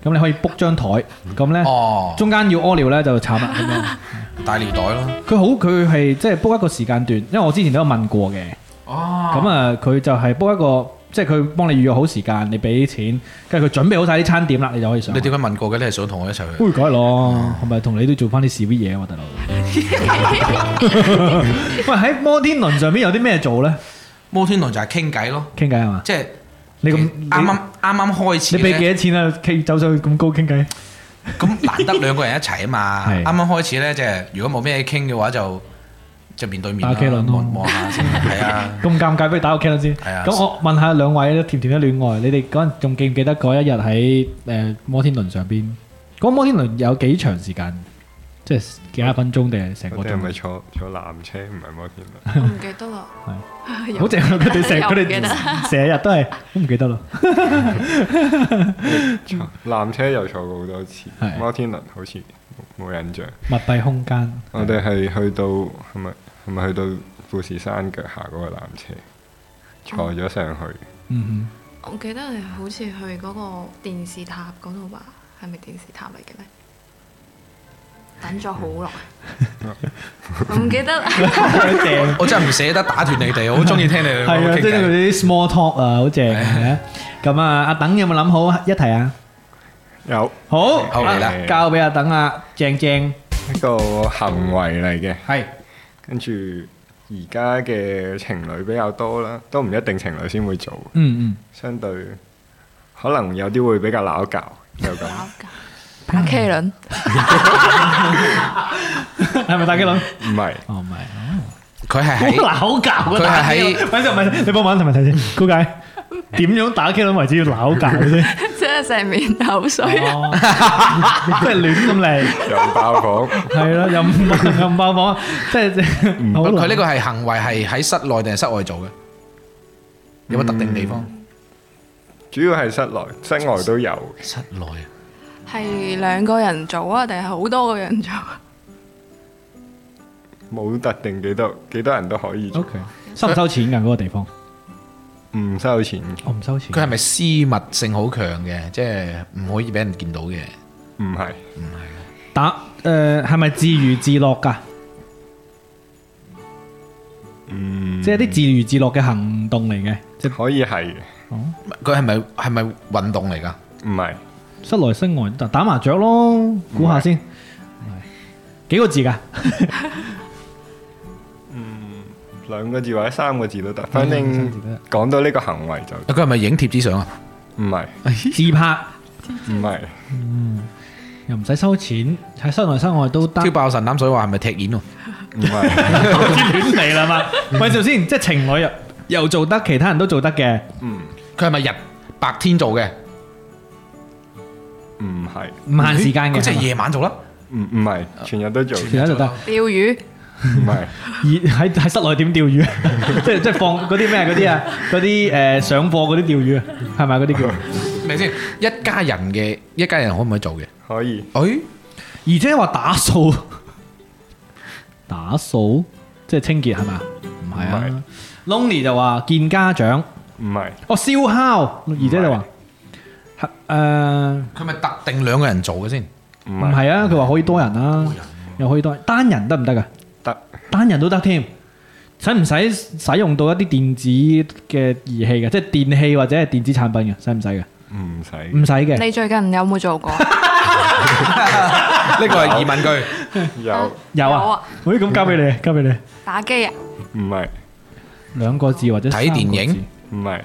B: 咁你可以 book 張台，咁咧
C: 哦，
B: 中間要屙尿咧
C: *laughs*
B: 就慘啦咁樣。
C: 大尿袋咯，
B: 佢好佢係即係 book 一個時間段，因為我之前都有問過嘅，
C: 哦，
B: 咁啊佢就係 book 一個。即係佢幫你預約好時間，你俾錢，跟住佢準備好晒啲餐點啦，你就可以上。
C: 你點解啊問過嘅？你係想同我一齊去？
B: 會改咯，係咪同你都做翻啲 s 嘢啊，大
C: *laughs*
B: 佬？喂，喺摩天輪上面有啲咩做咧？
C: 摩天輪就係傾偈咯，
B: 傾偈係嘛？
C: 即係
B: 你咁
C: 啱啱啱啱開始
B: 你俾
C: 呢
B: 幾多錢啊？企走上去咁高傾偈，
C: 咁難得兩個人一齊啊嘛，
B: *laughs* 係
C: 啱啱開始咧，即係如果冇咩傾嘅話，就就面對面啦
B: 打機輪咯
C: 望望
B: *laughs*
C: 下先，係啊，
B: 咁尷尬，不如打個傾啦先。
C: 係啊
B: 咁我問下兩位甜唔甜的戀愛，你哋嗰陣仲記唔記得嗰一日喺誒摩天輪上邊？嗰個摩天輪有幾長時間？即係幾廿分鐘定係成個
D: 我哋係咪
B: 鐘？
D: 坐坐纜車唔係摩天輪？
E: 我唔記得啦。 *laughs*
B: 好正啊！佢哋成
E: 又唔
B: 佢
E: 記得
B: 哋成日都係都唔記得咯。
D: 纜車又坐過好多次
B: 嗯係，
D: 摩天輪好似冇冇印象。
B: 密閉空間，
D: 我哋係去到係咪係咪去到富士山腳下嗰個纜車，坐咗上去。
B: 嗯
E: 我記得你好似去嗰個電視塔嗰度吧？係咪電視塔嚟嘅咧？等咗好 *laughs* 耐，我唔記得啦。
B: 哼，正。
F: 我真係唔捨得打斷你哋，我好中意聽你哋
B: *laughs* 係啊，
F: 講
B: 即係佢
F: 偈。
B: 哋啲 small talk 啊，好正係啊。咁啊，阿等有冇諗好一題啊？
D: 有
B: 好，
F: 好嚟啦
B: 啊交俾阿等啊，正正
D: 一個行為嚟嘅，
B: 係
D: 跟住而家嘅情侶比較多啦，都唔一定情侶先會做，
B: 嗯嗯。
D: 相對可能有啲會比較鬧交，就咁。
E: 打 K *laughs* 輪，
B: 係咪大基佬？哦，
D: 唔係
B: 唔係，
F: 佢係
B: *laughs* 好
F: 喺
B: 扭教
F: 佢係喺
B: 等陣，唔係你幫我問一問題先，高解點樣打基佬為之要扭教先？
E: 真係成面口水啊！
B: 哦，即係亂咁嚟，
D: 又爆房，
B: 係咯，又唔又唔爆房，即係好
F: 嗯佢
B: 難
F: 呢個係行為係喺室內定係室外做嘅？有冇特定地方？
D: 主要係室內、室外都有。
F: 室內啊，
E: 係兩個人做啊，定係好多個人做？啊
D: 冇特定幾多幾多人都可以做
B: O K，收唔收錢㗎嗰個地方？
D: 唔收錢，
B: 我唔收錢。
F: 佢係咪私密性好強嘅？即係唔可以俾人見到嘅。
D: 唔係
B: 打誒係咪自娛自樂㗎？
D: 嗯，
B: 即係啲自娛自樂嘅行動嚟嘅，即係
D: 可以係嘅
F: 佢係咪係咪運動嚟㗎？
D: 唔係
B: 室內室外打打麻雀咯，估下先。幾個字㗎？
D: 兩個字或者三個字都得，反正
B: 嗯三個字都得
D: 講到呢個行為就
F: 佢係咪影貼紙相啊？
D: 唔係
F: 哎
B: 自拍
D: 唔係
B: 又唔使收錢，喺室內室外都得
F: 挑。爆神膽水話係咪踢毽喎？
D: 唔係
B: *laughs* 亂嚟啦嘛？ *laughs* 喂，首先即係情侶又又做得，其他人都做得嘅，
D: 嗯
F: 佢係咪日白天做嘅？
D: 唔係
B: 唔限時間
C: 嗯
B: 嘅。
F: 咁即係
B: 係嘛
F: 夜晚做啦。
D: 唔唔係全日都做
B: 其他就得。
E: 釣魚
D: 唔係
B: 而喺喺室內點釣魚啊？ *laughs* 即係即係放嗰啲咩嗰啲啊？嗰啲誒上課嗰啲釣魚啊，係咪嗰啲叫？
F: 咪先？一家人嘅一家人可唔可以做嘅？
D: 可以
F: 誒，
B: 而且話打掃， *laughs* 打掃即係清潔係嘛？唔係啊，Lonely 就話見家長，
D: 唔係
B: 哦燒烤，而且就話誒
F: 佢咪特定兩個人做嘅先？
D: 唔
B: 唔
D: 係
B: 係啊，佢話可以多人啦，又可以多人單人得唔得噶？
D: 得
B: 單人都得添，使唔使使用到一啲電子嘅儀器嘅，即係電器或者係電子產品嘅，使唔使嘅？
D: 唔
B: 唔
D: 使
B: 使嘅，
E: 你最近有冇做 *laughs* 過？
F: 呢個係疑問句。
D: 有
B: 有
E: 有
B: 啊
E: 啊，
B: 喂，咁交俾你，交俾你，
E: 打機啊？
D: 唔係
B: 兩個字或者
F: 睇電影
B: 三個字。
D: 唔係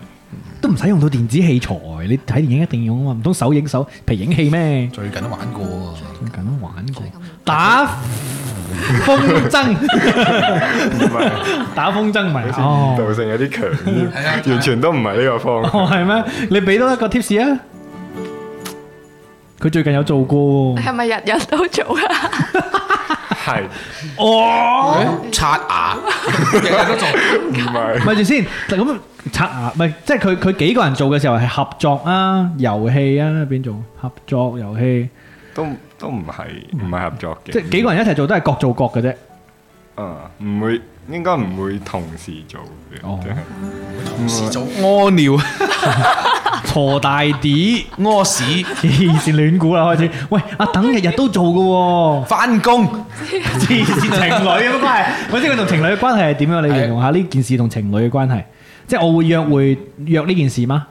B: 都唔使用到電子器材，你睇電影一定要用啊嘛，唔通手影手皮影戲咩？
F: 最近都玩過喎。
B: 最近玩過打風箏， *laughs*
D: 唔係
B: 打風箏咪
D: 道
B: 哦，啊
D: 性有啲強添，完全都唔係呢個方向
B: 哦係咩？你俾多一個 tips 啊！佢最近有做過
E: 你，係啊咪日日都做啊？
D: 係
B: 哦
F: 刷牙，日日都做。
D: 唔係
B: 咪住先，就咁刷牙，咪即係佢佢幾個人做嘅時候係合作啊、遊戲啊邊種合作遊戲，
D: 都都唔係唔係合作嘅，
B: 即係幾個人一齊做都係各做各嘅啫。
D: 啊唔會應該唔會同時做嘅，
B: 哦
D: 即係
F: 同時做屙尿、
B: 鋤大啲。
F: 屙屎、
B: 黐線亂估啦，開始。喂，阿等日日都做嘅喎，
F: 翻工。
B: 黐線情侶咁關係。我知佢同情侶嘅關係係點樣？你形容下呢件事同情侶嘅關係，即係我會約會約呢件事嗎？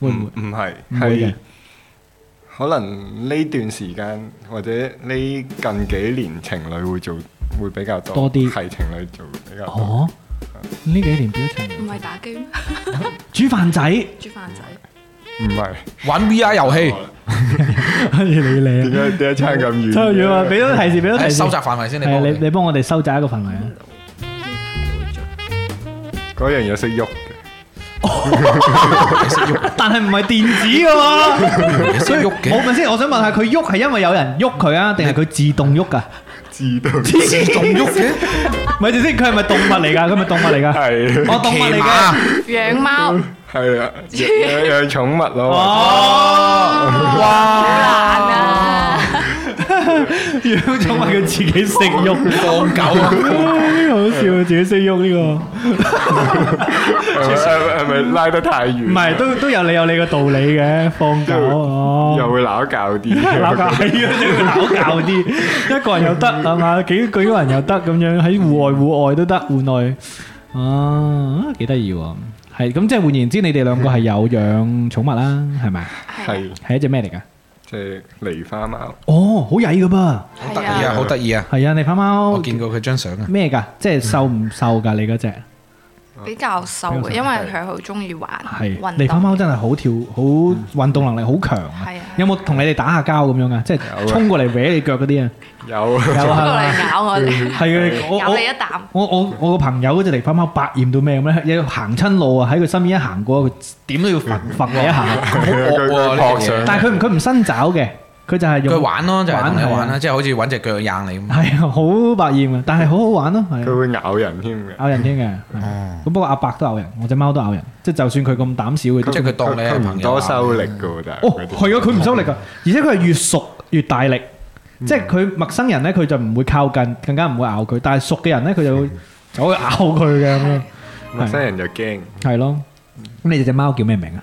B: 會唔會？
D: 唔係
B: 唔會嘅
D: 係可能呢段時間或者呢近幾年情侶會做會比較多，
B: 多啲
D: 係情侶做比較多。
B: 哦，呢幾年表情，
E: 唔係打機咩？
B: 煮飯仔，
E: 煮飯仔。 *laughs*
D: 唔係
F: 玩 VR 遊戲，
B: 跟住你
D: 點
B: 你啊，
D: 解點解差咁遠？
B: *laughs* 抽完話俾多提示，俾多提
F: 誒
B: 示。
F: 收窄範圍先，你幫
B: 係啊
F: 我
B: 你
F: 哋
B: 你幫我嗯哋收窄一個範圍啊。
D: 嗰樣嘢識喐嘅，
B: 但係唔係電子嘅嘛？ *laughs*
C: 你識喐
B: 我
C: 嘅，
B: 咪先，我想問下佢喐係因為有人喐佢啊，定係佢自動喐噶？
D: 知道
B: 自動
C: 仲喐嘅，
B: *laughs* 咪住先，佢係咪動物嚟㗎？佢係咪動
C: *laughs*
B: 物嚟㗎？
D: 係
B: 我動物嚟
C: 騎
B: 嘅。
C: 馬
E: 養貓
D: 係啊，養養寵物咯，
B: 哦，
E: 難
C: 哇，
E: 啊！
B: 養寵物佢自己識喐，
C: 放狗啊！
B: 好笑啊！自己識喐呢
D: 係咪係咪拉得太
B: 個，
D: 遠？
B: 唔係都都有你有你個道理嘅，放狗哦。
D: 又會 *laughs* 鬧教啲，
B: 鬧交係啊，真係鬧交啲，一個人又得係嘛，幾幾個人又得咁樣，喺户外户外都得，户內 Ờ, 啊幾得意喎。係咁，即係換言之，你哋兩個係有養寵物啦，係咪？
D: 係
B: 係一隻咩嚟㗎？
D: 即係梨花貓，
B: 哦，好曳噶
C: 好得意啊，好得意啊！
B: 噃。係啊，你花貓
C: 我見過佢張相啊，
B: 咩㗎？即係瘦唔瘦㗎？你嗰只
E: 啊比較瘦嘅，因為佢好中意玩
B: 係
E: 運
B: 你花
E: 動。
B: 貓真係好跳，好運動能力好強啊
E: 係啊！
B: 有冇同你哋打下交咁樣啊？即係
D: 啊
B: 衝過嚟搲你腳嗰啲啊？
D: 有
B: 有
E: 過
B: 啊
E: 嚟！咬我
B: Ừ.
E: 哋，
B: 係啊，我
E: 咬
B: 我
E: 你一啖，
B: 我我我個朋友嗰只狸花貓百厭到咩咁咧？有行親路啊，喺佢身邊一行過，佢點都
F: *laughs*
B: 要
C: 嗯
B: 罰罰你一下。
C: *laughs*
D: 佢佢
C: 惡喎
D: 撲
C: 呢樣嘢
D: 上，
B: 但係佢唔佢唔伸爪嘅，佢就係用
C: 佢玩咯，就係同你玩
B: 係
C: 啦，
B: 啊
C: 即係好似揾隻腳硬你咁。
B: *laughs* 係啊，好百厭啊！但係好好玩咯，係
D: 佢
B: 啊
D: 會咬人添嘅，
B: 咬人添嘅。係啊
C: 哦，
B: 咁不過阿伯都咬人，我只貓都咬人，即係就算佢咁膽小，佢都
C: 即係佢當你
D: 佢
C: 係
D: 唔
C: 朋友
D: 多收力
C: 啊。
D: 嘅喎，但係
B: 哦，
D: 嗰啲
B: 係啊，佢唔收力噶，而且佢係越熟越大力，
C: 嗯
B: 即係佢陌生人咧，佢就唔會靠近，更加唔會咬佢。但係熟嘅人咧，佢就會
C: 嗯
B: 就會咬佢嘅咁樣，
D: 陌生人就驚，
B: 係啊咯。咁你只貓叫咩名啊？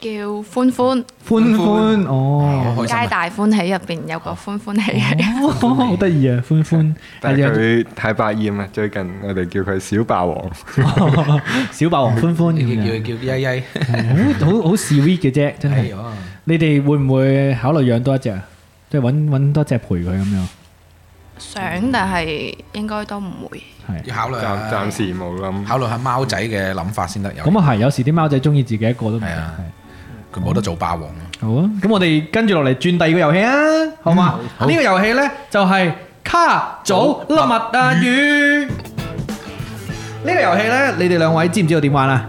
E: 叫歡歡，
B: 歡
C: 歡
B: 歡哦，
C: 好開心啊
E: 皆大歡喜入邊有個歡歡喜喜，
B: 哦好得意啊！歡歡
D: 但
B: 係
D: 係
B: 啊
D: 佢太百厭啊！最近我哋叫佢小霸王，
B: 小霸王歡歡咁
C: 叫
B: 樣
C: 佢叫曳曳，
B: 係好好好 sweet 嘅啫，真
C: 哎
B: 係。
C: 呀，
B: 你哋會唔會考慮養多一隻啊？即係揾揾多隻陪佢咁樣，
E: 想但係應該都唔會。
B: 係。
C: 要考慮
D: 暫
C: 下
D: 暫時冇諗，
C: 考慮下貓仔嘅諗法先得，有
B: 咁啊係，有時啲貓仔中意自己一個都唔
C: 係啊
B: 係。
C: 佢冇得做霸王啊。
B: 好啊，咁我哋跟住落嚟轉第二個遊戲啊，好嘛？
C: 好
B: 呢個遊戲呢，就係卡組粒物啊語。呢個遊戲呢，你哋兩位知唔知道點玩啊？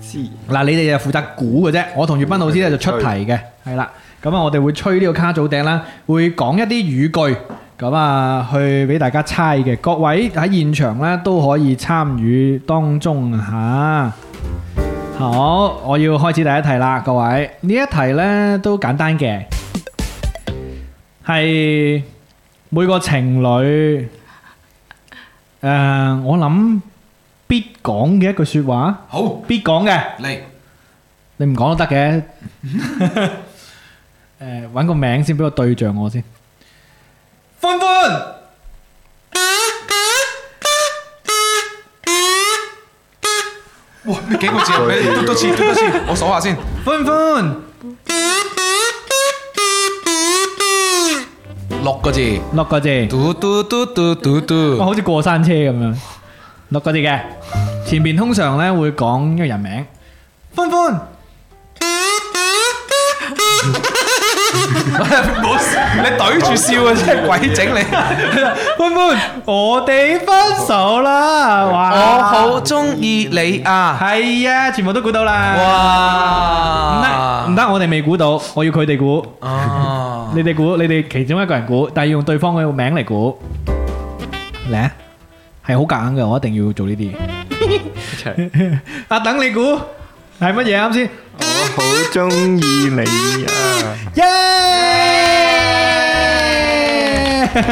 D: 知
B: 嗱，你哋就負責估嘅啫，我同粵斌老師咧就出題嘅，係啦。咁啊，我哋會吹呢個卡組頂啦，會講一啲語句，咁啊去俾大家猜嘅。各位喺現場咧都可以參與當中嚇。好，我要開始第一題啦，各位。呢一題呢都簡單嘅，係每個情侶誒、我諗必講嘅一句説話，
C: 好
B: 必講嘅。
C: 嚟，
B: 你唔講都得嘅。誒，揾個名先，俾個對象我先。歡歡，
C: 哇，幾個字，你讀多次，讀多次，我數下先。
B: 歡歡，
C: 六個字，
B: 六個字，
C: 嘟嘟嘟嘟嘟 *laughs* 嘟，
B: 哇，好似過山車咁樣，六個字嘅。前面通常咧會講一個人名。歡 *laughs* 歡，
C: 冇事，你懟住笑啊，真係鬼整你。
B: 歡歡，我哋分手啦！哇，
C: 我好中意你啊！
B: 係啊，全部都估到啦。啊唔
C: 哇
B: 得，唔得，我哋未估到，我要佢哋估。
C: 啊！
B: 你哋估，你哋其中一個人估，但係要用對方嘅名嚟估。嚟啊，係好夾硬嘅，我一定要做呢啲。 *laughs* 阿等你估係乜嘢啱先？
D: 我好中意你啊！
B: 耶！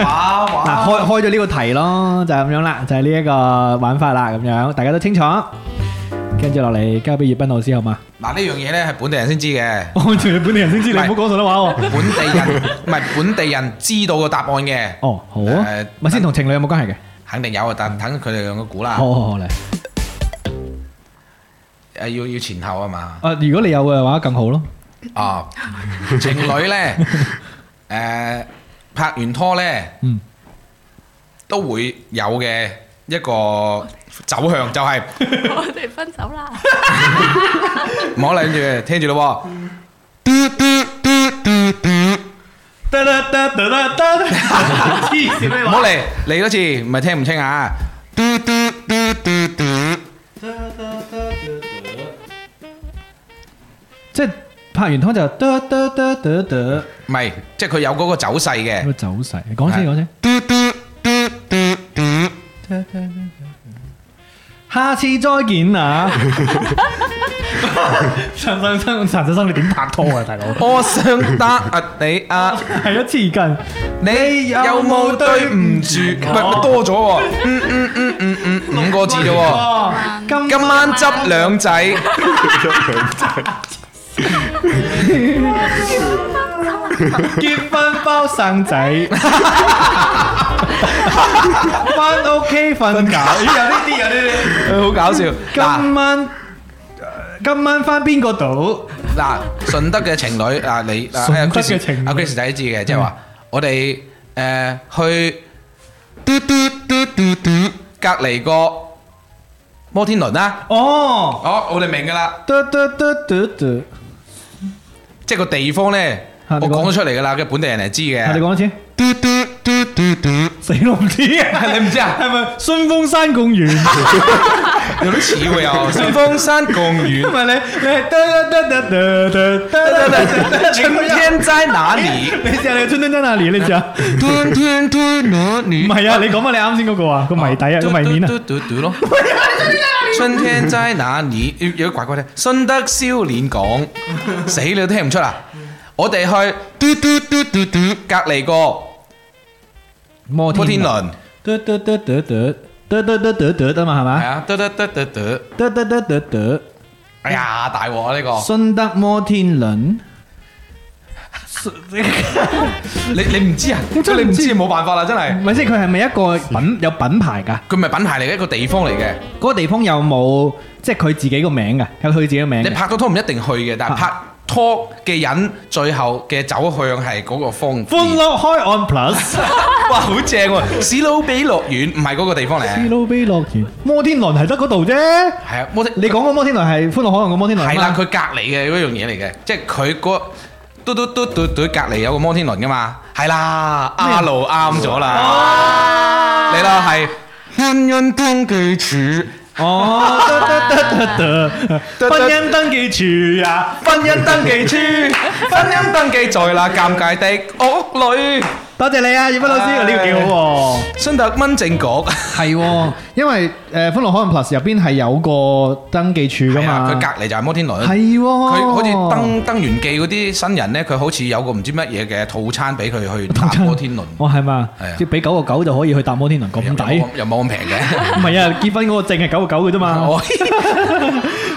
C: 哇
B: 嗱，
C: 哇！
B: 開開咗呢個題咯，就係咁樣啦，就係呢一個玩法啦，咁樣大家都清楚。跟住落嚟交俾葉斌老師好 *laughs* 嘛？
C: 嗱呢樣嘢咧係本地人先知
B: *laughs*
C: 嘅，
B: 我仲要本地人先知，你
C: 唔
B: 唔
C: 係
B: 好講順德話喎。
C: *laughs* 本地人唔係本地人知道個答案嘅，
B: 哦，好啊
C: 誒，
B: 咪先同情侶有冇關係嘅？
C: 肯定有啊，但等佢哋兩個估啦。
B: 好好好嚟。
C: 誒要要前後啊嘛。
B: 啊，如果你有嘅話更好咯。哦
C: 啊，情侶咧，
B: *laughs*
C: 誒拍完拖咧
B: 嗯，
C: 都會有嘅一個走向就係。
E: 我哋分手啦！
C: 唔好諗住，聽住咯
B: 得得得得得得，黐線咩
C: 喎，唔好嚟嚟多次，唔係聽唔清啊！
B: 拍完拖就得得得得得
C: 唔係，即係佢有嗰個走勢嘅
B: 咁。嘅走勢。講先
C: 係
B: 講先。下次再見啊！陳生生，陳生生，你點拍拖啊，大佬？
C: 我想打啊你啊，
B: 係一次近，
C: 你有冇對唔住？唔係多咗喎，嗯嗯嗯嗯嗯嗯，五個字啫喎。
B: 哦，今
C: 今晚執兩仔，
B: 結婚包生仔，翻屋企瞓覺。咦有呢啲有呢啲。
C: 好搞笑。嗱
B: 今晚今晚翻邊個島？
C: 嗱，順德嘅情侶啊，你啊
B: 順德嘅情侶
C: 阿 Chris 仔知嘅，即係話我哋誒去嘟嘟嘟嘟嘟隔離個摩天輪啦。
B: 哦，
C: 哦，我哋明㗎啦。
B: 嘟嘟嘟嘟嘟，
C: 即係個地方咧，
B: 嚇
C: 我
B: 你講
C: 講咗出嚟㗎啦，嘅本地人係知
B: 你
C: 嘅。
B: 講一次。
C: 嘟嘟嘟嘟嘟，
B: 死我唔知啊！
C: 你唔知啊
B: 係咪順風山公園？唔
C: 有啲似喎又。順峰山公園，
B: 係你你係得得得得得得得得，
C: 春天在哪裡？
B: 你試下你春天在哪裡？你試下。
C: 春天在哪
B: 唔
C: 裡？
B: 係啊，你講翻你啱先嗰個啊，個謎底啊，個謎面啊
C: 嘟。嘟嘟嘟嘟咯。春天在哪裡？有有啲怪怪聽。順德少年講，死你都聽唔出啊！我哋去嘟嘟嘟嘟嘟隔離個
B: 摩
C: 摩天。輪，
B: 嘟嘟嘟嘟嘟嘟嘟嘟嘟嘟啊嘛，係
C: 係
B: 咪？
C: 啊，嘟嘟嘟嘟嘟。
B: 嘟嘟嘟嘟嘟。
C: 哎呀，大鑊啊呢個！
B: 順德摩天輪。
C: 你你唔知啊？
B: 我真係唔知
C: 你冇辦法啦，真係。
B: 唔係即係佢係咪一個品有品牌㗎？
C: 佢唔係品牌嚟嘅，一個地方嚟嘅。
B: 嗰個地方有冇即係佢自己個名㗎？有佢自己個名
C: 你
B: 㗎。
C: 拍咗拖唔一定去嘅，但係
B: 啊
C: 拍拖嘅人最後嘅走向係嗰個方
B: 歡
C: 面。
B: 樂開 on plus，
C: 哇，好正喎！史努比樂園唔係嗰個地方嚟
B: 基
C: 嘅，
B: 路比樂園，摩天輪係得嗰度啫。
C: 係啊，我哋
B: 你講個摩天輪係歡樂海岸個摩天輪啊嘛
C: 係啦，佢隔離嘅嗰樣嘢嚟嘅，即係佢個嘟嘟嘟嘟嘟隔離有個摩天輪噶嘛，係啦，阿路啱咗啦，你啦係。婚姻登記處，
B: 哦，得得得得得，婚姻登記處啊，
C: 婚姻登記處，婚姻登記在那尷尬的屋裏。
B: 多謝你啊，葉斌老師，
C: 唉
B: 呢個幾好
C: 新特蚊政局
B: 喎。係喎，因為呃誒歡樂海岸 plus 入邊係有個登記處㗎
C: 係啊，*laughs*
B: 嘛，
C: 佢隔離就係摩天輪。
B: 係喎，
C: 佢
B: 佢
C: 好似登登完記嗰啲新人咧，佢好似有個唔知乜嘢嘅套餐俾佢去搭摩天輪，
B: 哦係嘛
C: 係啊，
B: 要俾九個九就可以去搭摩天輪咁
C: 又
B: 抵。
C: 冇又冇咁平
B: *laughs*
C: 嘅。 *laughs*
B: 唔係啊，結婚嗰個證係九個九嘅啫嘛。
C: 我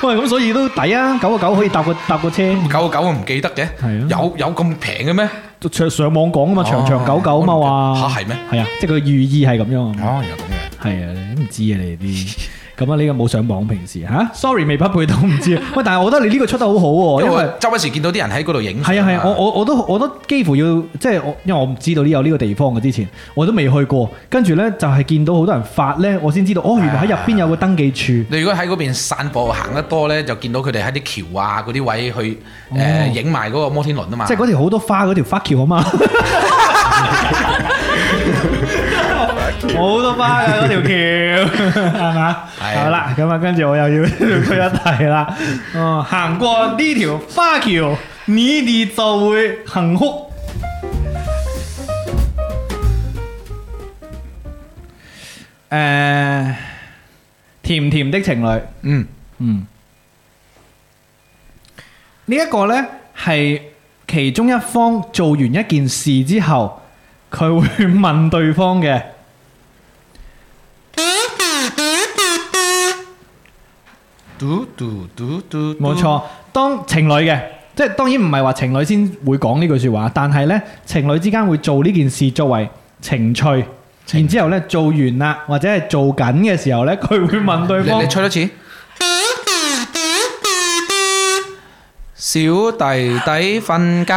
B: *laughs* 喂，咁所以都抵啊，九個九可以搭個搭個車，
C: 九九我唔記得嘅
B: 係啊，
C: 有有咁平嘅咩？
B: 上上網講啊嘛，長長久久啊嘛
C: 哦
B: 話。
C: 嚇係咩？
B: 係啊，即係佢寓意係咁樣啊。
C: 哦，原來咁嘅。
B: 係啊，你都唔知啊你哋 *laughs* 啲。咁啊，呢個冇上網平時吓，sorry 未匹配到唔 *laughs* 知啊。喂，但係我覺得你呢個出得好好喎，
C: 因
B: 因
C: 為
B: 為
C: 我。周不時見到啲人喺嗰度影相。
B: 係啊係啊，我我我都我都幾乎要即係我，因為我唔知道呢有呢個地方嘅之前，我都未去過。跟住呢，就係見到好多人發呢，我先知道哦，原來喺入邊有個登記處。
C: 你如果喺嗰邊散步行得多咧，就見到佢哋喺啲橋啊嗰啲位去
B: 哦
C: 誒影埋嗰個摩天輪啊嘛。
B: 即係嗰條好多花嗰條花橋啊嘛，好多花嘅嗰條橋，係嘛？
C: 係
B: 好啦，咁啊，跟住我又要 *laughs* 推一題啦。哦，行過呢條花橋，你哋就會幸福。誒，甜甜的情侶。
C: 嗯，
B: 嗯，呢一個呢，係其中一方做完一件事之後，佢會 *laughs* 問對方嘅。
C: 嘟嘟嘟嘟，
B: 冇錯，當情侶嘅，即係當然唔係話情侶先會講呢句説話，但係呢，情侶之間會做呢件事作為情趣。然之後呢，做完啦，或者係做緊嘅時候呢，佢會問對
C: 你
B: 方
C: 你。吹多次。小弟弟瞓覺，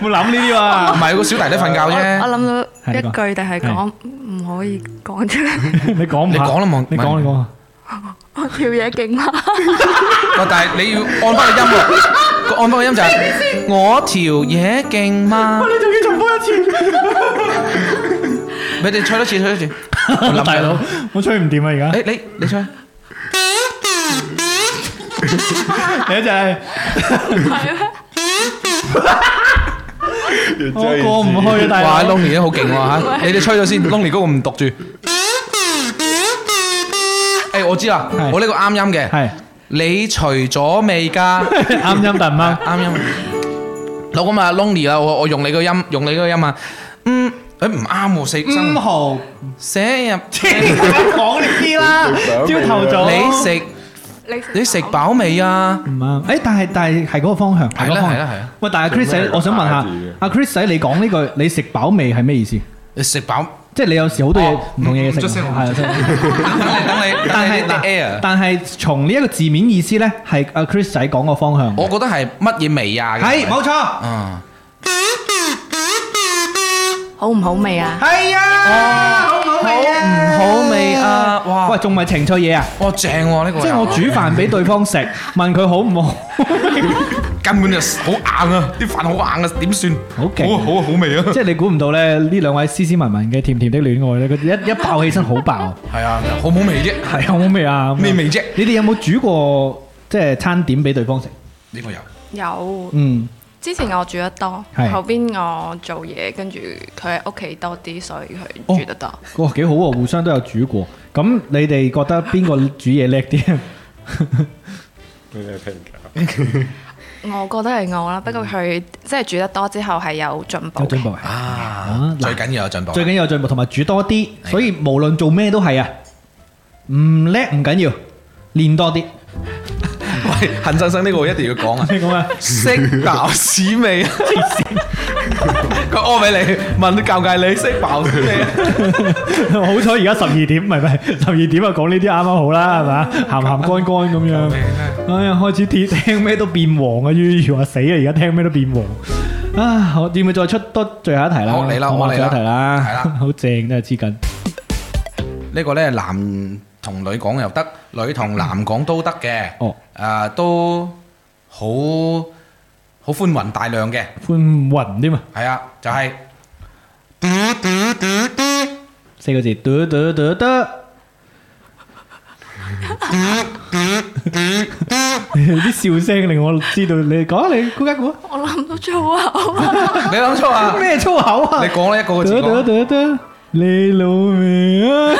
B: 冇諗呢啲
C: 唔
B: 啊！
C: 係個小弟弟瞓覺
E: Ờ,
C: 啫。
E: 我諗到
B: 係
E: 一
B: 你
E: 句，但係講唔可以講出 *laughs* 嚟，
B: 你講唔
C: 你
B: 下
C: 講啦望
B: 你講你講下。
E: 我跳嘢勁啊！
C: 喂，但係你要按翻個音喎，個按翻個音就係我條嘢勁嘛。你仲要重複一次？你哋吹多次，吹多次。我諗
B: 大佬，我吹唔掂啊！而家
C: 緊，誒你你吹，
B: 你就係哎
E: 係咩？
B: 我過唔去啊，大
C: 哇
B: 佬。
C: ，Lonely 都好
B: *laughs*
C: 勁喎嚇！你哋吹咗先，Lonely 嗰個唔讀住。誒，我知啦
B: 係，
C: 我呢個啱音嘅。
B: 係
C: 你除咗未
B: *laughs*
C: 㗎？
B: 啱音但唔啱。
C: 啱音。老咁啊，Lonely 啦，我我用你個音，用你個音啊。嗯，誒唔啱喎，四
B: 五
C: 生
B: 毫，
C: 寫入
B: *laughs* 講呢啲啦，朝頭早
C: 你食
E: 你
C: 你食飽未啊？
B: 唔啱。誒，但係但係係嗰個方向，係嗰個
C: 係
B: 方
C: 啦係啦係啊
B: 向
C: 啦。
B: 喂，但係 Chris 仔，我想問
D: 做咩
B: 下，阿 Chris 仔，你講呢句你食飽未係咩意思？
C: 你食飽？
B: 即係你有時好多嘢
C: 哦
B: 唔同嘢食，
C: 唔出聲唔出聲 *laughs*
B: 係啊
C: 等你等你，但係
B: *laughs* 但係
C: 啲 air
B: 但。但係從呢一個字面意思咧，係阿 Chris 仔講個方向。
C: 我覺得係乜嘢味啊？
B: 係冇錯，
C: 啊，
E: 好唔好味啊？
B: 係啊，好唔好味
C: 唔好味！啊！哇，
B: 喂，仲咪情趣嘢啊！
C: 哇正喎呢個，
B: 即係我煮飯俾對方食，
C: 哦
B: 問佢好唔
C: *laughs*
B: 好？
C: 根本就好硬啊！啲飯好硬啊，點算？
B: 好勁
C: 好好好味啊！
B: 即係你估唔到咧，呢兩位斯斯文文嘅甜甜的戀愛咧，佢一一爆起身好爆，
C: 係啊，好唔好味啫？
B: 係好味啊！
C: 咩味啫？
B: 你哋有冇煮過即係餐點俾對方食？
C: 呢個有
E: 有，
B: 嗯，
E: 之前我煮得多
B: 係，
E: 後邊我做嘢，跟住佢喺屋企多啲，所以
B: 哦
E: 佢煮得多。
B: 哇幾好喎，互相都有煮過。咁你哋覺得邊個煮嘢叻啲？
D: 你哋評價。
E: 我覺得係我啦，不過佢即係煮得多之後係有進步
B: *laughs* 有進步
E: 嘅。
B: 啊！
C: 啊，最緊要有進步。
B: 最緊要有進步，同埋煮多啲。所以無論做咩都係啊，唔叻唔緊要，練多啲。
C: 喂，陳先生呢個我一定要講啊！
B: 你講啊，
C: 識鬧屎味啊！佢屙俾你，問教界你識鬧屎味啊？
B: *laughs* 好彩而家十二點，唔係唔係十二點啊，講呢啲啱啱好啦， *laughs* 係嘛？鹹鹹乾乾咁樣。哎呀，開始聽聽咩都變黃啊！於如話死啊，而家聽咩都變黃啊！好，要唔要再出多最後一題啦？
C: 好嚟啦
B: 好嘛
C: 我嚟啦
B: 最後一題啦，
C: 係
B: *laughs*
C: 啦
B: 好正真係黐緊。
C: 呢個咧男同女講又得，女同男講都得嘅。
B: 哦，
C: 誒都好好寬宏大量嘅，
B: 寬雲添啊，
C: 係啊，就係
B: 四個字，得得得 *laughs* 得。啲笑聲令我知道你講啊，你估一估啊
E: 我諗到粗口啊！
C: 你諗錯啊！
B: 咩粗口啊？
C: 你講啦，一個個字
B: 得得
C: 講，
B: 得得，你老味 *laughs* 啊！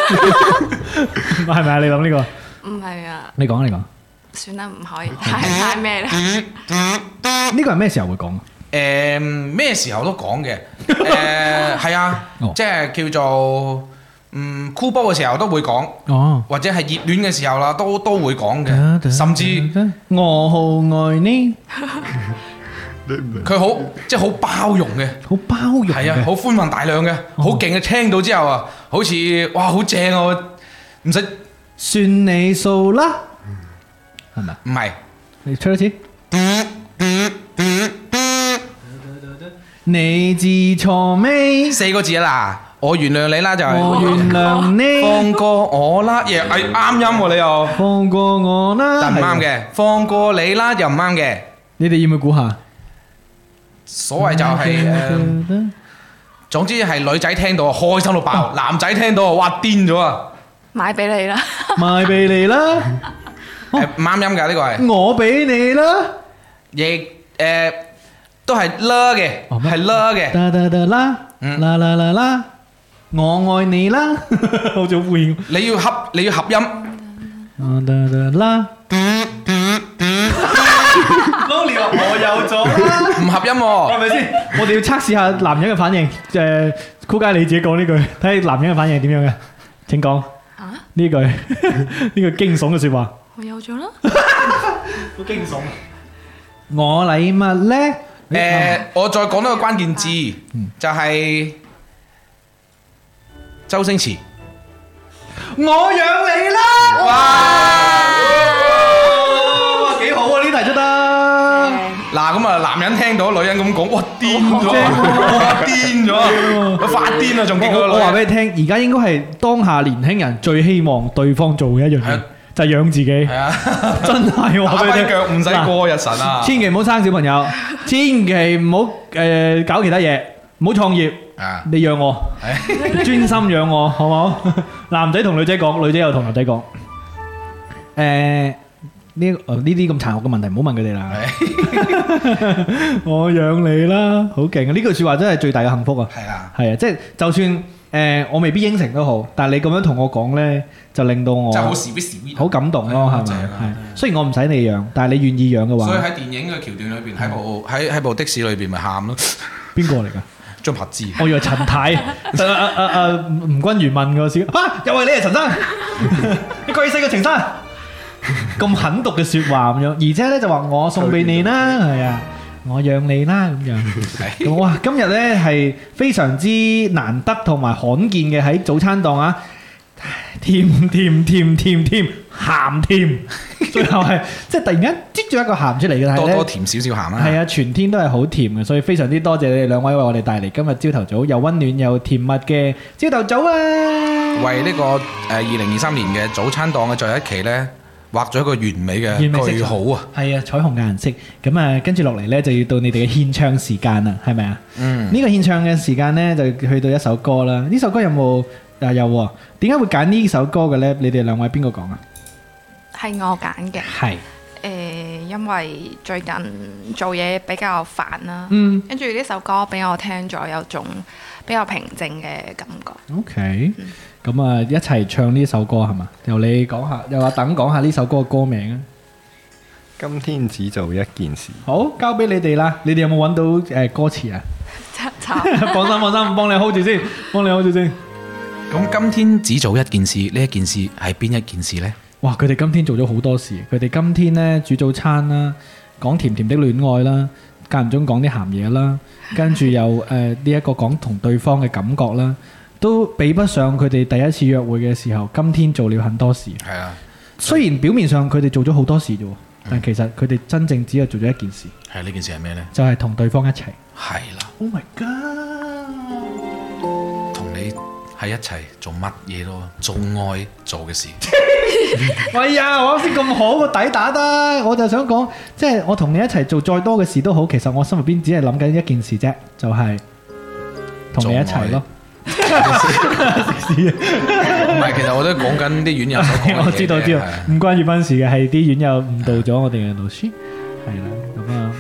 B: 係咪啊？你諗呢個？
E: 唔係啊，
B: 你講啊，你講。
E: 算啦，唔可以太太咩啦。
B: 呢個係咩時候會講啊？
C: 誒咩時候都講
B: *laughs*
C: 嘅，誒係啊
B: 哦，
C: 即係叫做嗯箍煲嘅時候都會講，
B: 哦。
C: 或者係熱戀嘅時候啦，都都會講
B: Dạ,
C: 嘅，甚至
B: 我好愛你，
C: 佢好即係好包容嘅。
B: 好包容嘅哦
C: 係啊，好寬宏大量嘅，好勁嘅，聽到之後啊，好似哇好正啊，唔使唔
B: 算你數啦，係咪？
C: 係
B: 你吹多次。你自錯未？
C: 四個字啦，我原諒你啦就係、
B: 我原諒
C: 放過我啦，亦係啱音喎你又
B: 你，，放過我啦。
C: 但唔啱嘅，放過你啦又唔啱嘅，
B: 你哋要唔要估下？
C: 所謂就係、誒，總之係女仔聽到啊開心到爆，男仔聽到啊哇癲咗
B: *laughs*
C: 啊，
E: 買俾你啦， *laughs*
B: 賣俾你啦，
C: 誒唔啱音㗎呢個係，
B: 我俾你啦，
C: 亦誒、都係啦嘅，
B: 哦咩
C: 係啦嘅，
B: 得得得啦，
C: 嗯
B: 啦啦啦啦，我愛你 *laughs* 啦，好似好背咁。
C: 你要合你要合音。
B: *laughs* 啊得得啦，撈尿我有咗啦，
C: 唔合音喎、
B: 係咪先？我哋要測試下男人嘅反應，誒，酷街你自己講呢句，睇下男人嘅反應係點樣嘅，請講
E: 啊
B: 呢句 *laughs* 呢句驚悚嘅説話。
E: 我有咗啦。
B: 好驚悚。我禮物咧，
C: 誒、我再講多個關鍵字，就係、周星馳。
B: 我養你啦，哇，幾好啊！呢題出得。
C: 嗱咁啊，男人聽到女人咁講，哇癲咗啊，哇癲咗啊，佢發癲啊，仲勁過
B: 我
C: 個
B: 我話
C: 女人。
B: 俾你聽，而家應該係當下年輕人最希望對方做嘅一樣
C: 係
B: 嘢
C: 啊，
B: 就係養自己。
C: 係啊，
B: *laughs* 真係我
C: 打
B: 話俾
C: 跛
B: 你
C: 腳
B: 聽，
C: 唔使
B: 嗱，
C: 過日神啊。
B: 千祈唔好生小朋友，千祈唔好誒搞其他嘢，唔好創業。
C: 啊，
B: 你養我，專心養我，好唔好？男仔同女仔講，女仔又同男仔講。誒，呢呃呢啲咁殘酷嘅問題，唔好問佢哋 *laughs* 啦。我養你啦，好勁啊！呢句説話真係最大嘅幸福啊！
F: 係啊，
B: 係啊，即係就算誒我未必應承都好，但係你咁樣同我講呢，就令到我
F: 真係好 sweet sweet
B: 哦好感動咯，係
F: 正
B: 咪？
F: 啊
B: 係，雖然我唔使你養，但係你願意養嘅
F: 所以
B: 話，
F: 喺電影嘅橋段裏邊，喺部喺喺部的士裏邊咪喊咯， *laughs*
B: 邊個嚟㗎？呃
F: 張柏芝。
B: *laughs* 我以為陳 *laughs* 太，誒誒誒誒，吳君如問我先， *laughs* 啊，又係你啊，陳生， *laughs* 你貴姓啊，程生？咁狠毒嘅説話咁樣，而且咧就話我送俾你 *laughs* 啦，係啊，我養你啦咁樣。咁哇，今日咧係非常之難得同埋罕見嘅喺早餐檔啊！甜甜甜甜甜鹹甜，最後係即係突然間擠咗一個鹹出嚟嘅，但係
F: 多
B: 咧
F: 多甜少少鹹啦。
B: 係啊，全天都係好甜嘅，所以非常之多謝你哋兩位為我哋帶嚟今日朝頭早又温暖又甜蜜嘅朝頭早啊！
F: 為呢個誒二零二三年嘅早餐檔嘅最後一期呢，畫咗一個完美
B: 完美色
F: 嘅
B: 彩
F: 句號啊！
B: 係啊，彩虹嘅顏色。咁啊，跟住落嚟呢，就要到你哋嘅獻唱時間啦，係咪啊？
F: 嗯，
B: 呢個獻唱嘅時間呢，就去到一首歌啦。呢首歌有冇啊？有喎。點解會揀呢首歌嘅呢？你哋兩位邊個講啊？
E: 係我揀嘅。
B: 係，
E: 誒、因為最近做嘢比較煩啦，
B: 嗯
E: 跟住呢首歌俾我聽咗，有種比較平靜嘅感覺。
B: OK。咁啊，一齊唱呢首歌係嘛？由你講下，由阿等講下呢首歌嘅歌名啊。
D: 今天只做一件事，
B: 好，交俾你哋啦。你哋有冇揾到誒歌詞啊？ *laughs* 放心放心，幫你 hold 住先，幫你 hold 住先。
F: 咁今天只做一件事，呢一件事係邊一件事呢？
B: 哇！佢哋今天做咗好多事，佢哋今天呢，煮早餐啦，講甜甜的戀愛啦，間唔中講啲鹹嘢啦，跟住又 *laughs* 誒呢一個講同對方嘅感覺啦，都比不上佢哋第一次約會嘅時候。今天做了很多事，
F: 係啊，
B: 雖然表面上佢哋做咗好多事啫喎，但其實佢哋真正只係做咗一件事，
F: 係呢件事係咩呢？
B: 就係、同對方一齊。
F: 係啦，
B: Oh my god！
F: 同你喺一齊做乜嘢咯？做愛做嘅
B: *laughs*
F: 事，
B: 喂呀，我啱先咁好個底打得，我就想講，即係我同你一齊做再多嘅事都好，其實我心入邊只係諗緊一件事啫，就係、同你一齊咯。
F: 唔係其實我都講緊啲院友所講嘅嘢嘅
B: *laughs* 我知道知道
F: 係啊，
B: 唔關粵賓事嘅，係啲院友誤導咗我哋嘅老師，係啦，咁啊，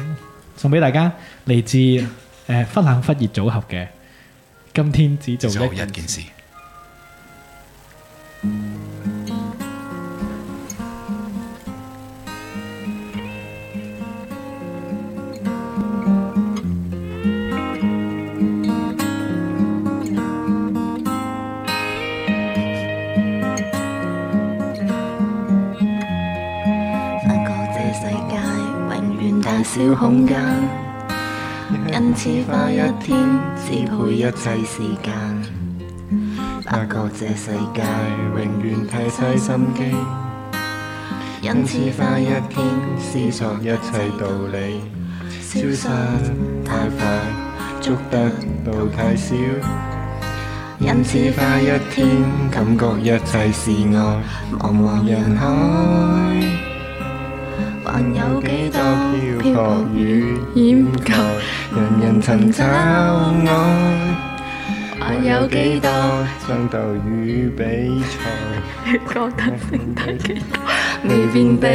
B: 送俾大家嚟自誒、呃忽冷忽熱組合嘅，今天只做
F: 做
B: 一
F: 一
B: 件
F: 件事。
G: 發覺這世界永遠大小空間，因此花一天支配一切時間。發覺這世界永遠太嘥心機，因此花一天思索一切道理。消失太快，捉得到太少，因此花一天感覺一切是愛，茫茫人海。還有幾多漂泊與掩蓋，人人尋找愛。還有幾多
D: 爭鬥與比賽，
G: 覺得剩低幾多未變的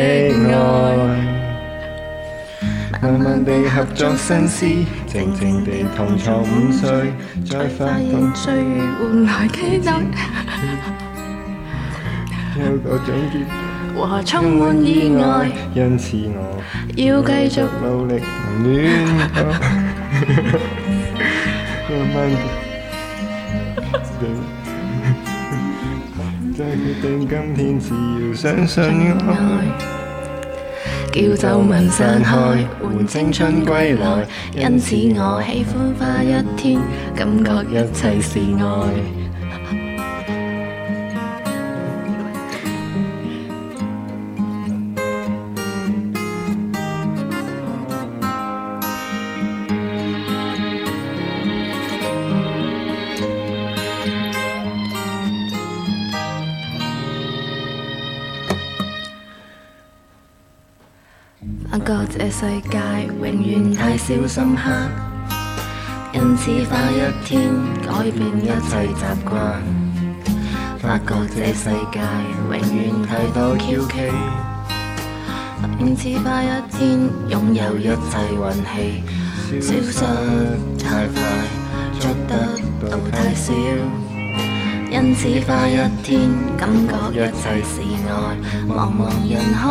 G: 愛？慢慢地合作新思，靜靜地同床午睡，再發現歲月換來幾多
D: 有個總結，
G: 和充滿意外，
D: 因此我
G: 要繼續
D: 努力唔戀愛，慢慢地，再決定今天只要相信愛。
G: 叫皺紋散開，換青春歸來。因此我喜歡花一天，感覺一切是愛。發覺這世界永遠太少深刻，因此花一天改變一切習慣。發覺這世界永遠太多蹊蹺，然只怕一天擁有一切運氣，消失太快，捉得到太少。因此快一天，感覺一切是愛，茫茫人海，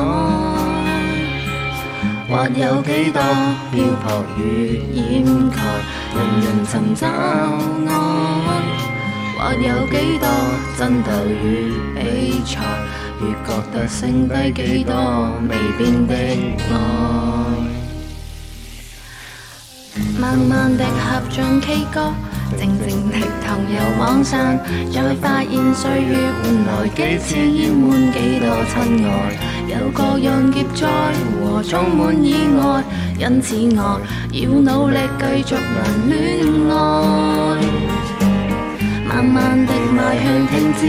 G: 或有幾多漂泊與掩蓋，人人尋找愛。或有幾多爭鬥與比賽，越覺得剩低幾多未變的愛。慢慢地合唱 K 歌，靜靜地同遊網上，再發現歲月換來幾次淹滿幾多親愛，有各樣劫災和充滿意外，因此我要努力繼續談戀愛。慢慢的邁向聽朝，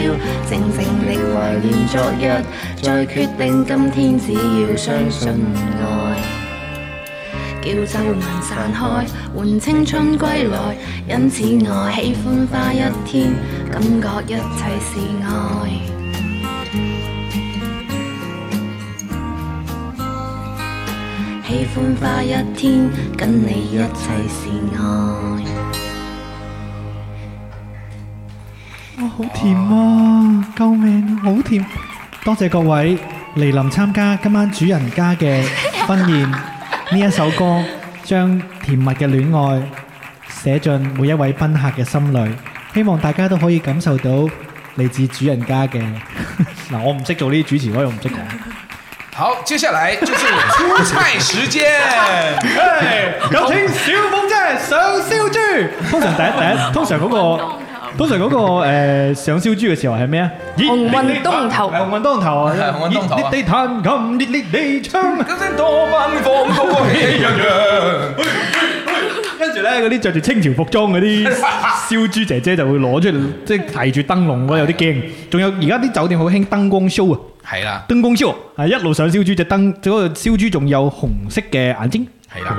G: 靜靜地懷念昨日，再決定今天，只要相信愛。叫皺紋散開，換青春歸來，因此我喜歡花一天，感覺一切是愛。喜歡花一天，跟你一切是愛。
B: 好甜啊！救命，好甜！多謝各位嚟臨參加今晚主人家嘅婚宴。呢一首歌將甜蜜嘅戀愛寫進每一位賓客嘅心裏，希望大家都可以感受到嚟自主人家嘅嗱，我唔識做呢啲主持，所以我唔識講。
C: 好，接下来就是出菜时
B: *laughs*
C: 间。
B: 有請小鳳姐上燒豬。通常第一第一，通常嗰、個，通常嗰、個、呃、上燒豬嘅時候係咩啊？
E: 紅運當頭
B: 係紅運當頭啊！
C: 係紅運當頭啊
B: 熱烈地彈琴，熱烈地唱。
C: 今天多奔放，高歌喜洋洋。
B: 跟住咧，嗰啲着住清朝服裝嗰 *laughs* 啲燒豬姐姐就會攞出嚟，即係提住燈籠咯，有啲驚。仲有而家啲酒店好興燈光 show 啊！
C: 係啦，
B: 燈光 show 係一路上燒豬隻燈，嗰個燒豬仲有紅色嘅眼睛。
C: 係啦。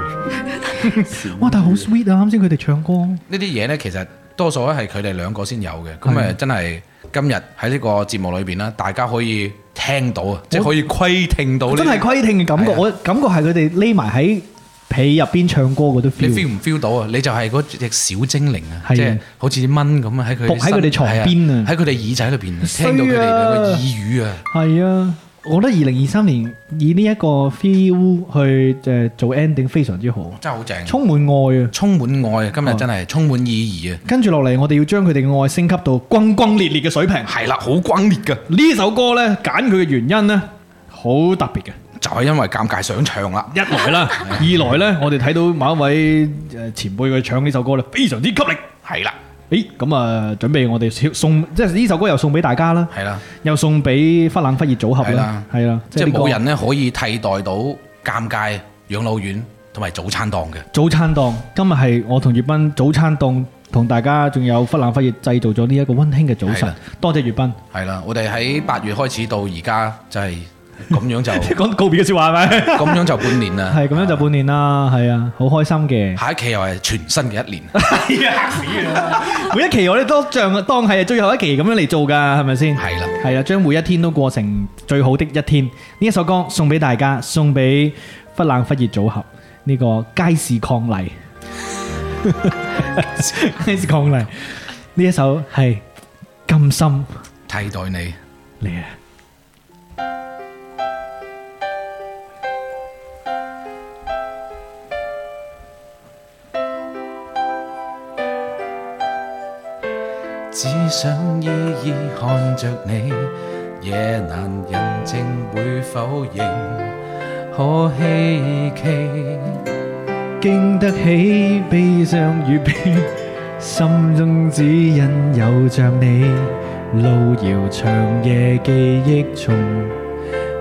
B: 哇！但係好 sweet 啊！啱先佢哋唱歌，
C: 呢啲嘢呢，其實多數咧係佢哋兩個先有嘅。咁誒，真係今日喺呢個節目裏邊啦，大家可以聽到啊，即係可以窺聽到呢啲。
B: 哦真係規聽嘅感覺。
C: 係啊
B: 我感覺係佢哋匿埋喺被入邊唱歌嗰啲
C: 你 feel
B: feel，
C: 唔 feel 到啊？你就係嗰隻小精靈啊
B: 係，啊
C: 即係好似啲蚊咁啊，喺佢
B: 伏喺佢哋床
C: 身
B: 邊啊
C: 係喺佢哋耳仔裏邊
B: 衰啊
C: 聽到佢哋兩個耳語啊。
B: 係啊！我覺得二零二三年以呢一個 feel 去誒做 ending 非常之好，
C: 真係好正，充
B: 充滿愛啊！
C: 充滿愛啊！今日真係充滿意義啊！
B: 跟住落嚟，我哋要將佢哋嘅愛升級到轟轟烈烈嘅水平。
C: 係啦，好轟烈噶，
B: 呢首歌呢，揀佢嘅原因呢，好特別嘅。
C: 就係因為尷尬想唱啦。
B: 一來啦， *laughs* 二來呢，我哋睇到某一位誒前輩佢唱呢首歌咧，非常之吸力。
C: 係啦，
B: 咦，咁啊，準備我哋少送，即係呢首歌又送俾大家啦，
C: 係啦，
B: 又送俾忽冷忽熱組合
C: 係
B: 啦
C: 啦，
B: 係啦，
C: 即係
B: 呢個
C: 冇人咧可以替代到尷尬養老院同埋早餐檔嘅。
B: 早餐檔。今日係我同月斌早餐檔同大家，仲有忽冷忽熱製造咗呢一個温馨嘅早
C: 係
B: 晨
C: 啦。
B: 多謝月斌，
C: 係啦，嗯我哋喺八月開始到而家就係咁樣 *laughs* 就
B: 講告別嘅説話係咪？
C: 咁樣就半年啦。
B: 係咁樣就半年啦，係啊，好開心
C: *laughs*
B: 嘅。
C: 下一期又係全新嘅 *laughs* 一年。
B: 每一期我哋都像當係最後一期咁樣嚟做㗎，係咪先？
C: 係
B: *laughs*
C: 啦
B: 係啊，將每一天都過成最好的一天。呢一首歌送俾大家，送俾忽冷忽熱組合呢、個街市抗麗，街市抗麗呢一首係甘心
C: 替代你，
B: 嚟啊！
C: 只想依依看着你，夜難人靜會否認？可稀奇，
B: 經得起悲傷與悲，心中只因有着你。路遙長夜，記憶從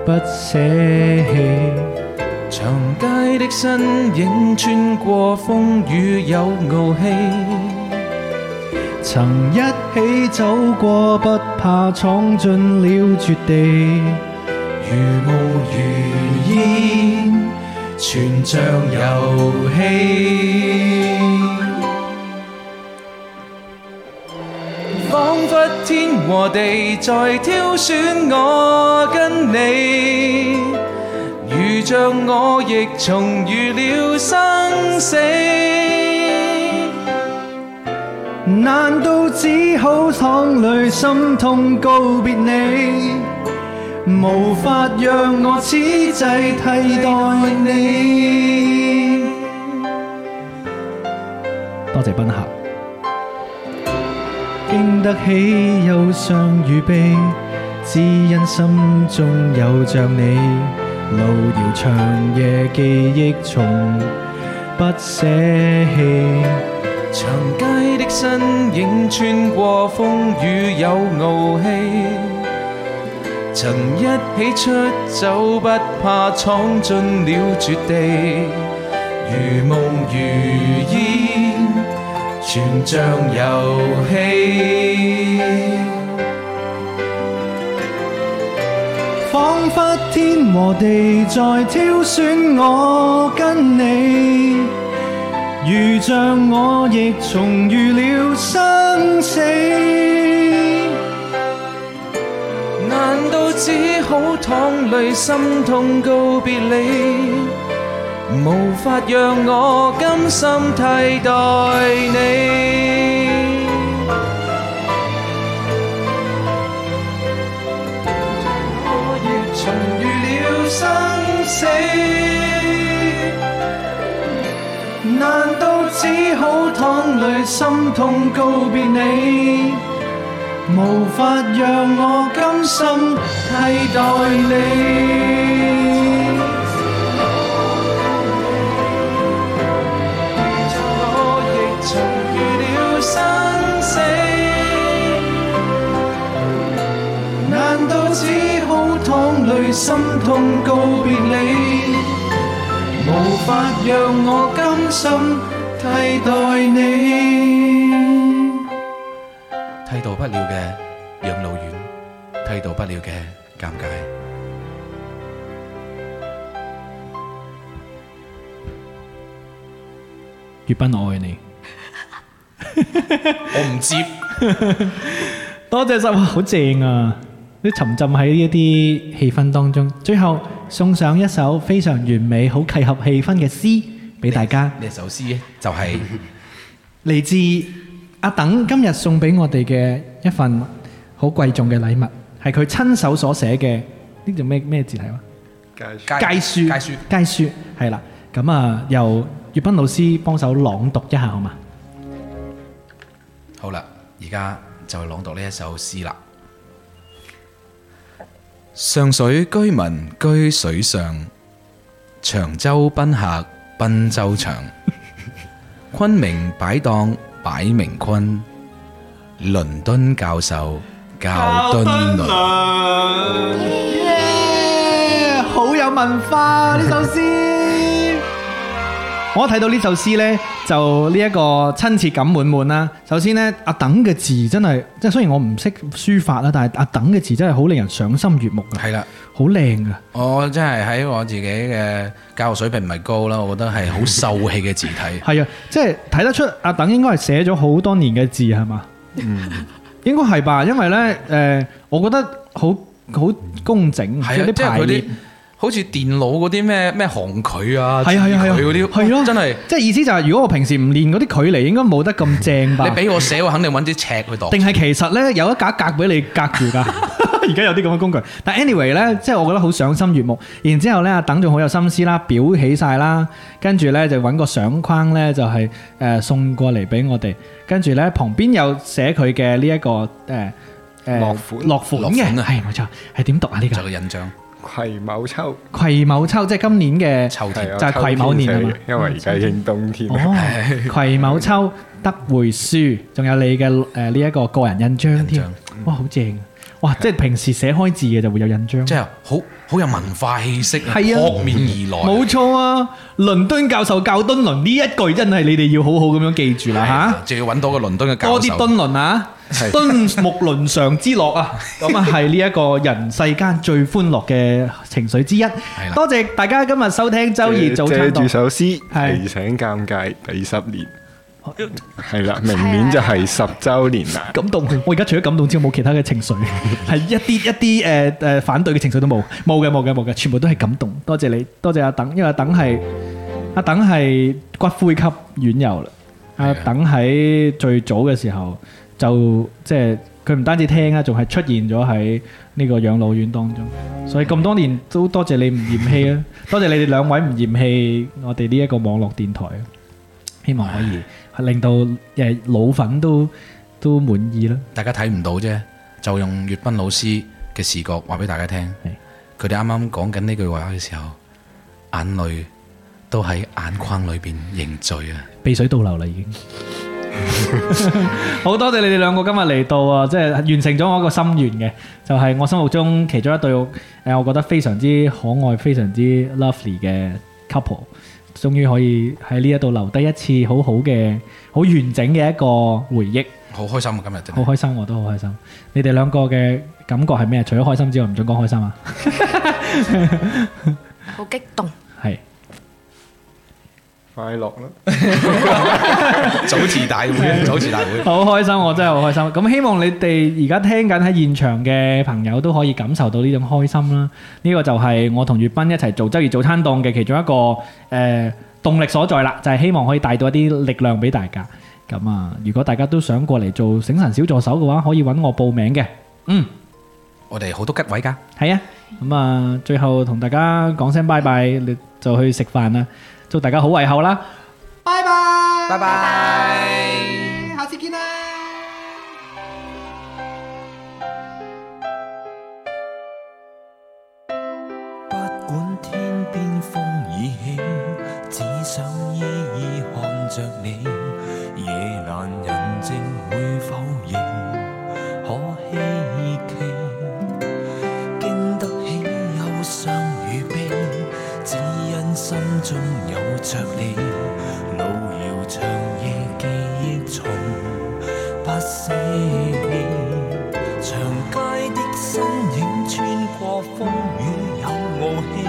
B: 不捨棄。
C: 長街的身影穿過風雨有傲氣。
B: 曾一起走過，不怕闖進了絕地。
C: 如霧如煙，全像遊戲。彷彿天和地在挑選我跟你，如
H: 像我亦重遇了生死。
A: 难道只好淌泪心痛告别你？无法让我此际替代你。多谢宾客。经得起忧伤与悲，只因心中有着你。路遥长夜，记忆从不舍弃。
H: 长街的身影穿過風雨有傲氣，曾一起出走，不怕闖進了絕地，如夢如煙，全像遊戲。
A: 仿佛天和地在挑选我跟你，如像我亦重遇了生死。
H: 難道只好淌淚心痛告別你？無法讓我甘心替代你。我亦重遇了生死，
A: 难道只好淌泪心痛告别你？无法让我甘心替代你。
H: 我亦重遇了生死。
A: 难道只好淌泪心痛告别你？无法让我甘心替代你。
C: 替代不了嘅養老院，替代不了嘅尷尬。
B: 粵斌，我愛你。
C: 我唔接，
B: 多謝晒，哇，好正啊！你沉浸喺呢一啲氣氛當中，最後送上一首非常完美、好契合氣氛嘅詩俾大家，
C: 呢首詩嗯咧就係
B: 嚟自阿等今日送俾我哋嘅一份好貴重嘅禮物，係佢親手所寫嘅，呢叫咩咩字體啊？
C: 街
B: 街書，
C: 街書
B: 街書，係啦。咁啊，由粵斌老師幫手朗讀一下好嘛？
C: 好啦，而家就朗讀呢一首詩啦。上水居民居水上，長洲賓客賓洲 *laughs* 長，昆明擺檔擺明昆，倫敦教授教敦倫。
B: 好有文化呢首詩。我睇到呢首詩呢，就呢一個親切感滿滿啦。首先呢，阿等嘅字真係，即係雖然我唔識書法啦，但係阿等嘅字真係好令人賞心悅目嘅，
C: 係啦。
B: 好靚啊噶。。
C: 我哦真係喺我自己嘅教育水平唔係高啦，我覺得係好秀氣嘅字體
B: *laughs* 係啊，即係睇得出阿等應該係寫咗好多年嘅字係嘛？
C: 嗯
B: 應該係吧，因為呢，誒、我覺得好好工整，
C: 係啊，
B: 有
C: 即
B: 啲排
C: 係佢
B: 列
C: 啲。好似電腦嗰啲咩咩行距啊、
B: 係啊係啊係啊
C: 字距嗰啲，
B: 係咯啊
C: 真係
B: 即係意思就係，如果我平時唔練嗰啲距離，應該冇得咁正吧
C: 你？俾我寫，我肯定揾支尺去度。
B: 定係其實咧有一格一格俾你隔住
C: *laughs*
B: 㗎？而家有啲咁嘅工具，但 anyway 咧，即係我覺得好賞心悅目。然之後咧，阿等仲好有心思啦，裱起晒啦，跟住咧就揾個相框咧，就係、誒送過嚟俾我哋。跟住咧旁邊有寫佢嘅呢一個誒誒、
D: 落款
B: 落款
C: 落款
B: 嘅，
C: 啊
B: 係冇錯，係點讀啊？呢、
C: 就
B: 個
C: 個印章，
D: 葵某秋，
B: 癸卯秋，即係今年嘅
C: 秋
D: 係
C: 天
D: 啊
B: 就係癸卯年啊
D: 秋
B: 嘛
D: 天寫嘅因為而家已經冬天啦。
B: 哦，
C: *laughs*
B: 癸卯秋得回書，仲有你嘅呃誒呢一個個人印章
C: 印
B: 添
C: 章，嗯
B: 哇，好正！啊哇，即係平時寫開字嘅就會有印章，
C: 即係好好有文化氣息啊，
B: 係啊
C: 撲面而來。
B: 冇錯啊！倫敦教授教敦倫呢一句真係你哋要好好咁樣記住啦啊嚇。
C: 啊仲要揾到個倫敦嘅教授。
B: 多啲敦倫啊，敦睦倫常之樂啊，咁啊係呢一個人世間最歡樂嘅情緒之一
C: 啦。
B: 多謝大家今日收聽周二早餐
D: 借
B: 檔
D: 住。首詩
B: 係哦
D: 提醒尷尬第十年，系啦，明年就係十週年
B: *laughs*
D: 啦。
B: 感動，我而家除咗感動之外，冇其他嘅情緒，係一啲一啲誒誒反對嘅情緒都冇，冇嘅冇嘅冇嘅，全部都係感動。多謝你，多謝阿等，因為阿等係阿等係骨灰級院友啦。阿等喺最早嘅時候就即係佢唔單止聽啊，仲係出現咗喺呢個養老院當中。所以咁多年都多謝你唔嫌棄啊，多謝你哋兩位唔嫌棄我哋呢一個網絡電台啊，希望可以係令到誒老粉都都滿意啦。
F: 大家睇唔到啫，就用粵斌老師嘅視覺話俾大家聽
B: 係。
F: 佢哋啱啱講緊呢句話嘅時候，眼淚都喺眼眶裏邊凝聚啊！
B: 鼻水倒流啦已經。 *laughs* 好多謝你哋兩個今日嚟到啊，即係完成咗我一個心願嘅，就係、我心目中其中一對誒、呃我覺得非常之可愛、非常之 lovely 嘅 couple，終於可以喺呢一度留低一次好好嘅、好完整嘅一個回憶，
F: 好開心啊！今日真
B: 好
F: 係
B: 開心，我都好開心。你哋兩個嘅感覺係咩？除咗開心之外，唔准講開心啊！
E: 好激動，
B: 係
D: 快樂啦！
F: *laughs* 早池大會，啊早池大
C: *laughs*
F: 會。
B: 好開心，我真係好開心。咁希望你哋而家聽緊喺現場嘅朋友都可以感受到呢種開心啦。呢、個就係我同月斌一齊做周二早餐檔嘅其中一個誒、呃、動力所在啦，就係、希望可以帶到一啲力量俾大家。咁啊，如果大家都想過嚟做醒神小助手嘅話，可以揾我報名嘅。嗯，
F: *laughs* 我哋好多吉位㗎，
B: 係啊。咁啊，最後同大家講聲拜拜，你就去食飯啦。祝大家好胃口啦！
F: 拜拜。
I: 不管天邊風已起，只想依依看着你。夜闌人靜會否認？可希冀，經得起憂傷與悲，只因心中有着你。路遙長夜，記憶重不死。長街的身影穿過風雨有傲氣，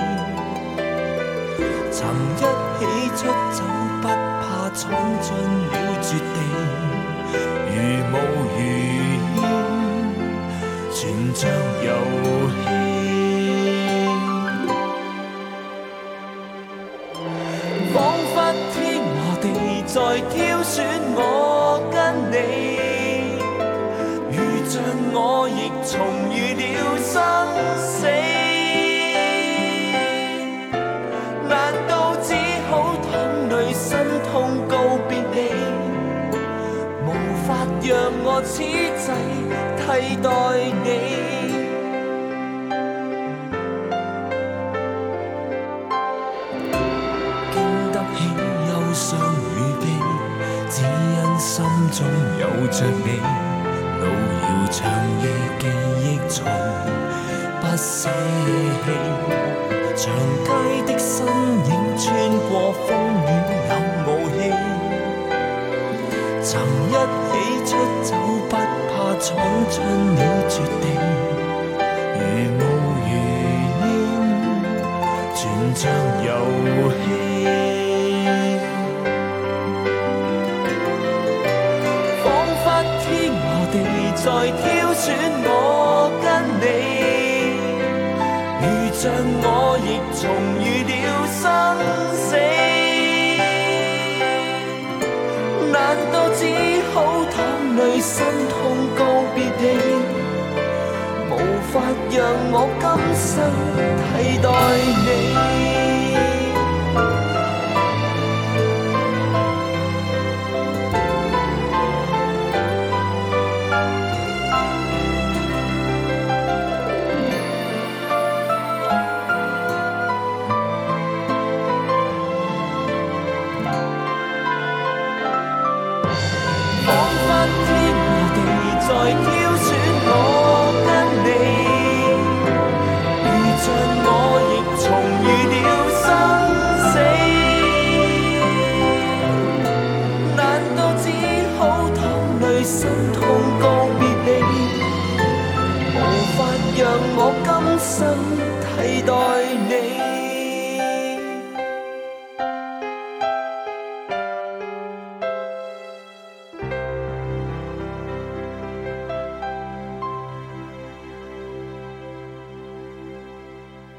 I: 曾一起出走，不怕闖進了絕地。如霧如煙，存着遊戲。仿佛天和地在挑選我跟你。遇着我亦重遇了生死。難道只好淌淚心痛告別你？無法讓我此際替代你。經得起憂傷與悲，只因心中有着你。路遙長夜，記憶從不捨棄。長街的身影穿過風雨有傲氣，曾一起出走，不怕闖進了絕地。如霧如煙。全像遊戲，仿佛天和地在挑選我跟你，遇着我亦重遇了生死。難道只好淌淚心痛告別你？無法讓我今生替代你。仿佛天和地在挑選我跟你，遇着我亦重遇了生死。難道只好淌淚心痛告別你？無法讓我今生替代你。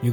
B: 如